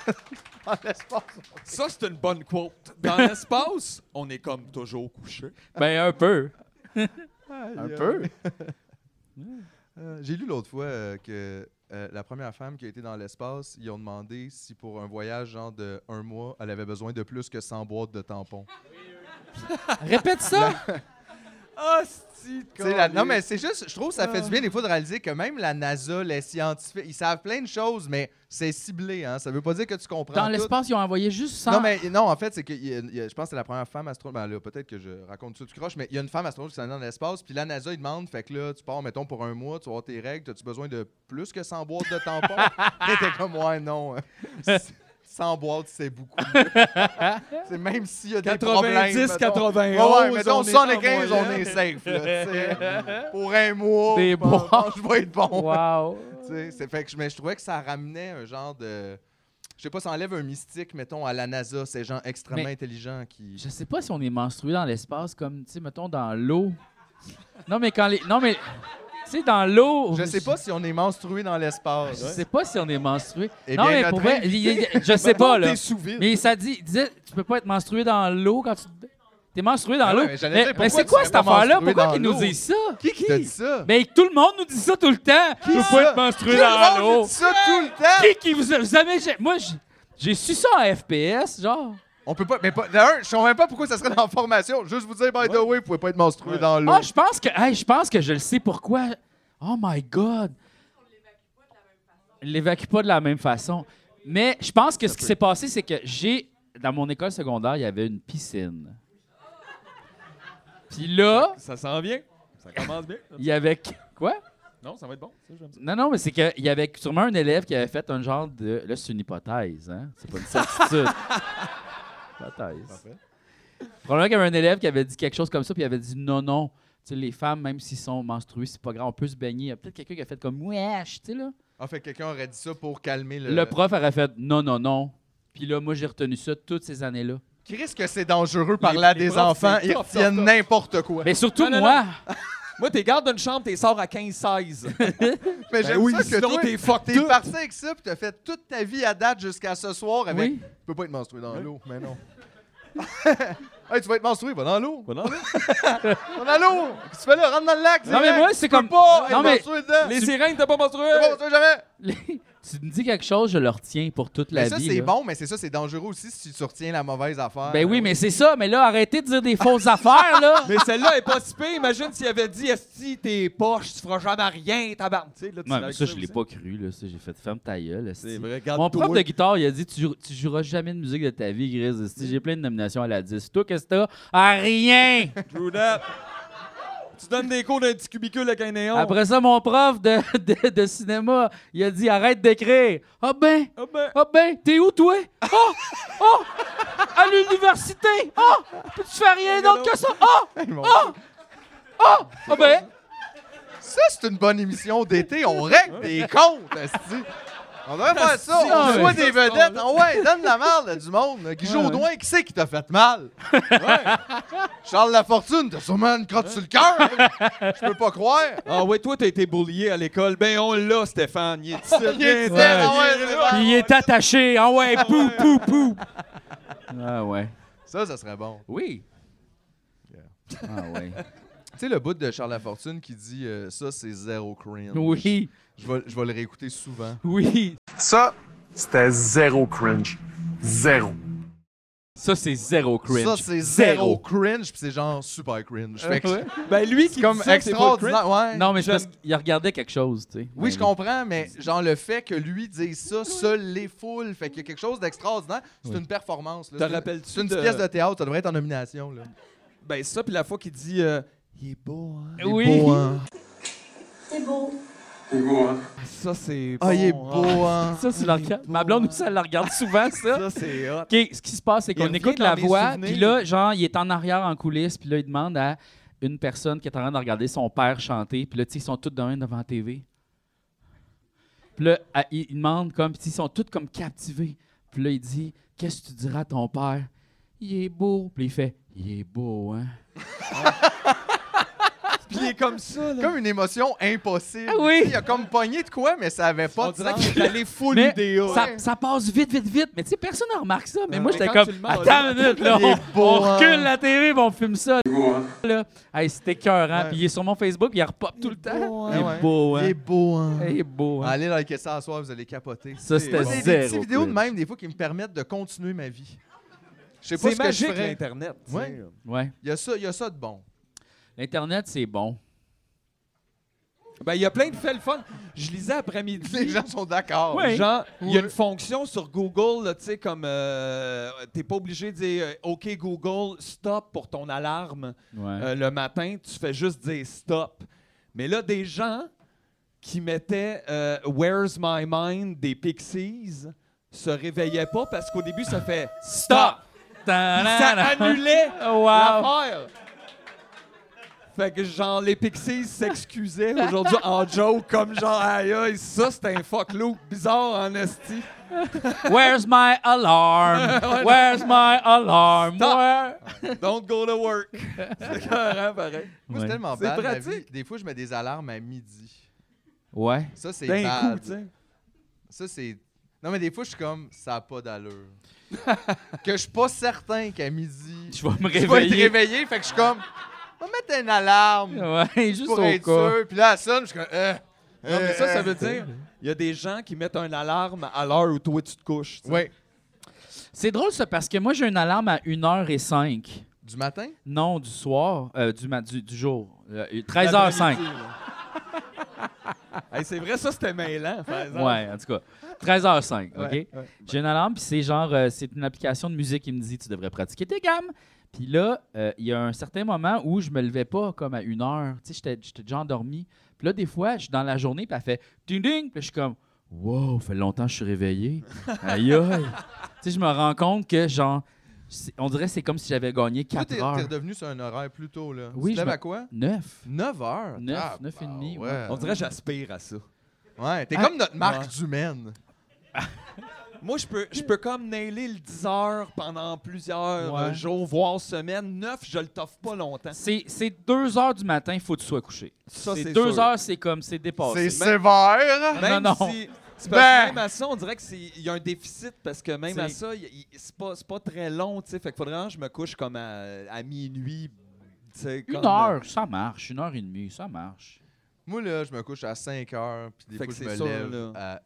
S2: Dans l'espace.
S3: Ça, c'est une bonne quote. Dans l'espace, on est comme toujours couché.
S4: Ben, un peu.
S2: Un peu. Euh, J'ai lu l'autre fois euh, que euh, la première femme qui a été dans l'espace, ils ont demandé si pour un voyage genre de un mois, elle avait besoin de plus que 100 boîtes de tampons.
S4: Répète ça.
S3: Hostie,
S2: Tu sais, la- non, mais c'est juste, je trouve que ça fait du bien des fois de réaliser que même la NASA, les scientifiques, ils savent plein de choses, mais c'est ciblé. Hein? Ça veut pas dire que tu comprends
S4: Dans
S2: tout.
S4: l'espace, ils ont envoyé juste 100.
S2: Non, mais non, en fait, c'est que il y a- il y a- je pense que c'est la première femme astronaute. Ben là, peut-être que je raconte tout du croche, mais il y a une femme astronaute qui s'en est dans l'espace, puis la NASA, ils demandent, fait que là, tu pars, mettons, pour un mois, tu vas avoir tes règles, as-tu besoin de plus que 100 boîtes de tampons? Et t'es comme, ouais, non. 100 boîtes, c'est beaucoup. c'est même s'il y a des problèmes.
S3: 90,
S2: mettons.
S3: 91.
S2: Ouais, ouais, mettons,
S3: oh, on est
S2: 75,
S3: en
S2: on
S3: moyenne.
S2: est safe, là, tu sais. Pour un mois,
S4: Des
S2: je pense-
S4: boîtes.
S2: je vais être bon.
S4: Wow.
S2: Tu sais, c'est fait que je, mais je trouvais que ça ramenait un genre de. Je sais pas, ça enlève un mystique, mettons, à la NASA, ces gens extrêmement
S4: Mais-
S2: intelligents qui.
S4: Je sais pas si on est menstrué dans l'espace comme, tu sais, mettons, dans l'eau. Non, mais quand les. Non, mais. Tu sais, dans l'eau.
S2: Je sais pas si on est menstrué dans l'espace.
S4: Je sais pas si on est menstrué.
S2: Eh
S4: non,
S2: bien,
S4: mais
S2: notre
S4: pour vrai,
S2: invité-
S4: il- il- je sais pas, là.
S3: T'es sous vide.
S4: Mais ça dit, il disait, tu peux pas être menstrué dans l'eau quand tu. te- T'es menstrué dans
S2: Ah ouais,
S4: l'eau.
S2: mais j'allais dire,
S4: mais
S2: pourquoi
S4: mais c'est
S2: tu
S4: quoi
S2: serais
S4: cette
S2: pas
S4: affaire-là?
S2: menstrué
S4: Pourquoi
S2: dans
S4: qu'ils nous
S2: l'eau?
S4: disent ça?
S2: Qui qui t'a dit ça?
S4: Mais tout le monde nous dit ça tout le temps. Tu peux
S2: ça?
S4: pas être menstrué
S2: Tout
S4: dans
S2: le monde
S4: l'eau.
S2: dit ça tout le temps!
S4: Qui qui vous a jamais. j'ai- Moi, j'ai- j'ai su ça à FPS, genre.
S2: On peut pas. Mais pas. D'un, je comprends même pas pourquoi ça serait dans la formation. Juste vous dire, by the way, vous pouvez pas être menstrué dans l'eau.
S4: Ah, je pense que. Hey, je pense que je le sais pourquoi. Oh my God! On l'évacue pas de la même façon. Mais je pense que ce qui s'est passé, c'est que j'ai. Dans mon école secondaire, il y avait une piscine. Puis là,
S3: Ça s'en vient. Ça commence bien.
S4: il y avait. Quoi?
S3: Non, ça va être bon. Ça, j'aime ça.
S4: Non, non, mais c'est qu'il y avait sûrement un élève qui avait fait un genre de. Là, c'est une hypothèse, hein? C'est pas une certitude. hypothèse. Probablement qu'il y avait un élève qui avait dit quelque chose comme ça, puis il avait dit non, non. Tu sais, les femmes, même s'ils sont menstruées, c'est pas grave, on peut se baigner. Il y a peut-être quelqu'un qui a fait comme wesh, tu sais, là.
S2: En fait, quelqu'un aurait dit ça pour calmer le.
S4: Le prof aurait fait non, non, non. Puis là, moi, j'ai retenu ça toutes ces années-là.
S2: Qui risque que c'est dangereux par là
S3: les
S2: des
S3: profs,
S2: enfants?
S3: c'est
S2: Ils
S3: tough, tough,
S2: retiennent
S3: tough.
S2: n'importe quoi.
S4: Mais surtout
S3: Non, non,
S4: moi,
S3: Moi, t'es garde d'une chambre, t'es sors à 15-16.
S2: Mais
S3: Ben
S2: j'aime
S3: oui,
S2: ça que
S3: sinon
S2: toi,
S3: t'es fucked
S2: t'es
S3: up.
S2: parti avec ça, puis t'as fait toute ta vie à date jusqu'à ce soir avec.
S4: oui.
S2: Tu peux pas être menstrué dans l'eau, mais non. hey, tu vas être menstrué, va dans l'eau.
S3: Voilà.
S2: Va dans l'eau. Qu'est-ce que tu fais là? Rentre dans le lac.
S4: Non,
S2: direct.
S4: mais moi, c'est
S2: Tu peux
S4: comme-
S2: pas
S4: Non,
S2: être
S4: mais-
S2: menstrué dedans.
S3: Les sirènes, t'es pas menstrué.
S2: T'es pas menstrué jamais.
S4: tu me dis quelque chose, je le retiens pour toute la
S2: Mais ça,
S4: vie.
S2: c'est
S4: là.
S2: bon, mais c'est ça, c'est dangereux aussi si tu retiens la mauvaise affaire.
S4: Ben oui, mais c'est ça. Mais là, arrêtez de dire des fausses affaires, là.
S3: Mais celle-là est pas si pire. Imagine s'il avait dit Esti, t'es poche, tu feras jamais rien, tabarn. Tu sais, là, tu
S4: Ouais,
S3: l'as
S4: mais
S3: avec
S4: ça, je l'ai
S3: aussi.
S4: pas cru, là. Ça, j'ai fait ferme ta gueule. esti.
S3: C'est vrai, garde
S4: Mon prof de guitare, il a dit tu, tu joueras jamais de musique de ta vie, Gris.
S3: Mm.
S4: esti. J'ai plein de nominations à la 10. Toi, qu'est-ce que t'as Ah, Rien
S3: True that. Tu donnes des cours d'un petit cubicule avec un néon.
S4: Après ça, mon prof de, de, de cinéma, il a dit arrête d'écrire. Ah ben,
S3: Ah ben,
S4: ah ben, t'es où, toi Oh Oh À l'université Oh Puis tu fais rien d'autre que ça Oh
S2: Ah!
S4: Ah ben
S2: Ça, c'est une bonne émission d'été. On règle des comptes, esti. On devrait faire ça.
S4: Ah,
S2: On reçoit
S4: ouais.
S2: des vedettes. Ah ouais, donne la merde là, du monde. Guy Jodoin, qui c'est qui t'a fait mal? Ouais. Charles Lafortune, t'as sûrement une crotte sur le cœur. hein? Je peux pas croire.
S3: ah ouais, toi, t'as été boulié à l'école. Ben, on l'a, Stéphane. Il est ici.
S2: Il est
S3: Viens,
S2: tel, ah ouais,
S3: viens,
S2: c'est
S3: viens.
S2: bon.
S4: Puis il est attaché. Ah ouais, pou, pou, pou Ah ouais.
S2: Ça, ça serait bon.
S4: Oui. Ah ouais.
S2: Tu sais, le bout de Charles Lafortune qui dit euh, ça, c'est zéro cringe.
S4: Oui,
S2: Je vais, je vais le réécouter souvent.
S4: oui.
S5: Ça, c'était zéro cringe. Zéro.
S4: Ça, c'est zéro cringe.
S2: Ça, c'est zéro cringe, puis c'est genre super cringe. Fait que
S4: Ouais.
S3: Ben, lui, qui
S2: c'est comme
S3: dit ça, c'est pas le
S2: extraordinaire. Ouais.
S4: Non, mais c'est parce qu'il regardait quelque chose, tu sais.
S2: Oui, je comprends, mais genre le fait que lui dise ça, seuls les foules, fait qu'il y a quelque chose d'extraordinaire. C'est une performance. là.
S3: Te
S2: C'est une-
S3: rappelles-tu
S2: C'est une
S3: de-
S2: pièce de théâtre, ça devrait être en nomination. Là.
S3: cringe. Ben, ça, puis la fois qu'il dit euh, Il est beau, hein.
S4: Oui.
S3: Ça, c'est.
S2: Ah, il est
S3: bon,
S2: beau, hein?
S4: Ça, c'est la regarde. Ma blonde aussi, elle la regarde souvent, ça.
S3: Ça, c'est hot.
S4: OK, ce qui se passe, c'est
S3: Il
S4: qu'on
S3: revient
S4: écoute
S3: dans
S4: la
S3: mes
S4: voix,
S3: souvenirs.
S4: puis là, genre, il est en arrière en coulisses, puis là, il demande à une personne qui est en train de regarder son père chanter, puis là, tu sais, ils sont tous dans un devant la TV. Puis là, à- il il demande comme, puis ils sont tous comme captivés. Puis là, il dit, qu'est-ce que tu diras à ton père? Il est beau. Puis il fait, il est beau, hein?
S3: Puis il est comme ça, là.
S2: Comme une émotion impossible.
S4: Ah oui.
S2: Il a comme pogné de quoi, mais ça avait pas
S3: On
S2: de
S3: dirait
S2: sens.
S3: qu'il est allé full
S4: Mais
S3: idéal.
S4: ça, ça passe vite, vite, vite. Mais tu sais, personne ne remarque ça. Mais
S3: Non,
S4: moi,
S3: mais
S4: j'étais
S3: quand
S4: comme,
S3: tu le mets, on
S4: attends une
S3: le-
S4: minute, là,
S2: Il est
S4: on,
S2: beau,
S4: on
S2: hein.
S4: recule la TV, puis on filme ça. Là, hey, c'était écœurant.
S2: Ouais.
S4: Puis il est sur mon Facebook, il repop tout le temps.
S2: hein.
S4: Il
S2: Ouais.
S4: est beau, hein?
S2: Il est beau, hein?
S4: Il est beau, hein?
S2: Allez liker ça à soir, vous allez capoter.
S4: Ça, c'était
S2: Moi, c'est
S4: zéro
S2: des petites vidéos de
S4: cringe.
S2: même, des fois, qui me permettent de continuer ma vie. Je sais pas
S3: C'est
S2: ce que je
S3: magique, hein.
S2: ferais.
S3: l'Internet. tu sais.
S2: Ouais.
S4: Ouais.
S2: Il y, a ça, il y a ça de bon.
S4: L'Internet, c'est bon.
S3: Ben, il y a plein de faits le fun. Je lisais après-midi.
S2: Les gens sont d'accord.
S4: Ouais.
S3: Genre, il y a
S2: Ouais.
S3: une fonction sur Google, là, tu sais, comme euh, t'es pas obligé de dire euh, OK Google, stop pour ton alarme
S2: Hein?
S4: Ouais.
S3: Euh, le matin, tu fais juste dire stop. Mais là, des gens qui mettaient euh, Where's My Mind des Pixies se réveillaient pas parce qu'au début, ça fait stop.
S4: Ta-
S2: Oh.
S3: Ça annulait
S4: Wow!
S3: l'affaire. Fait que genre, les Pixies s'excusaient aujourd'hui en joke, comme genre, aïe aïe, ça c'est un fuck look bizarre en esti.
S4: Where's my alarm? Where's my alarm?
S3: Stop.
S4: Where-
S3: Don't go to work. C'est carrément pareil.
S2: Moi,
S4: Ouais.
S2: c'est tellement
S3: C'est
S2: bad. ma vie.
S3: pratique.
S2: Des fois, je mets des alarmes à midi.
S4: Ouais.
S2: Ça, c'est
S3: D'un coup,
S2: bad.
S3: tu sais.
S2: ça, c'est. Non, mais des fois, je suis comme, ça n'a pas d'allure. que je suis pas certain qu'à midi,
S4: Je vais me
S2: je vais être
S4: réveiller.
S2: réveillé. Fait que je suis comme, on va mettre une alarme
S4: Ouais, juste
S2: pour
S4: au
S2: être
S4: cas.
S2: sûr. Puis là, elle sonne, je suis comme, euh,
S3: Non, mais ça, ça veut dire,
S4: euh.
S3: il y a des gens qui mettent un alarme à l'heure où toi tu te couches. tu sais.
S2: Ouais.
S4: C'est drôle ça parce que moi j'ai une alarme à 1h05.
S2: Du matin?
S4: Non, du soir, euh, du, ma- du, du jour. Euh,
S3: L'après-midi,
S4: 13h05.
S3: là. hey, c'est vrai, ça c'était mêlant. par exemple.
S4: Ouais, en tout cas. 13h05, OK?
S3: Ouais, ouais.
S4: J'ai une alarme, puis c'est genre, euh, c'est une application de musique qui me dit tu devrais pratiquer tes gammes. Puis là, euh, il y a un certain moment où je me levais pas comme à une heure. Tu sais, j'étais- j'étais déjà endormi. Puis là, des fois, je suis dans la journée, puis elle fait ding ding. Puis là, je suis comme, wow, fait longtemps que je suis réveillé. Aïe aïe. tu sais, je me rends compte que, genre, c'est- on dirait que c'est comme si j'avais gagné
S2: Toi,
S4: 4
S2: t'es t'es
S4: heures.
S2: redevenu sur un horaire plus tôt, là.
S4: Oui,
S2: tu
S4: je
S2: te lèves
S4: me-
S2: à quoi?
S4: 9.
S2: 9 heures.
S4: Neuf,
S2: Ah,
S4: neuf et
S2: bah
S4: demi,
S2: Ouais.
S4: ouais.
S3: On dirait que j'aspire à ça.
S2: Ouais, t'es
S4: Ah,
S2: comme notre marque
S3: ouais.
S2: d'humaine.
S3: Moi, je peux, je peux comme nailer le 10 heures pendant plusieurs
S4: Ouais.
S3: euh, jours, voire semaines. 9, je le toffe pas longtemps.
S4: C'est c'est 2 heures du matin, il faut que tu sois couché.
S3: Ça,
S4: C'est
S3: c'est
S4: 2
S3: sûr.
S4: heures, c'est comme, c'est
S3: Oh,
S4: dépassé.
S2: C'est sévère.
S3: Même
S4: Non, non.
S3: si. c'est
S2: Ben!
S3: parce que même à ça, on dirait qu'il y a un déficit parce que même à
S4: C'est-
S3: ça, il- il- c'est pas, c'est pas très long. tu sais. Fait que faudrait vraiment que je me couche comme à, à minuit. tu sais,
S4: Une
S3: comme, euh,
S4: heure, ça marche. Une heure et demie, ça marche.
S2: Moi, là, je me couche à 5 heures, puis des
S3: Fait
S2: fois,
S3: que
S2: je
S3: c'est
S2: me
S3: ça,
S2: lève
S3: là.
S2: à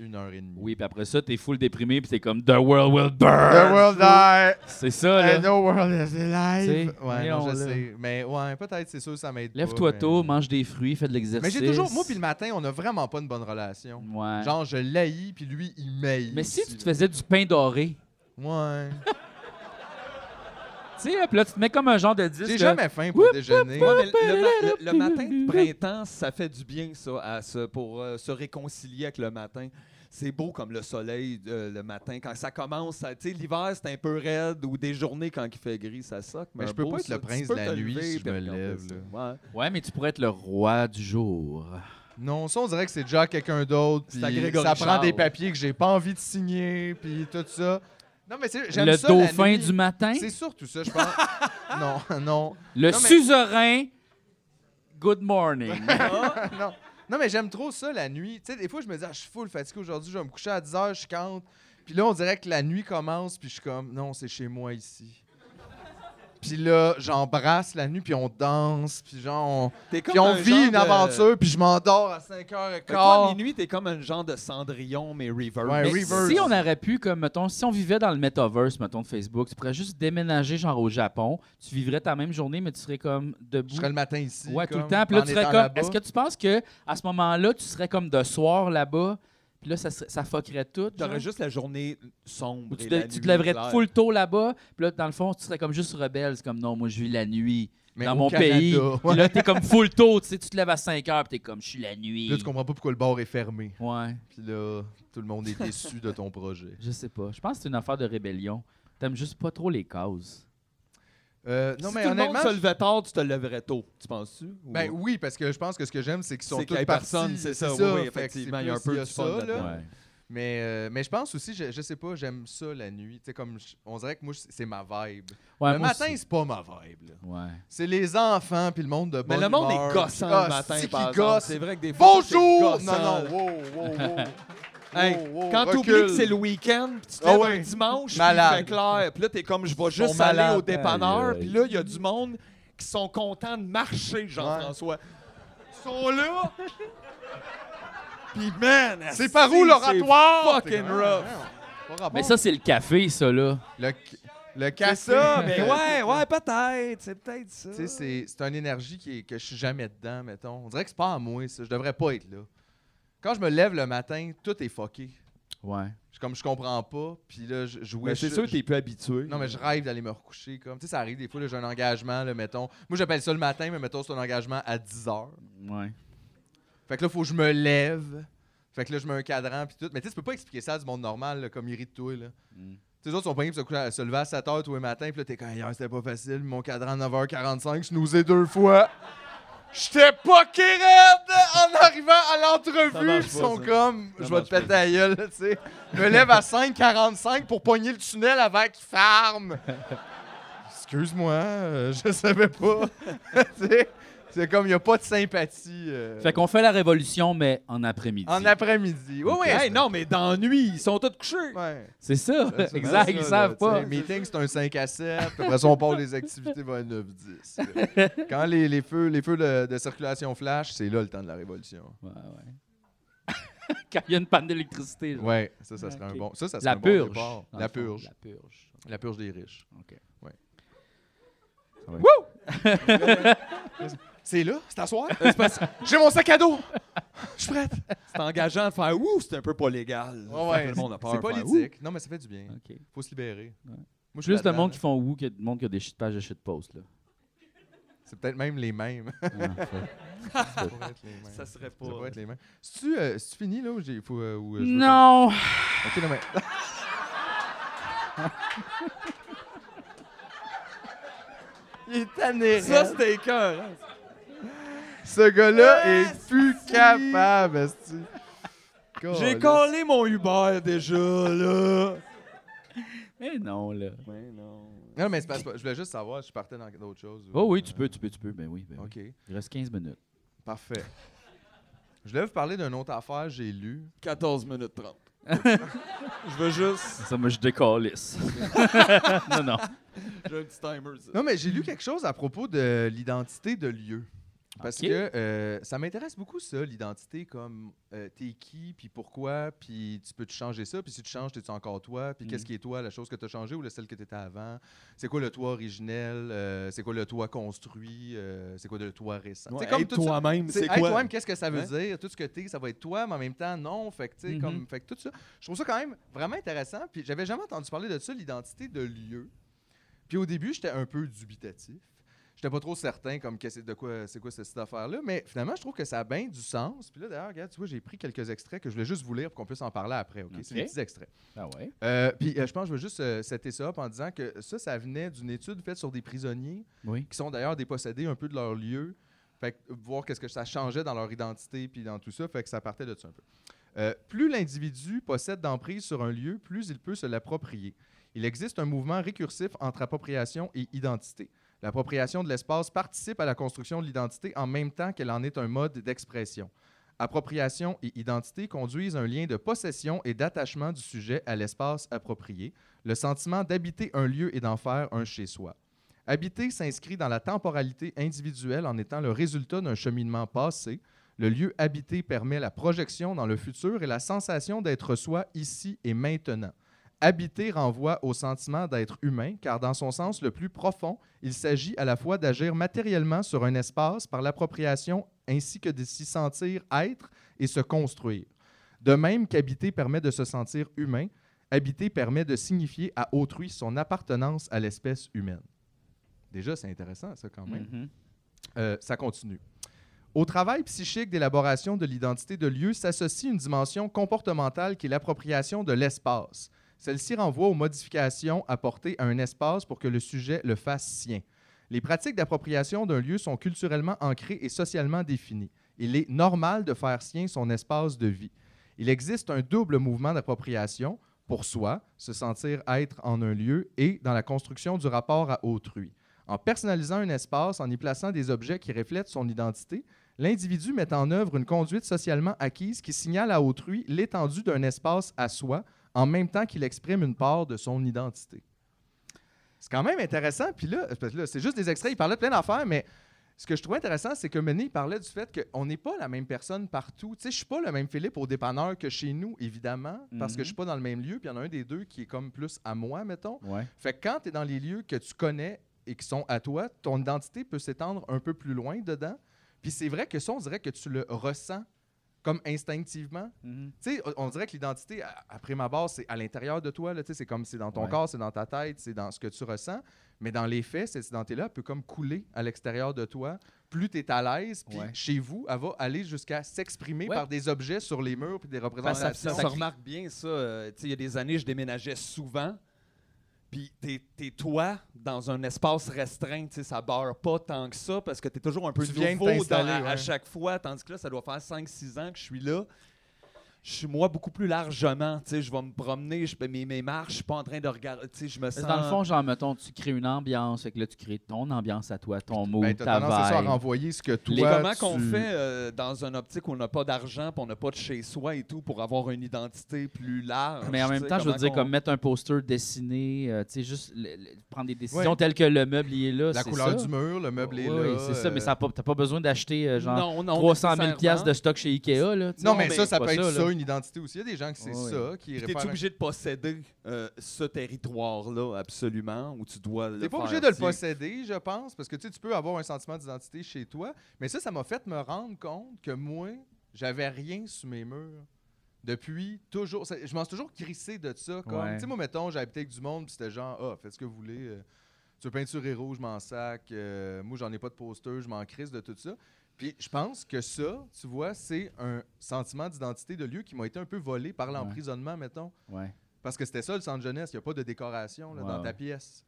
S2: 1 heure et demie.
S4: Oui, puis après ça, t'es full déprimé, puis t'es comme The world will burn.
S2: The world die,
S4: C'est ça, là.
S2: and no world is alive.
S4: T'sais,
S2: Ouais,
S4: voyons,
S2: non, je
S4: là.
S2: sais. Mais ouais, peut-être, c'est sûr, ça m'aide pas,
S4: Lève-toi
S2: mais-
S4: tôt, mange des fruits, fais de l'exercice.
S2: Mais j'ai toujours... Moi, puis le matin, on a vraiment pas une bonne relation.
S4: Ouais.
S2: Genre, je l'haïs, puis lui, il m'haït.
S4: Mais si
S2: aussi,
S4: tu te
S2: là.
S4: faisais du pain doré,
S2: Ouais.
S4: tu sais, puis là, tu te mets comme un genre de disque.
S2: J'ai
S4: là.
S2: jamais faim pour déjeuner.
S3: Ouais, mais le, ma- le- le matin de printemps, ça fait du bien, ça, à se- pour euh, se réconcilier avec le matin. C'est beau comme le soleil euh, le matin. Quand ça commence, ça- tu sais, l'hiver, c'est un peu raide ou des journées quand il fait gris, ça soque.
S2: Mais
S3: un
S2: je peux
S3: beau,
S2: pas être
S3: ça,
S2: le
S3: tu
S2: prince
S3: peux
S2: de la
S3: te
S2: nuit
S3: lever
S2: si je
S3: puis
S2: me
S3: regarder
S2: lève,
S3: ça. Ouais.
S4: Ouais, mais tu pourrais être le roi du jour.
S2: Non, ça, on dirait que c'est déjà à quelqu'un d'autre.
S3: C'est à
S2: puis
S3: Grégory
S2: Ça prend
S3: Charles.
S2: des papiers que j'ai pas envie de signer, puis tout ça. Non, mais c'est- j'aime
S4: Le
S2: ça. la
S4: dauphin
S2: nuit.
S4: du matin,
S2: C'est surtout ça, je pense. non, non.
S4: le
S2: Non, mais-
S4: suzerain. Good morning.
S2: non. Non, mais j'aime trop ça la nuit. Tu sais, des fois, je me dis, ah, je suis full fatigué aujourd'hui, je vais me coucher à 10 h je compte. Puis là, on dirait que la nuit commence, puis je suis comme, non, c'est chez moi ici. Puis là, j'embrasse la nuit, puis on danse, puis genre, on,
S3: T'es comme
S2: puis on
S3: un
S2: vit
S3: genre
S2: une
S3: de-
S2: aventure, puis je m'endors à 5
S3: Fait que toi,
S2: 5h15.
S3: minuit, t'es comme un genre de Cendrillon, mais reverse.
S2: Ouais,
S4: Mais
S2: Ben, reverse.
S4: si on aurait pu, comme, mettons, si on vivait dans le metaverse, mettons, de Facebook, tu pourrais juste déménager, genre, au Japon. Tu vivrais ta même journée, mais tu serais comme
S2: Je
S4: debout.
S2: serais le matin ici.
S4: Ouais, tout
S2: comme,
S4: le temps. Puis là,
S2: en
S4: tu serais
S2: étant
S4: comme.
S2: là-bas.
S4: Est-ce que tu penses que à ce moment-là, tu serais comme de soir là-bas, puis là, ça, serait- ça fuckerait tout? genre?
S3: T'aurais juste la journée sombre.
S4: Ou tu,
S3: et
S4: te,
S3: la
S4: tu te
S3: nuit
S4: lèverais
S3: claire.
S4: full tôt là-bas, puis là, dans le fond, tu serais comme juste rebelle. C'est comme non, moi, je vis la nuit
S2: Mais
S4: dans
S2: au
S4: mon
S2: Canada,
S4: pays.
S2: ouais.
S4: Puis là, t'es comme full tôt, tu sais, tu te lèves à 5 heures, puis t'es comme je suis la nuit.
S2: Là, tu comprends pas pourquoi le bar est fermé.
S4: Ouais,
S2: Puis là, tout le monde est déçu de ton projet.
S4: je sais pas. Je pense que c'est une affaire de rébellion. T'aimes juste pas trop les causes.
S2: Euh, non,
S3: si
S2: mais
S3: tout
S2: honnêtement,
S3: le monde se levait tard, tu te leverais tôt, tu penses-tu? Ou-
S2: Ben oui, parce que je pense que ce que j'aime, c'est qu'ils sont
S3: C'est
S2: tous
S3: qu'il y a
S2: partis.
S3: personne, c'est ça, oui, oui,
S2: Fait que c'est
S3: effectivement, il y a un
S2: plus,
S3: peu de fun
S2: ça,
S3: là-dedans.
S2: là.
S4: Ouais.
S2: Mais, euh, mais je pense aussi, je, je sais pas, j'aime ça la nuit. Tu sais, comme je- on dirait que moi, c'est c'est ma vibe.
S4: Ouais,
S2: le
S4: moi
S2: matin,
S4: aussi.
S2: c'est pas ma vibe. là.
S4: Ouais.
S2: C'est les enfants puis le monde de
S3: Mais
S2: bonne
S3: le monde
S2: humeur.
S3: est gossant
S2: Ah,
S3: le matin,
S2: c'est
S3: par
S2: qui
S3: exemple.
S2: gosse.
S3: C'est vrai que des fois,
S2: Bonjour!
S3: c'est
S2: Non,
S3: gossant.
S2: non, wow, wow, wow.
S3: Hey,
S2: Wow, wow,
S3: quand t'oublies
S2: recule.
S3: que c'est le week-end, puis tu te
S2: Ah
S3: lèves un
S2: ouais.
S3: dimanche,
S2: Malade.
S3: puis il fait clair, puis là, t'es comme, je vais juste
S2: sont
S3: aller
S2: malades.
S3: au dépanneur,
S4: Aïe, aïe.
S3: puis là, il y a du monde qui sont contents de marcher, Jean-François. Ils sont là! Puis man!
S2: C'est par où l'oratoire?
S3: fucking
S2: T'es comme, ah,
S3: rough.
S2: non, pas rapport.
S4: Mais ça, c'est le café, ça, là.
S2: le, le
S3: C'est
S2: café.
S3: ça, mais ouais, ouais, peut-être, c'est peut-être ça.
S2: Tu sais, c'est- c'est une énergie qui est- que je suis jamais dedans, mettons. On dirait que c'est pas à moi, ça. Je devrais pas être là. Quand je me lève le matin, tout est fucké.
S4: Ouais. Ben,
S2: Je, comme je comprends pas, puis là, je, je
S3: Mais
S2: wish-
S3: c'est sûr que t'es plus habitué.
S2: Non, mais je rêve d'aller me recoucher. Comme. Tu sais, ça arrive des fois, là, j'ai un engagement, là, mettons. Moi, j'appelle ça le matin, mais mettons, c'est un engagement à 10 h
S4: Ouais.
S2: Fait que là, faut que je me lève. Fait que là, je mets un cadran, puis tout. Mais tu sais, tu peux pas expliquer ça à du monde normal, là, comme irrite-toi, là.
S4: Mm.
S2: Tu Tes autres sont pas se, coucher- se lever à 7 h tous les matins, puis là, t'es comme hier, c'était pas facile, mon cadran 9h45, je nous ai deux fois. J'étais pas raide en arrivant à
S3: Ça
S2: l'entrevue,
S3: marche
S2: ils
S3: pas,
S2: sont
S3: ça.
S2: comme,
S3: Ça
S2: je vais te
S3: marche pas.
S2: péter la gueule, là, tu sais. Je me lève à 5h45 pour pogner le tunnel avant qu'il ferme. Excuse-moi, euh, je savais pas. Tu sais, c'est comme, il n'y a pas de sympathie. euh,
S4: Fait qu'on fait la révolution, mais en après-midi.
S2: en après-midi. Oui, oui.
S3: Hey, non, mais dans la nuit, ils sont tous couchés.
S2: Ouais.
S4: C'est ça,
S2: C'est
S4: exact,
S2: ça,
S4: ils
S2: là,
S4: savent
S2: tu sais,
S4: pas.
S2: Le meeting, c'est un 5 à 7. Après ça, on part les activités vers 9-10. Quand les, les feux, les feux de, de circulation flash, c'est là le temps de la révolution.
S4: Ouais, ouais. Quand il y a une panne d'électricité. genre.
S2: Ouais, ça, ça serait
S4: Ok.
S2: un bon. Ça, ça serait
S4: La
S2: un bon
S4: purge.
S2: départ.
S4: dans
S2: La
S4: le fond,
S2: purge.
S4: La purge.
S2: La purge des riches.
S4: OK.
S2: Ouais.
S4: Ça va être-
S2: C'est là, c'est à soir. J'ai mon sac à dos. Je suis prête.
S3: C'est engageant de faire ouh, c'est un peu pas légal.
S2: Ouais,
S3: Tout
S2: ouais.
S3: le monde a peur.
S2: C'est
S3: de faire,
S2: politique. Non, mais ça fait du bien.
S4: OK.
S2: Faut se libérer.
S4: Ouais.
S2: Moi, je suis
S4: Plus de
S2: là-dedans,
S4: monde
S2: là.
S4: qui font ou que de monde qui a des shit pages de shit posts. Là.
S2: C'est peut-être même les mêmes.
S4: Ah,
S2: Ça pourrait être les mêmes.
S3: ouh, Ça serait pas.
S2: Ça pourrait être les mêmes. C'est-tu euh, c'est-tu fini, là? ou j'ai- faut, euh, ou, euh, je veux pas-
S4: non!
S2: Ok, non, mais. Il est tanné.
S3: Ça, c'était écœur. hein.
S2: Ce gars-là
S3: Ah,
S2: est plus capable, esti.
S3: J'ai
S2: Caliste.
S3: collé mon Uber déjà, là.
S4: Mais Eh non, là.
S3: Mais non.
S2: Non, mais c'est parce que je voulais juste savoir si je partais dans d'autres choses. ou-
S4: Oh oui, tu
S2: euh,
S4: peux, tu peux, tu peux. Ben oui, ben oui.
S2: OK,
S4: Il reste 15 minutes.
S2: parfait. Je voulais vous parler d'une autre affaire que j'ai lue.
S3: 14 minutes 30. je veux juste.
S4: Ça me je décalisse. non, non.
S3: J'ai un petit timer. ça.
S2: Non, mais j'ai lu quelque chose à propos de l'identité de lieu. Parce
S4: Ok.
S2: que euh, ça m'intéresse beaucoup, ça, l'identité, comme euh, t'es qui, puis pourquoi, puis tu peux te changer ça, puis si tu changes, t'es-tu encore toi, puis qu'est-ce qui est toi, la chose que t'as changée ou la celle que t'étais avant, c'est quoi le toi originel, Euh, c'est quoi le toi construit, Euh, c'est quoi le toi récent.
S3: Ouais,
S2: c'est comme
S3: être
S2: tout ça.
S3: toi-même,
S2: C'est
S3: c'est
S2: hey,
S3: quoi?
S2: toi-même, qu'est-ce que ça veut
S3: Hein?
S2: dire? Tout ce que t'es, ça va être toi, mais en même temps, non. Fait que, tu sais,
S4: Mhm.
S3: Mm-hmm.
S2: comme, fait que tout ça. Je trouve ça quand même vraiment intéressant. Puis j'avais jamais entendu parler de ça, l'identité de lieu. Puis au début, j'étais un peu dubitatif. J'étais pas trop certain, comme, que c'est de quoi, c'est quoi cette, cette affaire-là. Mais finalement, je trouve que ça a bien du sens. Puis là, d'ailleurs, regarde, tu vois, j'ai pris quelques extraits que je voulais juste vous lire pour qu'on puisse en parler après, OK? C'est des
S4: Ok.
S2: petits extraits.
S4: Ah ouais?
S2: Euh, puis euh, je pense que je veux juste euh, setter ça up en disant que ça, ça venait d'une étude faite sur des prisonniers
S4: Oui.
S2: qui sont d'ailleurs dépossédés un peu de leur lieu. Fait que voir qu'est-ce que ça changeait dans leur identité puis dans tout ça, fait que ça partait de ça un peu. Euh, plus l'individu possède d'emprise sur un lieu, plus il peut se l'approprier. Il existe un mouvement récursif entre appropriation et identité. L'appropriation de l'espace participe à la construction de l'identité en même temps qu'elle en est un mode d'expression. Appropriation et identité conduisent un lien de possession et d'attachement du sujet à l'espace approprié, le sentiment d'habiter un lieu et d'en faire un chez-soi. Habiter s'inscrit dans la temporalité individuelle en étant le résultat d'un cheminement passé. Le lieu habité permet la projection dans le futur et la sensation d'être soi ici et maintenant. Habiter renvoie au sentiment d'être humain, car dans son sens le plus profond, il s'agit à la fois d'agir matériellement sur un espace par l'appropriation ainsi que de s'y sentir être et se construire. De même qu'habiter permet de se sentir humain, habiter permet de signifier à autrui son appartenance à l'espèce humaine. Déjà, c'est intéressant, ça, quand même.
S4: Mhm.
S2: Euh, ça continue. Au travail psychique d'élaboration de l'identité de lieu s'associe une dimension comportementale qui est l'appropriation de l'espace. Celle-ci renvoie aux modifications apportées à un espace pour que le sujet le fasse sien. Les pratiques d'appropriation d'un lieu sont culturellement ancrées et socialement définies. Il est normal de faire sien son espace de vie. Il existe un double mouvement d'appropriation pour soi, se sentir être en un lieu et dans la construction du rapport à autrui. En personnalisant un espace, en y plaçant des objets qui reflètent son identité, l'individu met en œuvre une conduite socialement acquise qui signale à autrui l'étendue d'un espace à soi, en même temps qu'il exprime une part de son identité. C'est quand même intéressant. Puis là, parce que là, c'est juste des extraits, il parlait de plein d'affaires, mais ce que je trouvais intéressant, c'est que Mené, il parlait du fait qu'on n'est pas la même personne partout. Tu sais, je suis pas le même Philippe au dépanneur que chez nous, évidemment, parce que
S4: Mhm.
S2: je suis pas dans le même lieu, puis il y en a un des deux qui est comme plus à moi, mettons.
S4: Ouais.
S2: Fait que quand tu es dans les lieux que tu connais et qui sont à toi, ton identité peut s'étendre un peu plus loin dedans. Puis c'est vrai que ça, on dirait que tu le ressens comme instinctivement.
S4: Mhm.
S2: Tu sais, on- on dirait que l'identité, à- après ma base, c'est à l'intérieur de toi. là. Tu sais, C'est comme c'est dans ton
S4: Ouais.
S2: corps, c'est dans ta tête, c'est dans ce que tu ressens. Mais dans les faits, cette identité-là peut comme couler à l'extérieur de toi. Plus tu es à l'aise, puis
S4: Ouais.
S2: chez vous, elle va aller jusqu'à s'exprimer
S3: Ouais.
S2: par des objets sur les murs puis des
S3: Ben, ça,
S2: représentations.
S3: ça se remarque bien, ça. Euh, tu sais, il y a des années, je déménageais souvent. Puis t'es, t'es toi dans un espace restreint, tu sais, ça barre pas tant que ça parce que t'es toujours un peu
S2: Tu viens de
S3: nouveau dans-
S2: t'installer,
S3: à, à
S2: ouais.
S3: chaque fois, tandis que là, ça doit faire 5-6 ans que je suis là. Je suis moi beaucoup plus largement, tu sais, je vais me promener, je, mes, mes marches, je suis pas en train de regarder, tu sais, je me sens...
S4: Dans le fond, genre, mettons, tu crées une ambiance, fait que là, tu crées ton ambiance à toi, ton mood,
S2: Ben,
S4: ta
S2: t'as tendance c'est ça, à
S4: vibe.
S2: renvoyer ce que toi.
S3: Les comment qu'on
S2: tu-
S3: fait euh, dans une optique où on n'a pas d'argent, puis on n'a pas de chez soi et tout pour avoir une identité plus large.
S4: Mais en même
S3: tu sais,
S4: temps, je veux
S3: comment
S4: dire,
S3: qu'on-
S4: comme mettre un poster dessiné, euh, tu sais, juste le- le- prendre des décisions
S2: Ouais.
S4: telles que le meuble il est là.
S2: La
S4: c'est
S2: couleur
S4: ça.
S2: du mur, le meuble est
S4: Oui,
S2: là.
S4: oui, c'est ça, mais
S2: euh,
S4: ça a pas- t'as pas besoin d'acheter euh, genre
S3: Non, non,
S4: 300 000
S3: nécessairement.
S4: de stock chez Ikea. Là, tu sais.
S2: euh, Non, mais,
S3: mais
S2: ça, ça
S4: pas
S2: peut être
S4: ça,
S2: ça,
S4: là.
S2: une identité aussi. Il y a des gens qui c'est
S4: Ouais.
S2: ça, qui
S3: Puis
S2: réfèrent
S3: t'es
S2: à-
S3: obligé de posséder euh, ce territoire-là, absolument, où tu dois le
S2: T'es pas
S3: faire,
S2: obligé de le
S3: tu sais.
S2: posséder, je pense, parce que tu sais, tu peux avoir un sentiment d'identité chez toi. Mais ça, ça m'a fait me rendre compte que moi, j'avais rien sous mes murs. Depuis toujours. ça- je m'en suis toujours crissé de ça. Comme,
S4: Ouais.
S2: tu sais, moi, mettons, j'habitais avec du monde, puis c'était genre, ah, faites ce que vous voulez. euh, tu veux peinturer rouge, je m'en sac. euh, moi, j'en ai pas de poster, je m'en crisse de tout ça. Puis je pense que ça, tu vois, c'est un sentiment d'identité de lieu qui m'a été un peu volé par l'emprisonnement, mettons.
S4: Ouais.
S2: Parce que c'était ça, le centre jeunesse. Il n'y a pas de décoration là,
S4: Ouais,
S2: dans
S4: ouais.
S2: ta pièce.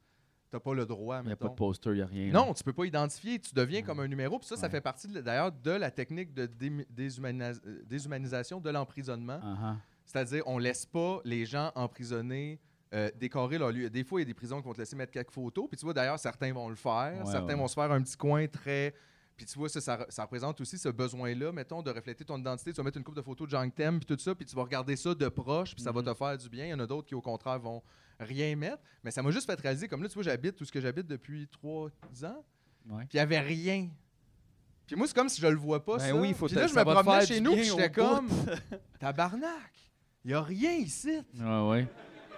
S2: Tu pas le droit,
S4: Il n'y a pas
S2: mettons.
S4: de poster, il n'y a rien. là.
S2: non, tu peux pas identifier. Tu deviens comme un numéro. Puis ça, ça fait partie de- d'ailleurs de la technique de démi- déshumanisa- euh, déshumanisation de l'emprisonnement.
S4: Ah,
S2: C'est-à-dire, on laisse pas les gens emprisonnés euh, décorer leur lieu. Des fois, il y a des prisons qui vont te laisser mettre quelques photos. Puis tu vois, d'ailleurs, certains vont le faire.
S4: Ouais,
S2: certains
S4: ouais.
S2: vont se faire un petit coin très. Puis tu vois, ça, ça, re- ça représente aussi ce besoin-là, mettons, de refléter ton identité. Tu vas mettre une coupe de photos de gens que t'aimes, puis tout ça, puis tu vas regarder ça de proche, puis ça
S3: Mm-hmm.
S2: va te faire du bien. Il y en a d'autres qui, au contraire, vont rien mettre. Mais ça m'a juste fait réaliser, comme là, tu vois, j'habite tout ce que j'habite depuis trois ans,
S4: Ouais.
S2: puis il n'y avait rien. Puis moi, c'est comme si je le vois pas,
S3: Ben
S2: ça.
S3: oui, faut
S2: Puis
S3: te-
S2: là, je
S3: ça
S2: me
S3: va te
S2: promenais
S3: faire
S2: chez
S3: du
S2: nous,
S3: bien
S2: puis j'étais
S3: au bout.
S2: comme... Tabarnak! Il a rien ici.
S4: ah. Ouais, ouais.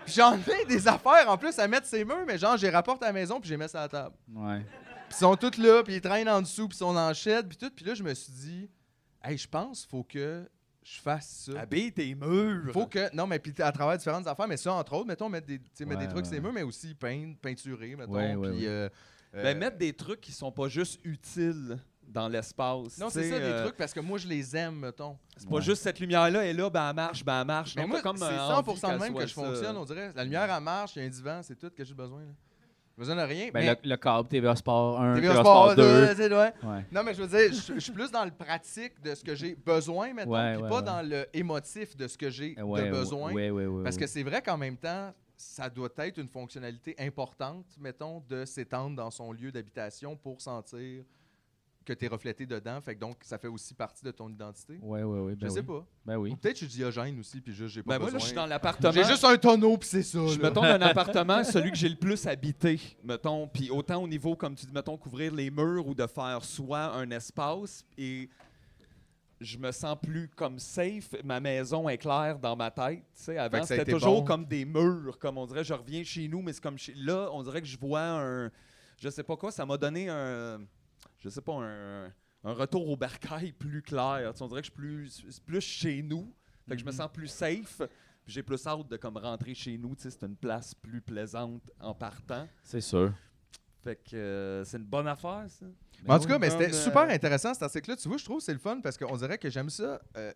S2: Puis j'en ai des affaires en plus à mettre ses murs, mais genre, j'y rapporte à la maison puis j'y mets ça à la table.
S4: ouais.
S2: Puis ils sont toutes là, puis ils traînent en dessous, puis ils sont en shed, puis tout. Puis là, je me suis dit, hey, je pense faut que je fasse ça.
S3: Habille tes murs.
S2: euh, Faut que. Non, mais puis à travers différentes affaires, mais ça, entre autres, mettons, mettre des, tu sais, mettre
S4: Ouais,
S2: des trucs sur les
S4: ouais.
S2: murs, mais aussi peindre, peinturer, mettons.
S4: Ouais, ouais,
S2: puis.
S4: ouais.
S2: euh, euh,
S3: Ben, mettre des trucs qui sont pas juste utiles dans l'espace.
S2: Non,
S3: tu
S2: c'est
S3: sais,
S2: ça,
S3: euh,
S2: des trucs, parce que moi, je les aime, mettons.
S3: C'est pas
S4: Ouais.
S3: juste cette lumière-là est là, ben elle marche, ben elle marche.
S2: Mais
S3: Non,
S2: moi,
S3: t'as comme
S2: c'est
S3: euh,
S2: 100%
S3: envie
S2: de même
S3: qu'elle
S2: que je
S3: soit ça.
S2: fonctionne, on dirait. La lumière, elle marche, il y a un divan, c'est tout que j'ai besoin. là. J'ai besoin de rien.
S4: Ben,
S2: mais-
S4: le, le câble TVA Sport 1,
S2: TVA
S4: TVA
S2: Sport
S4: Sport 2.
S2: 2, tu sais, ouais.
S4: Ouais.
S2: Non, mais je veux dire, je- je suis plus dans le pratique de ce que j'ai besoin, mettons,
S4: Ouais,
S2: puis
S4: ouais,
S2: pas
S4: ouais.
S2: dans le émotif de ce que j'ai
S4: Ouais, ouais,
S2: de besoin.
S4: ouais, ouais, ouais,
S2: parce
S4: ouais.
S2: que c'est vrai qu'en même temps, ça doit être une fonctionnalité importante, mettons, de s'étendre dans son lieu d'habitation pour sentir que tu es reflété dedans. Fait que donc, ça fait aussi partie de ton identité.
S4: Ouais, ouais, ouais. Ben
S2: je
S4: oui.
S2: sais pas.
S4: Ben
S2: Ou
S4: oui.
S2: peut-être je suis diogène aussi, puis juste, j'ai pas
S3: Ben moi, là,
S2: besoin.
S3: je suis dans l'appartement.
S2: J'ai juste un tonneau, puis c'est ça.
S3: Je
S2: là.
S3: me tombe un appartement, celui que j'ai le plus habité, mettons, puis autant au niveau, comme tu dis, mettons, couvrir les murs ou de faire soit un espace, et je me sens plus comme safe, ma maison est claire dans ma tête, tu sais,
S2: Fait
S3: avant
S2: que ça a
S3: c'était
S2: été
S3: toujours
S2: bon.
S3: comme des murs, comme on dirait, je reviens chez nous, mais c'est comme, chez- là, on dirait que je vois un, je sais pas quoi, ça m'a donné un, je sais pas, un, un retour au bercail plus clair, Tu sais, on dirait que je suis plus, plus chez nous, fait
S2: Mhm.
S3: que je me sens plus safe, puis j'ai plus hâte de comme rentrer chez nous. tu sais, C'est une place plus plaisante en partant.
S4: C'est sûr.
S3: Fait que euh, c'est une bonne affaire, ça.
S2: Mais en tout cas, mais
S3: Comme,
S2: c'était
S3: euh,
S2: super intéressant cet article-là. Tu vois, je trouve que c'est le fun parce qu'on dirait que j'aime ça. euh,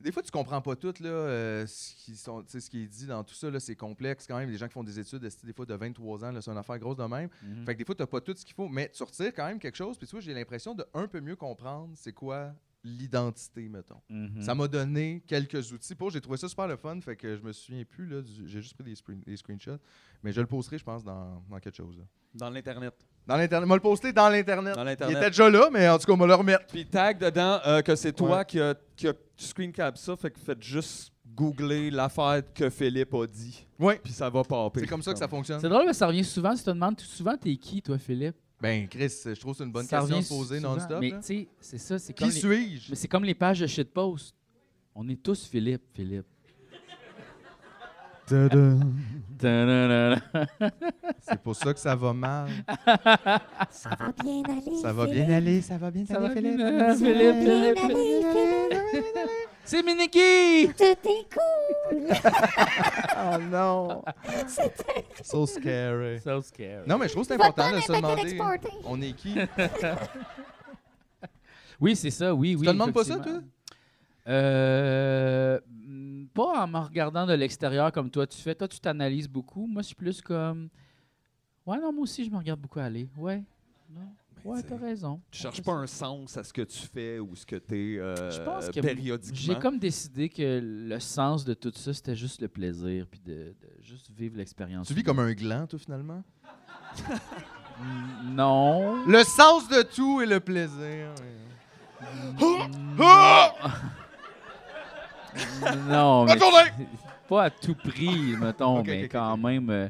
S2: des fois, tu comprends pas tout là, euh, ce, qui sont, tu sais, ce qui est dit dans tout ça. là, C'est complexe quand même. Les gens qui font des études, esti, des fois de 23 ans, là, c'est une affaire grosse de même.
S4: Mm.
S2: Fait que des fois, tu n'as pas tout ce qu'il faut. Mais tu retires quand même quelque chose. Puis tu vois, j'ai l'impression de un peu mieux comprendre c'est quoi l'identité, mettons.
S4: Mm-hmm.
S2: Ça m'a donné quelques outils. Pour, j'ai trouvé ça super le fun. Fait que je me souviens plus. là, du- J'ai juste pris des, screen- des screenshots. Mais je le posterai, je pense, dans, dans quelque chose. là.
S3: Dans l'Internet.
S2: Dans l'Internet. M'a le poster dans l'Internet.
S3: Dans
S2: Il était
S3: l'Internet.
S2: déjà là, mais en tout cas, on va le remettre.
S3: Puis tag dedans euh, que c'est toi
S2: Ouais.
S3: qui a, qui a screen cap ça. Fait que faites juste googler l'affaire que Philippe a dit.
S2: Oui.
S3: Puis ça va popper.
S2: C'est comme ça que ça
S4: C'est
S2: fonctionne.
S4: drôle, mais ça revient souvent. Si tu te demandes tout souvent, t'es qui, toi, Philippe?
S2: Ben, Chris, je trouve que c'est une bonne
S4: Ça
S2: question
S4: revient
S2: de poser
S4: souvent.
S2: non-stop.
S4: Mais
S2: là.
S4: tu sais, c'est ça. C'est comme
S2: Qui
S4: les-
S2: suis-je?
S4: Mais c'est comme les pages de shitpost. On est tous Philippe, Philippe. Ta-da-da-da.
S2: C'est pour ça que ça va mal.
S4: Ah,
S9: Bien aller.
S2: Ça va bien aller, ça va bien, ça va Philippe.
S4: Philippe, Philippe, Philippe. C'est Miniki!
S9: Tout est cool.
S4: Ah,
S2: Oh non! So scary.
S4: So scary.
S2: Non, mais je trouve que c'est
S9: Votre
S2: important de
S9: bonne
S2: se
S9: est bien
S2: demander
S9: exportée.
S2: on est qui?
S4: Oui, c'est ça, oui, oui.
S2: Tu te demandes pas ça,
S4: effectivement.
S2: toi?
S4: Euh, mm, pas en me regardant de l'extérieur comme toi tu fais. Toi, tu t'analyses beaucoup. Moi, je suis plus comme. Ouais, non, moi aussi, je me regarde beaucoup aller. Ouais. Non. Ouais,
S3: t'sais,
S4: t'as raison.
S3: Tu cherches pas un sens à ce que tu fais ou ce que tu es
S4: Je pense que
S3: périodiquement.
S4: J'ai comme décidé que le sens de tout ça, c'était juste le plaisir, puis de, de juste vivre l'expérience.
S2: Tu vis comme un gland, toi, finalement?
S4: Mm, Non.
S2: Le sens de tout et le plaisir. Ah!
S4: non, mais
S2: Retournez!
S4: pas à tout prix, mettons,
S2: Ok,
S4: mais
S2: ok, ok,
S4: quand même, euh,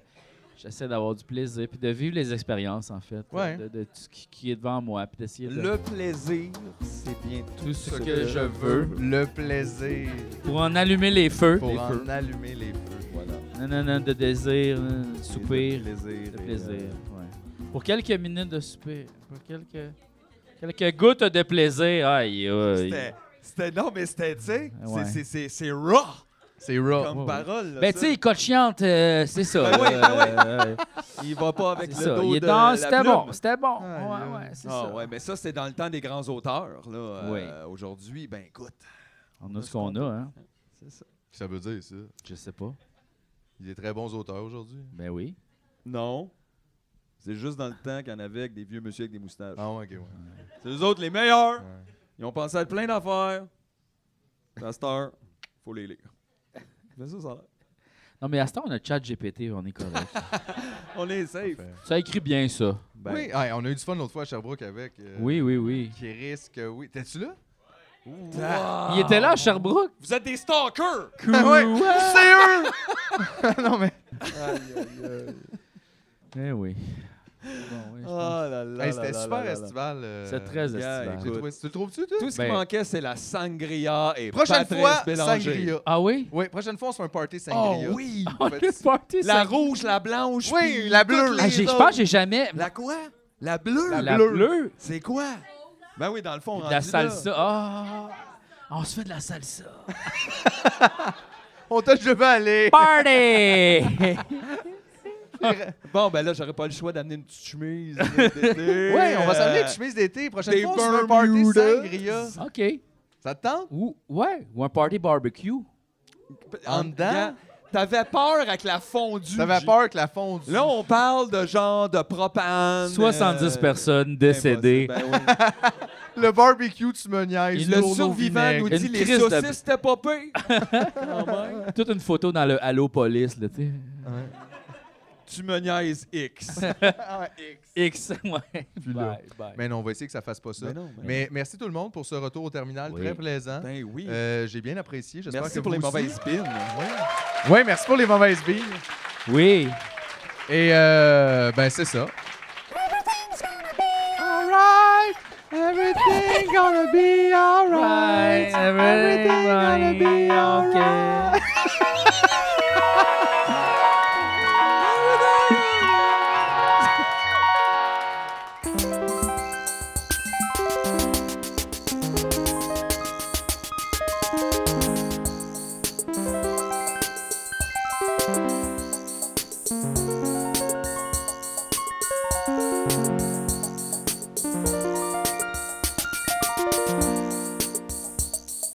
S4: j'essaie d'avoir du plaisir, puis de vivre les expériences, en fait, euh,
S2: Ouais.
S4: de, de tout ce qui, qui est devant moi, puis d'essayer de...
S3: Le plaisir, c'est bien
S4: tout ce
S2: Ce que je veux, le plaisir.
S4: Pour en allumer les feux.
S2: Pour
S3: Les
S2: en
S3: feux.
S2: allumer les feux.
S3: Voilà.
S4: Non, non, non, de désir, euh, de soupir,
S3: Le plaisir.
S4: de
S3: et,
S4: plaisir,
S3: euh,
S4: ouais. Pour quelques minutes de soupir, pour quelques, quelques gouttes de plaisir, aïe, aïe.
S3: C'était- C'était non, mais c'était, tu sais, c'est-
S4: Ouais.
S3: c'est- c'est- c'est raw
S2: C'est raw.
S3: comme
S4: ouais, ouais.
S3: parole. là,
S4: Ben,
S3: ça.
S4: tu sais, cochante, euh, c'est ça.
S3: Ben oui,
S4: euh, euh,
S3: il va pas avec
S4: c'est
S3: le
S4: ça.
S3: dos
S4: Il est
S3: de
S4: dans,
S3: la
S4: c'était
S3: plume.
S4: bon, c'était bon.
S2: Aïe,
S4: Ouais, ouais, c'est
S3: Ah
S4: ça.
S3: ouais, mais ça, c'est dans le temps des grands auteurs. là. Euh, Aujourd'hui, ben écoute,
S4: On a ce qu'on a, hein.
S2: Ça veut dire ça.
S4: Je sais pas.
S2: Il est très bons auteurs aujourd'hui.
S4: Ben oui.
S3: non. C'est juste dans le temps qu'il y en avait avec des vieux monsieur avec des moustaches.
S2: Ah ouais, ok, ouais.
S3: C'est eux autres les meilleurs.
S2: Ouais.
S3: Ils ont pensé à plein d'affaires. À cette heure, faut les lire. Mais Ben, ça, ça a l'air.
S4: Non, mais à ce temps, on a chat GPT, on est correct.
S3: On est safe.
S2: Parfait.
S4: ça écrit bien, ça.
S3: Ben,
S2: oui, ouais, on a eu du fun l'autre fois à Sherbrooke avec. euh,
S4: Oui, oui, oui.
S2: Chris, que oui. T'es-tu là?
S4: Il était là à Sherbrooke.
S3: Vous êtes des stalkers!
S4: Cool.
S2: ouais. C'est eux! non, mais.
S4: Eh oui. Bon, oui, je pense.
S3: Ah là là
S2: Hey,
S3: là
S2: c'était
S3: là
S2: super
S3: là là.
S2: estival. euh,
S4: C'est très
S3: gars,
S4: estival.
S2: j'ai trouvé- Tu le trouves-tu, toi?
S3: Tout ce qui
S4: Ben-
S3: manquait, c'est la sangria et
S2: Prochaine
S3: Patrice
S2: fois,
S3: Bélanger.
S2: sangria.
S4: Ah oui?
S2: Oui, prochaine fois, on se fait un party
S3: Oh
S2: sangria.
S3: oui!
S4: Oh,
S2: fait,
S4: le
S2: c'est-
S4: party,
S3: La
S4: ça-
S3: rouge, la blanche,
S2: Oui,
S3: puis
S2: la
S3: toutes
S2: bleue.
S3: les
S4: Ah, j'ai- Je pense que j'ai jamais.
S3: La quoi? La bleue?
S4: La,
S2: bleue.
S4: bleue.
S3: C'est quoi? Ben oui, dans le fond,
S4: De
S3: rendu là.
S4: la salsa. Ah! On se fait de la salsa.
S2: On t'a je veux aller.
S4: Party!
S3: Bon, ben là, j'aurais pas le choix d'amener une petite chemise. d'été.
S2: Ouais, on va s'amener une chemise d'été. Prochaine
S3: Des
S2: fois, on se fait un party
S3: Bermudas.
S2: sangria.
S4: OK.
S2: Ça te tente?
S4: Ou, ouais, ou un party barbecue.
S2: En dedans?
S3: T'avais peur avec la fondue.
S2: T'avais peur que la fondue.
S3: Là, on parle de genre de propane.
S4: 70
S3: euh,
S4: personnes décédées.
S3: impossible. Ben oui.
S2: Le barbecue, tu me niaises.
S3: Le
S2: Tourne au
S3: survivant
S2: vinaigre.
S3: nous
S4: vinaigre.
S3: dit
S4: Une
S3: les
S4: crise de-
S3: saucisses, c'était pas pire. Quand même.
S4: Toute une photo dans le Halo Police, là, tu
S3: Tu me niaises X.
S4: sais. X, ouais.
S2: là.
S4: Bye, bye.
S2: Mais non, on va essayer que ça fasse pas ça.
S3: Ben non, ben non.
S2: Mais merci tout le monde pour ce retour au terminal.
S4: Oui.
S2: Très plaisant.
S3: Ben oui.
S2: Euh, J'ai bien apprécié. J'espère
S3: Merci
S2: que
S3: pour
S2: vous
S3: les
S2: aussi.
S3: mauvaises pines.
S2: Ouais. Ouais, merci pour les mauvaises billes.
S4: Oui.
S2: Et euh, ben c'est ça.
S9: Everything's gonna be
S2: Alright, everything gonna be alright.
S4: Right. Everything gonna be okay.